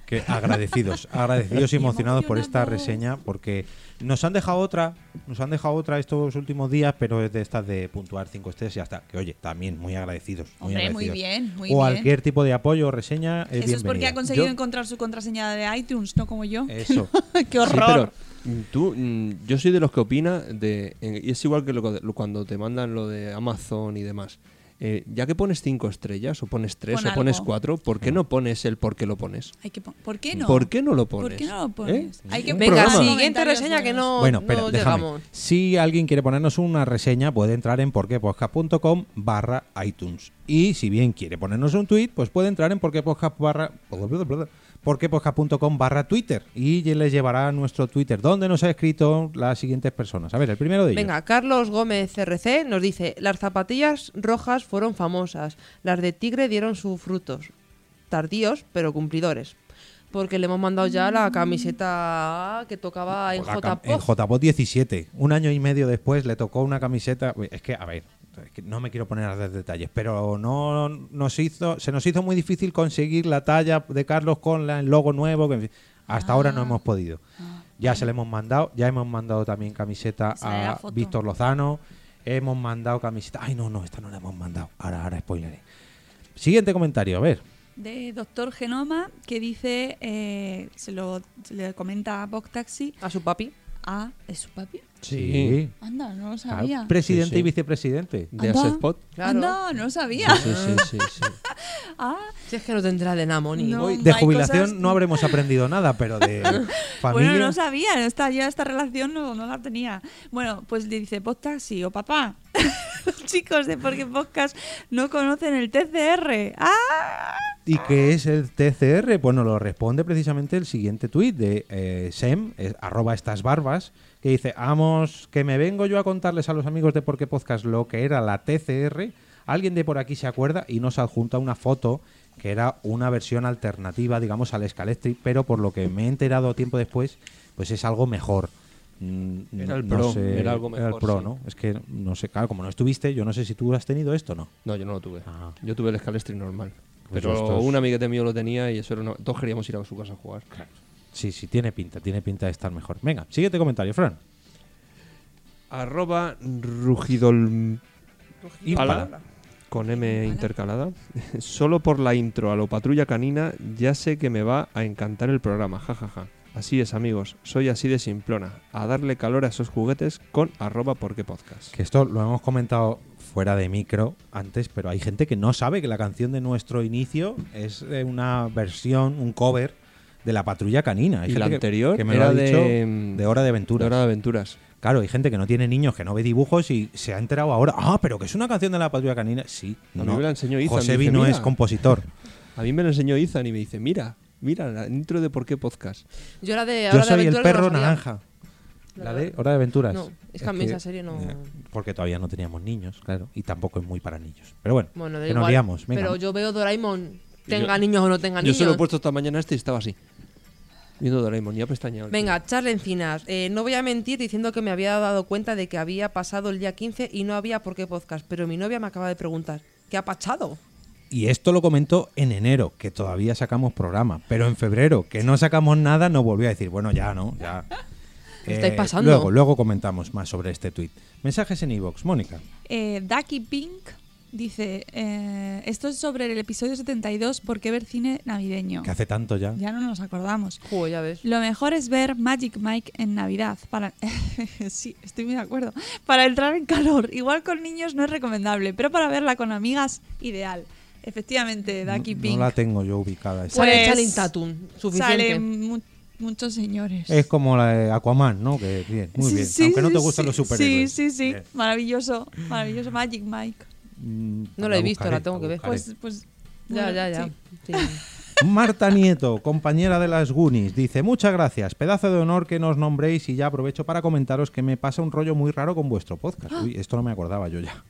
Que agradecidos, agradecidos y emocionados por esta reseña, porque nos han dejado otra, nos han dejado otra estos últimos días, pero es de estas de puntuar cinco estrellas y ya está. Que oye, también muy agradecidos. Muy Hombre, muy agradecidos. bien, o muy bien. cualquier tipo de apoyo o reseña es Eso es porque bienvenida. ha conseguido Yo- Eh, encontrar su contraseña de iTunes, no como yo. Eso. ¡Qué Sí, horror! pero, mm, tú, mm, yo soy de los que opina de, en- y es igual que lo- lo- cuando te mandan lo de Amazon y demás. Eh, ya que pones cinco estrellas, o pones tres, Pon o pones algo. cuatro, ¿por Mm. qué no pones el por qué lo pones? Hay que pon- ¿Por qué no? ¿Por qué no lo ¿Por pones? qué no lo pones? ¿Eh? Hay que Un Venga, programa. siguiente Comentarios reseña que no, bueno, no espera, déjame. llegamos. Si alguien quiere ponernos una reseña, puede entrar en porquepodcast.com barra iTunes. Y si bien quiere ponernos un tweet, pues puede entrar en porquepodcast barra porquepodcast.com barra Twitter y ya les llevará a nuestro Twitter donde nos ha escrito las siguientes personas. A ver, el primero de ellos. Venga, Carlos Gómez RC nos dice, las zapatillas rojas fueron famosas, las de tigre dieron sus frutos, tardíos pero cumplidores. Porque le hemos mandado ya la camiseta que tocaba en Pues la cam- j en JPod 17. Un año y medio después le tocó una camiseta. Uy, Es que, a ver, es que no me quiero poner a dar detalles, pero no nos hizo, se nos hizo muy difícil conseguir la talla de Carlos con la- el logo nuevo. que, en fin, hasta ahora Ah. no hemos podido. Ya se le hemos mandado, ya hemos mandado también camiseta Sale la a foto. Víctor Lozano. Hemos mandado camiseta. Ay, no, no, esta no la hemos mandado. Ahora, ahora spoileré. Siguiente comentario, a ver. De Doctor Genoma, que dice, eh, se lo se le comenta a Vox Taxi, a su papi. a... ¿Es su papi? Sí. Anda, no lo Claro, sabía. presidente Sí, sí. y vicepresidente. De Anda. Asespot. Claro. Anda, no lo sabía. Sí, sí, sí, sí. Ah, Si es que no tendrá de namo ni... No. Hoy de hay jubilación cosas- no habremos aprendido nada, pero de familia. bueno, no sabía, esta, ya esta relación no, no la tenía. Bueno, pues le dice Vox Taxi o papá. Los chicos de Porque Podcast no conocen el TCR. ¡Ah! ¿Y qué es el TCR? Pues nos lo responde precisamente el siguiente tuit de eh, Sem, eh, arroba estas barbas, que dice, vamos, que me vengo yo a contarles a los amigos de Porque Podcast lo que era la TCR. Alguien de por aquí se acuerda y nos adjunta una foto que era una versión alternativa, digamos, al Scalestri, pero por lo que me he enterado tiempo después, pues es algo mejor. Mm, Era el no Pro, sé, era algo el mejor, Pro, sí. ¿no? Es que, no sé, claro, como no estuviste, yo no sé si tú has tenido esto o no. No, yo no lo tuve. Ah. Yo tuve el Scalestri normal. Pues Pero estos- un amiguete mío lo tenía y eso era una- todos queríamos ir a su casa a jugar. Sí, sí, tiene pinta, tiene pinta de estar mejor. Venga, siguiente comentario, Fran. Arroba rugidol... Impala. Con M intercalada. Solo por la intro a lo patrulla canina ya sé que me va a encantar el programa, jajaja. Así es amigos, soy así de simplona. A darle calor a esos juguetes con arroba porque podcast. Que esto lo hemos comentado fuera de micro antes, pero hay gente que no sabe que la canción de nuestro inicio es eh, una versión, un cover de la patrulla canina. Hay Y gente la que- anterior que me era lo ha de, dicho mm, de Hora de Aventuras. Hora de aventuras. Claro, hay gente que no tiene niños, que no ve dibujos y se ha enterado ahora. Ah, pero que es una canción de la patrulla canina. Sí, A mí no. me la enseñó Ethan, José dice, Vino "Mira". es compositor. A mí me lo enseñó Izan y me dice, mira, mira la intro de por qué podcast. Yo la de... Yo Hora de soy el Aventuras no perro la sabía. naranja. La de Hora de Aventuras. No, es que a mí esa serie no- eh, Porque todavía no teníamos niños, claro. Y tampoco es muy para niños. Pero bueno, Bueno, da que nos igual, liamos. venga. Pero yo veo Doraemon, tenga Yo- niños o no tenga Yo niños. se lo he puesto esta mañana este y estaba así. Viendo Doraemon, ya pestañeado. Venga, Charles Encinas, eh, no voy a mentir diciendo que me había dado cuenta de que había pasado el día 15 y no había por qué podcast, pero mi novia me acaba de preguntar, ¿qué ha pasado? Y esto lo comentó en enero, que todavía sacamos programa. Pero en febrero, que no sacamos nada, nos volvió a decir, bueno, ya no, ya. Eh, Me estáis pasando. Luego, luego comentamos más sobre este tuit. Mensajes en iVoox, Mónica. Eh, Ducky Pink dice, eh, esto es sobre el episodio 72, ¿por qué ver cine navideño? Que hace tanto ya. Ya no nos acordamos. Juego, ya ves. Lo mejor es ver Magic Mike en Navidad. Para... sí, estoy muy de acuerdo. Para entrar en calor. Igual con niños no es recomendable, pero para verla con amigas, ideal. Efectivamente, Ducky no, Pink. la tengo yo ubicada. esa. Sale Pues- Channing Tatum, suficiente. Salen mu- muchos señores. Es como la de Aquaman, ¿no? Que bien, muy Sí, bien. sí, Aunque no sí, te gustan sí, los superhéroes. Sí, sí, sí. Bien. Maravilloso. Maravilloso Magic Mike. Mm, No la he visto, buscaré, la tengo que ver. buscaré. Pues, pues Ya, bueno, ya, ya. sí. Sí. Marta Nieto, compañera de las Goonies, dice: Muchas gracias, pedazo de honor que nos nombréis y ya aprovecho para comentaros que me pasa un rollo muy raro con vuestro podcast. ¡Ah! Uy, esto no me acordaba yo ya.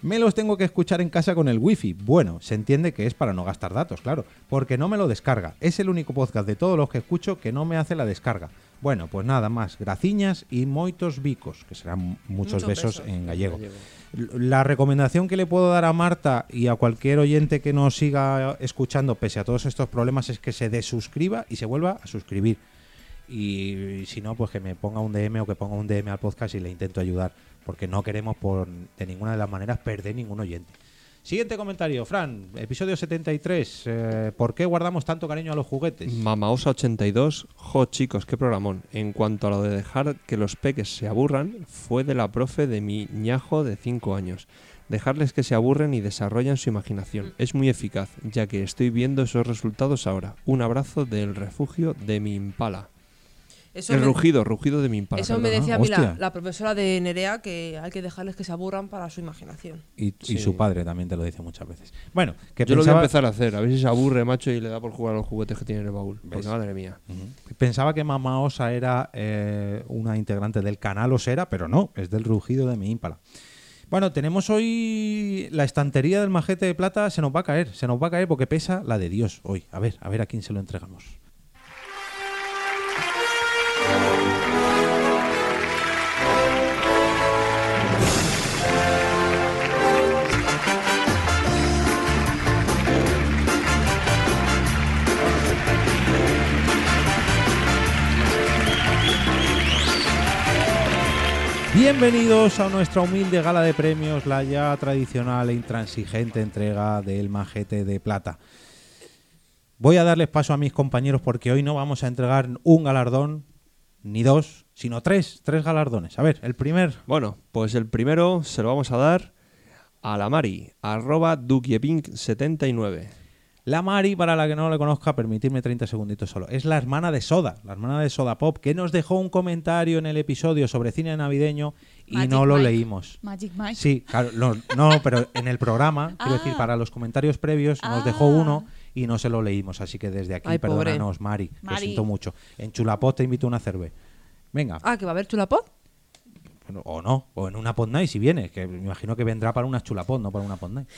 Me los tengo que escuchar en casa con el wifi. Bueno, se entiende que es para no gastar datos, claro, porque no me lo descarga. Es el único podcast de todos los que escucho que no me hace la descarga. Bueno, pues nada más, graciñas y moitos bicos, que serán muchos Muchos besos, besos. en gallego. La recomendación que le puedo dar a Marta y a cualquier oyente que nos siga escuchando, pese a todos estos problemas, es que se desuscriba y se vuelva a suscribir. Y si no, pues que me ponga un DM o que ponga un DM al podcast y le intento ayudar, porque no queremos por, de ninguna de las maneras perder ningún oyente. Siguiente comentario, Fran, episodio 73. eh, ¿Por qué guardamos tanto cariño a los juguetes? Mamaosa82, jo chicos, qué programón. En cuanto a lo de dejar que los peques se aburran, fue de la profe de mi ñajo de 5 años. Dejarles que se aburren y desarrollan su imaginación. Es muy eficaz, ya que estoy viendo esos resultados ahora. Un abrazo del refugio de mi impala. Eso el me- rugido, rugido de mi impala. Eso me perdona. decía a mí Hostia. la, la profesora de Nerea que hay que dejarles que se aburran para su imaginación. Y, y Sí. su padre también te lo dice muchas veces. Bueno, que Yo lo voy pensaba- a empezar a hacer, a ver si se aburre, macho, y le da por jugar a los juguetes que tiene en el baúl. Porque, madre mía. Pensaba que Mamá Osa era eh, una integrante del canal Osera, pero no, es del rugido de mi ímpala. Bueno, tenemos hoy la estantería del majete de plata, se nos va a caer, se nos va a caer porque pesa la de Dios hoy. A ver, a ver a quién se lo entregamos. Bienvenidos a nuestra humilde gala de premios, la ya tradicional e intransigente entrega del majete de plata. Voy a darles paso a mis compañeros porque hoy no vamos a entregar un galardón, ni dos, sino tres, tres galardones. A ver, el primer Bueno, pues el primero se lo vamos a dar a la Mari, arroba dukiepink79. La Mari, para la que no la conozca, permitidme 30 segunditos solo. Es la hermana de Soda, la hermana de Soda Pop, que nos dejó un comentario en el episodio sobre cine navideño y Magic no lo Mike. leímos. Magic Mike. Sí, claro, no, no, pero en el programa, quiero decir, Ah. para los comentarios previos nos Ah. dejó uno y no se lo leímos, así que desde aquí Ay, pobre. perdónanos, Mari, lo Mari. siento mucho. En Chulapot te invito a una cerveza. Venga, Ah, que va a haber chulapop. bueno, o no, o en una pot night si vienes, que me imagino que vendrá para una chulapot, no para una pot night.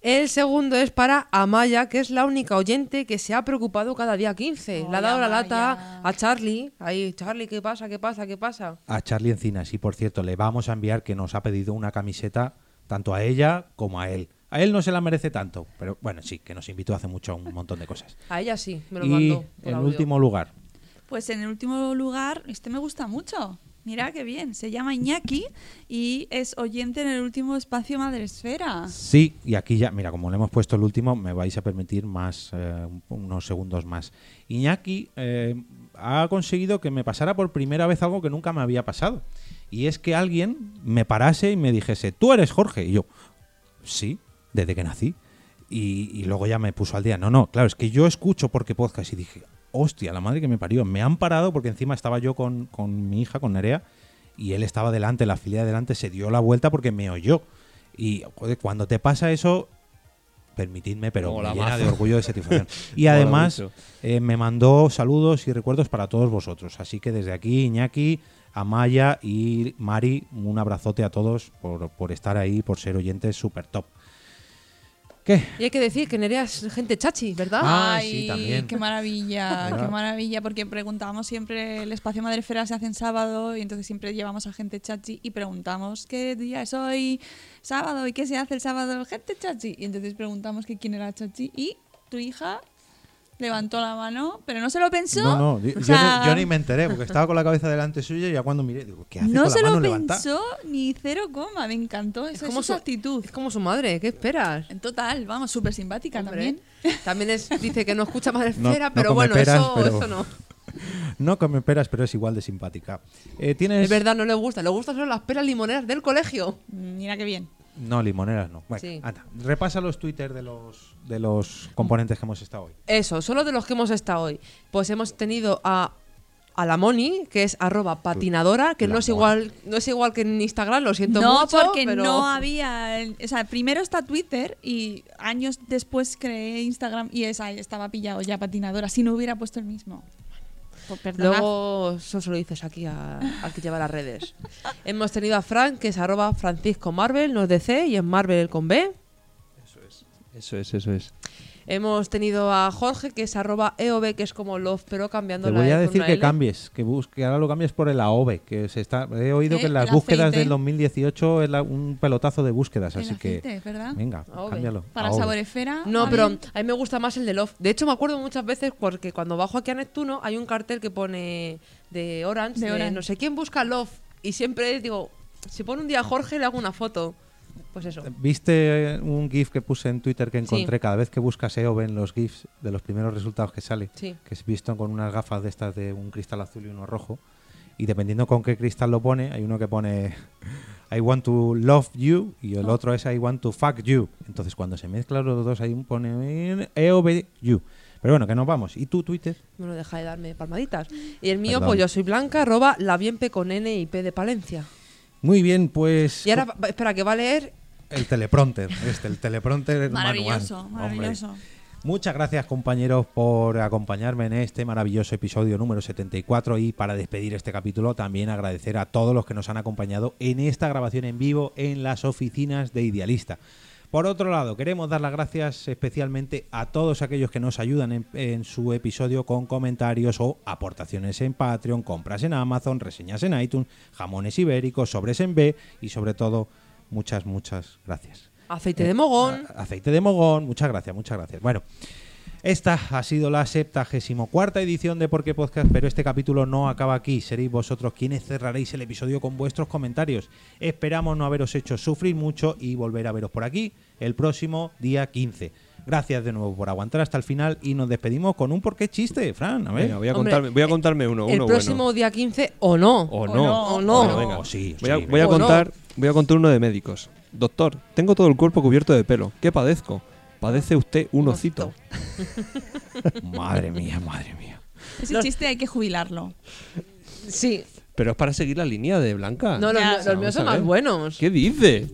El segundo es para Amaya, que es la única oyente que se ha preocupado cada día 15. Le ha dado la lata a Charlie. Ahí, Charlie, ¿qué pasa? ¿Qué pasa? ¿Qué pasa? a Charlie Encinas y por cierto le vamos a enviar que nos ha pedido una camiseta tanto a ella como a él. A él no se la merece tanto, pero bueno, sí, que nos invitó hace mucho a un montón de cosas. A ella sí, me lo Y mandó. por en audio. último lugar, Pues en el último lugar, este me gusta mucho. Mira qué bien, se llama Iñaki y es oyente en el último espacio Madresfera. sí, y aquí ya, mira, como le hemos puesto el último, me vais a permitir más, eh, un- unos segundos más. Iñaki eh, ha conseguido que me pasara por primera vez algo que nunca me había pasado. Y es que alguien me parase y me dijese, tú eres Jorge. Y yo, Sí, desde que nací. Y, y luego ya me puso al día. No, no, claro, es que yo escucho porque podcast y dije, hostia, la madre que me parió. Me han parado porque encima estaba yo con, con mi hija, con Nerea, y él estaba delante, la fila de delante, se dio la vuelta porque me oyó. Y joder, cuando te pasa eso, permitidme, pero Mola me llena mazo. de orgullo de satisfacción. Y Mola además mucho. eh, me mandó saludos y recuerdos para todos vosotros. Así que desde aquí, Iñaki, Amaya y Mari, un abrazote a todos por, por estar ahí, por ser oyentes súper top. ¿Qué? Y hay que decir que Nerea es gente chachi, ¿verdad? Ah, sí, también. Qué maravilla, Mira. qué maravilla, porque preguntábamos siempre, el espacio Madresfera se hace en sábado y entonces siempre llevamos a gente chachi y preguntamos qué día es hoy, sábado, y qué se hace el sábado, gente chachi. Y entonces preguntamos que quién era chachi y tu hija levantó la mano, pero no se lo pensó. No, no, di- O yo, sea, ni, yo ni me enteré porque estaba con la cabeza delante suya y ya cuando miré, digo, ¿qué hace No con la se lo mano levantada? pensó ni cero coma, me encantó. Esa es como su su- actitud. Es como su madre, ¿qué esperas? En total, vamos, súper simpática Hombre, también. también es, dice que no escucha más No- esfera, no pero come bueno, peras, eso, pero- eso no. No come peras, pero es igual de simpática. Eh, ¿Tienes...? Es verdad, no le gusta. Le gustan solo las peras limoneras del colegio. Mira qué bien. No, limoneras no. Bueno, Sí. anda, repasa los Twitter de los, de los componentes que hemos estado hoy. Eso, solo de los que hemos estado hoy. Pues hemos tenido a a la Moni, que es arroba patinadora, que no es igual, no es igual que en Instagram, lo siento No, mucho. porque pero- no había. el- O sea, primero está Twitter y años después creé Instagram y esa ahí estaba pillado ya patinadora. Si no hubiera puesto el mismo. Pues perdonad. Luego eso se lo dices aquí a- al que lleva las redes. Hemos tenido a Frank, que es arroba Francisco Marvel, no es DC, y es Marvel con B. Eso es, eso ¿Eh? es. Hemos tenido a Jorge, que es arroba EOB, que es como Love, pero cambiando Te la voy E a por decir una que L. cambies, que, busque, ahora lo cambies por el AOVE, E, que se está, he oído ¿Eh? que en las El búsquedas aceite. del 2018 es la- un pelotazo de búsquedas, El así aceite, que... ¿verdad? Venga, AOVE. cámbialo. E. Para AOVE. saborefera. No, a pero mí- a mí me gusta más el de Love. De hecho, me acuerdo muchas veces porque cuando bajo aquí a Neptuno hay un cartel que pone de Orange, De de Orange. no sé quién busca Love. Y siempre digo, si pone un día Jorge, le hago una foto. Pues eso. ¿Viste eh, un GIF que puse en Twitter que Sí. encontré cada vez que buscas EOB en los GIFs de los primeros resultados que sale? Sí. Que es visto con unas gafas de estas de un cristal azul y uno rojo. Y dependiendo con qué cristal lo pone, hay uno que pone I want to love you y Ah. el otro es I want to fuck you. Entonces cuando se mezclan los dos, ahí pone EOB you. Pero bueno, que nos vamos. ¿Y tú, Twitter? Bueno, deja de darme palmaditas. Y el mío, Perdón. pues yo soy blanca, arroba la bienpe con N y P de Palencia. Muy bien, pues Y ahora, va- espera, que va a leer. el teleprompter, este, el teleprompter manual. Maravilloso, Hombre. maravilloso. Muchas gracias compañeros por acompañarme en este maravilloso episodio número 74 y para despedir este capítulo también agradecer a todos los que nos han acompañado en esta grabación en vivo en las oficinas de Idealista. Por otro lado, queremos dar las gracias especialmente a todos aquellos que nos ayudan en, en su episodio con comentarios o aportaciones en Patreon, compras en Amazon, reseñas en iTunes, jamones ibéricos, sobres en B y sobre todo muchas, muchas gracias. Aceite de mogón. A- Aceite de mogón, muchas gracias, muchas gracias. Bueno, esta ha sido la 74 edición de Por qué Podcast, pero este capítulo no acaba aquí. Seréis vosotros quienes cerraréis el episodio con vuestros comentarios. Esperamos no haberos hecho sufrir mucho y volver a veros por aquí el próximo día 15. Gracias de nuevo por aguantar hasta el final y nos despedimos con un por qué chiste, Fran. A ver. Venga, voy a, Hombre, contarme, voy a contarme uno, el uno próximo bueno. día 15, o no. O O no. no. O no. Bueno, venga. Oh, sí, Voy a, sí, voy a venga. contar, voy a contar uno de médicos. Doctor, tengo todo el cuerpo cubierto de pelo. ¿Qué padezco? Padece usted un ocito. Madre mía, madre mía. Ese chiste hay que jubilarlo. Sí. Pero es para seguir la línea de Blanca. No, los, Ya. los míos son Ah, Vamos a más ver. buenos. ¿Qué dice?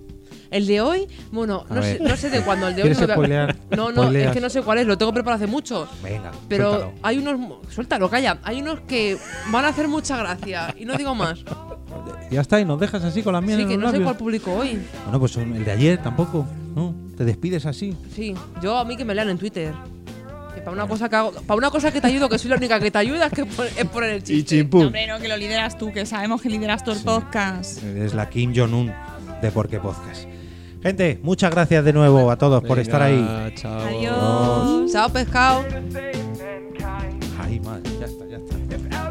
El de hoy, bueno, A no sé, ver. no sé de cuándo. El de hoy ¿Quieres no, me- spoilear? no, no, Spoileas. es que no sé cuál es, lo tengo preparado hace mucho. Venga, Pero suéltalo. hay unos. mu- Suéltalo, calla. Hay unos que van a hacer mucha gracia. Y no digo más. Ya está, y nos dejas así con las mías Sí, en que los no sé labios. cuál público hoy. Bueno, pues el de ayer tampoco, ¿no? Te despides así. Sí, yo a mí que me lean en Twitter. Que para una cosa que hago, para una cosa que te ayudo, que soy la única que te ayuda, es que por- es poner el chiste. No, hombre, no, que lo lideras tú, que sabemos que lideras tú el podcast. Es la Kim Jong-un de Por qué Podcast. Gente, muchas gracias de nuevo a todos por estar ahí. Venga, Chao. Adiós. Chao, pescado. Ay, madre, ya está, ya está.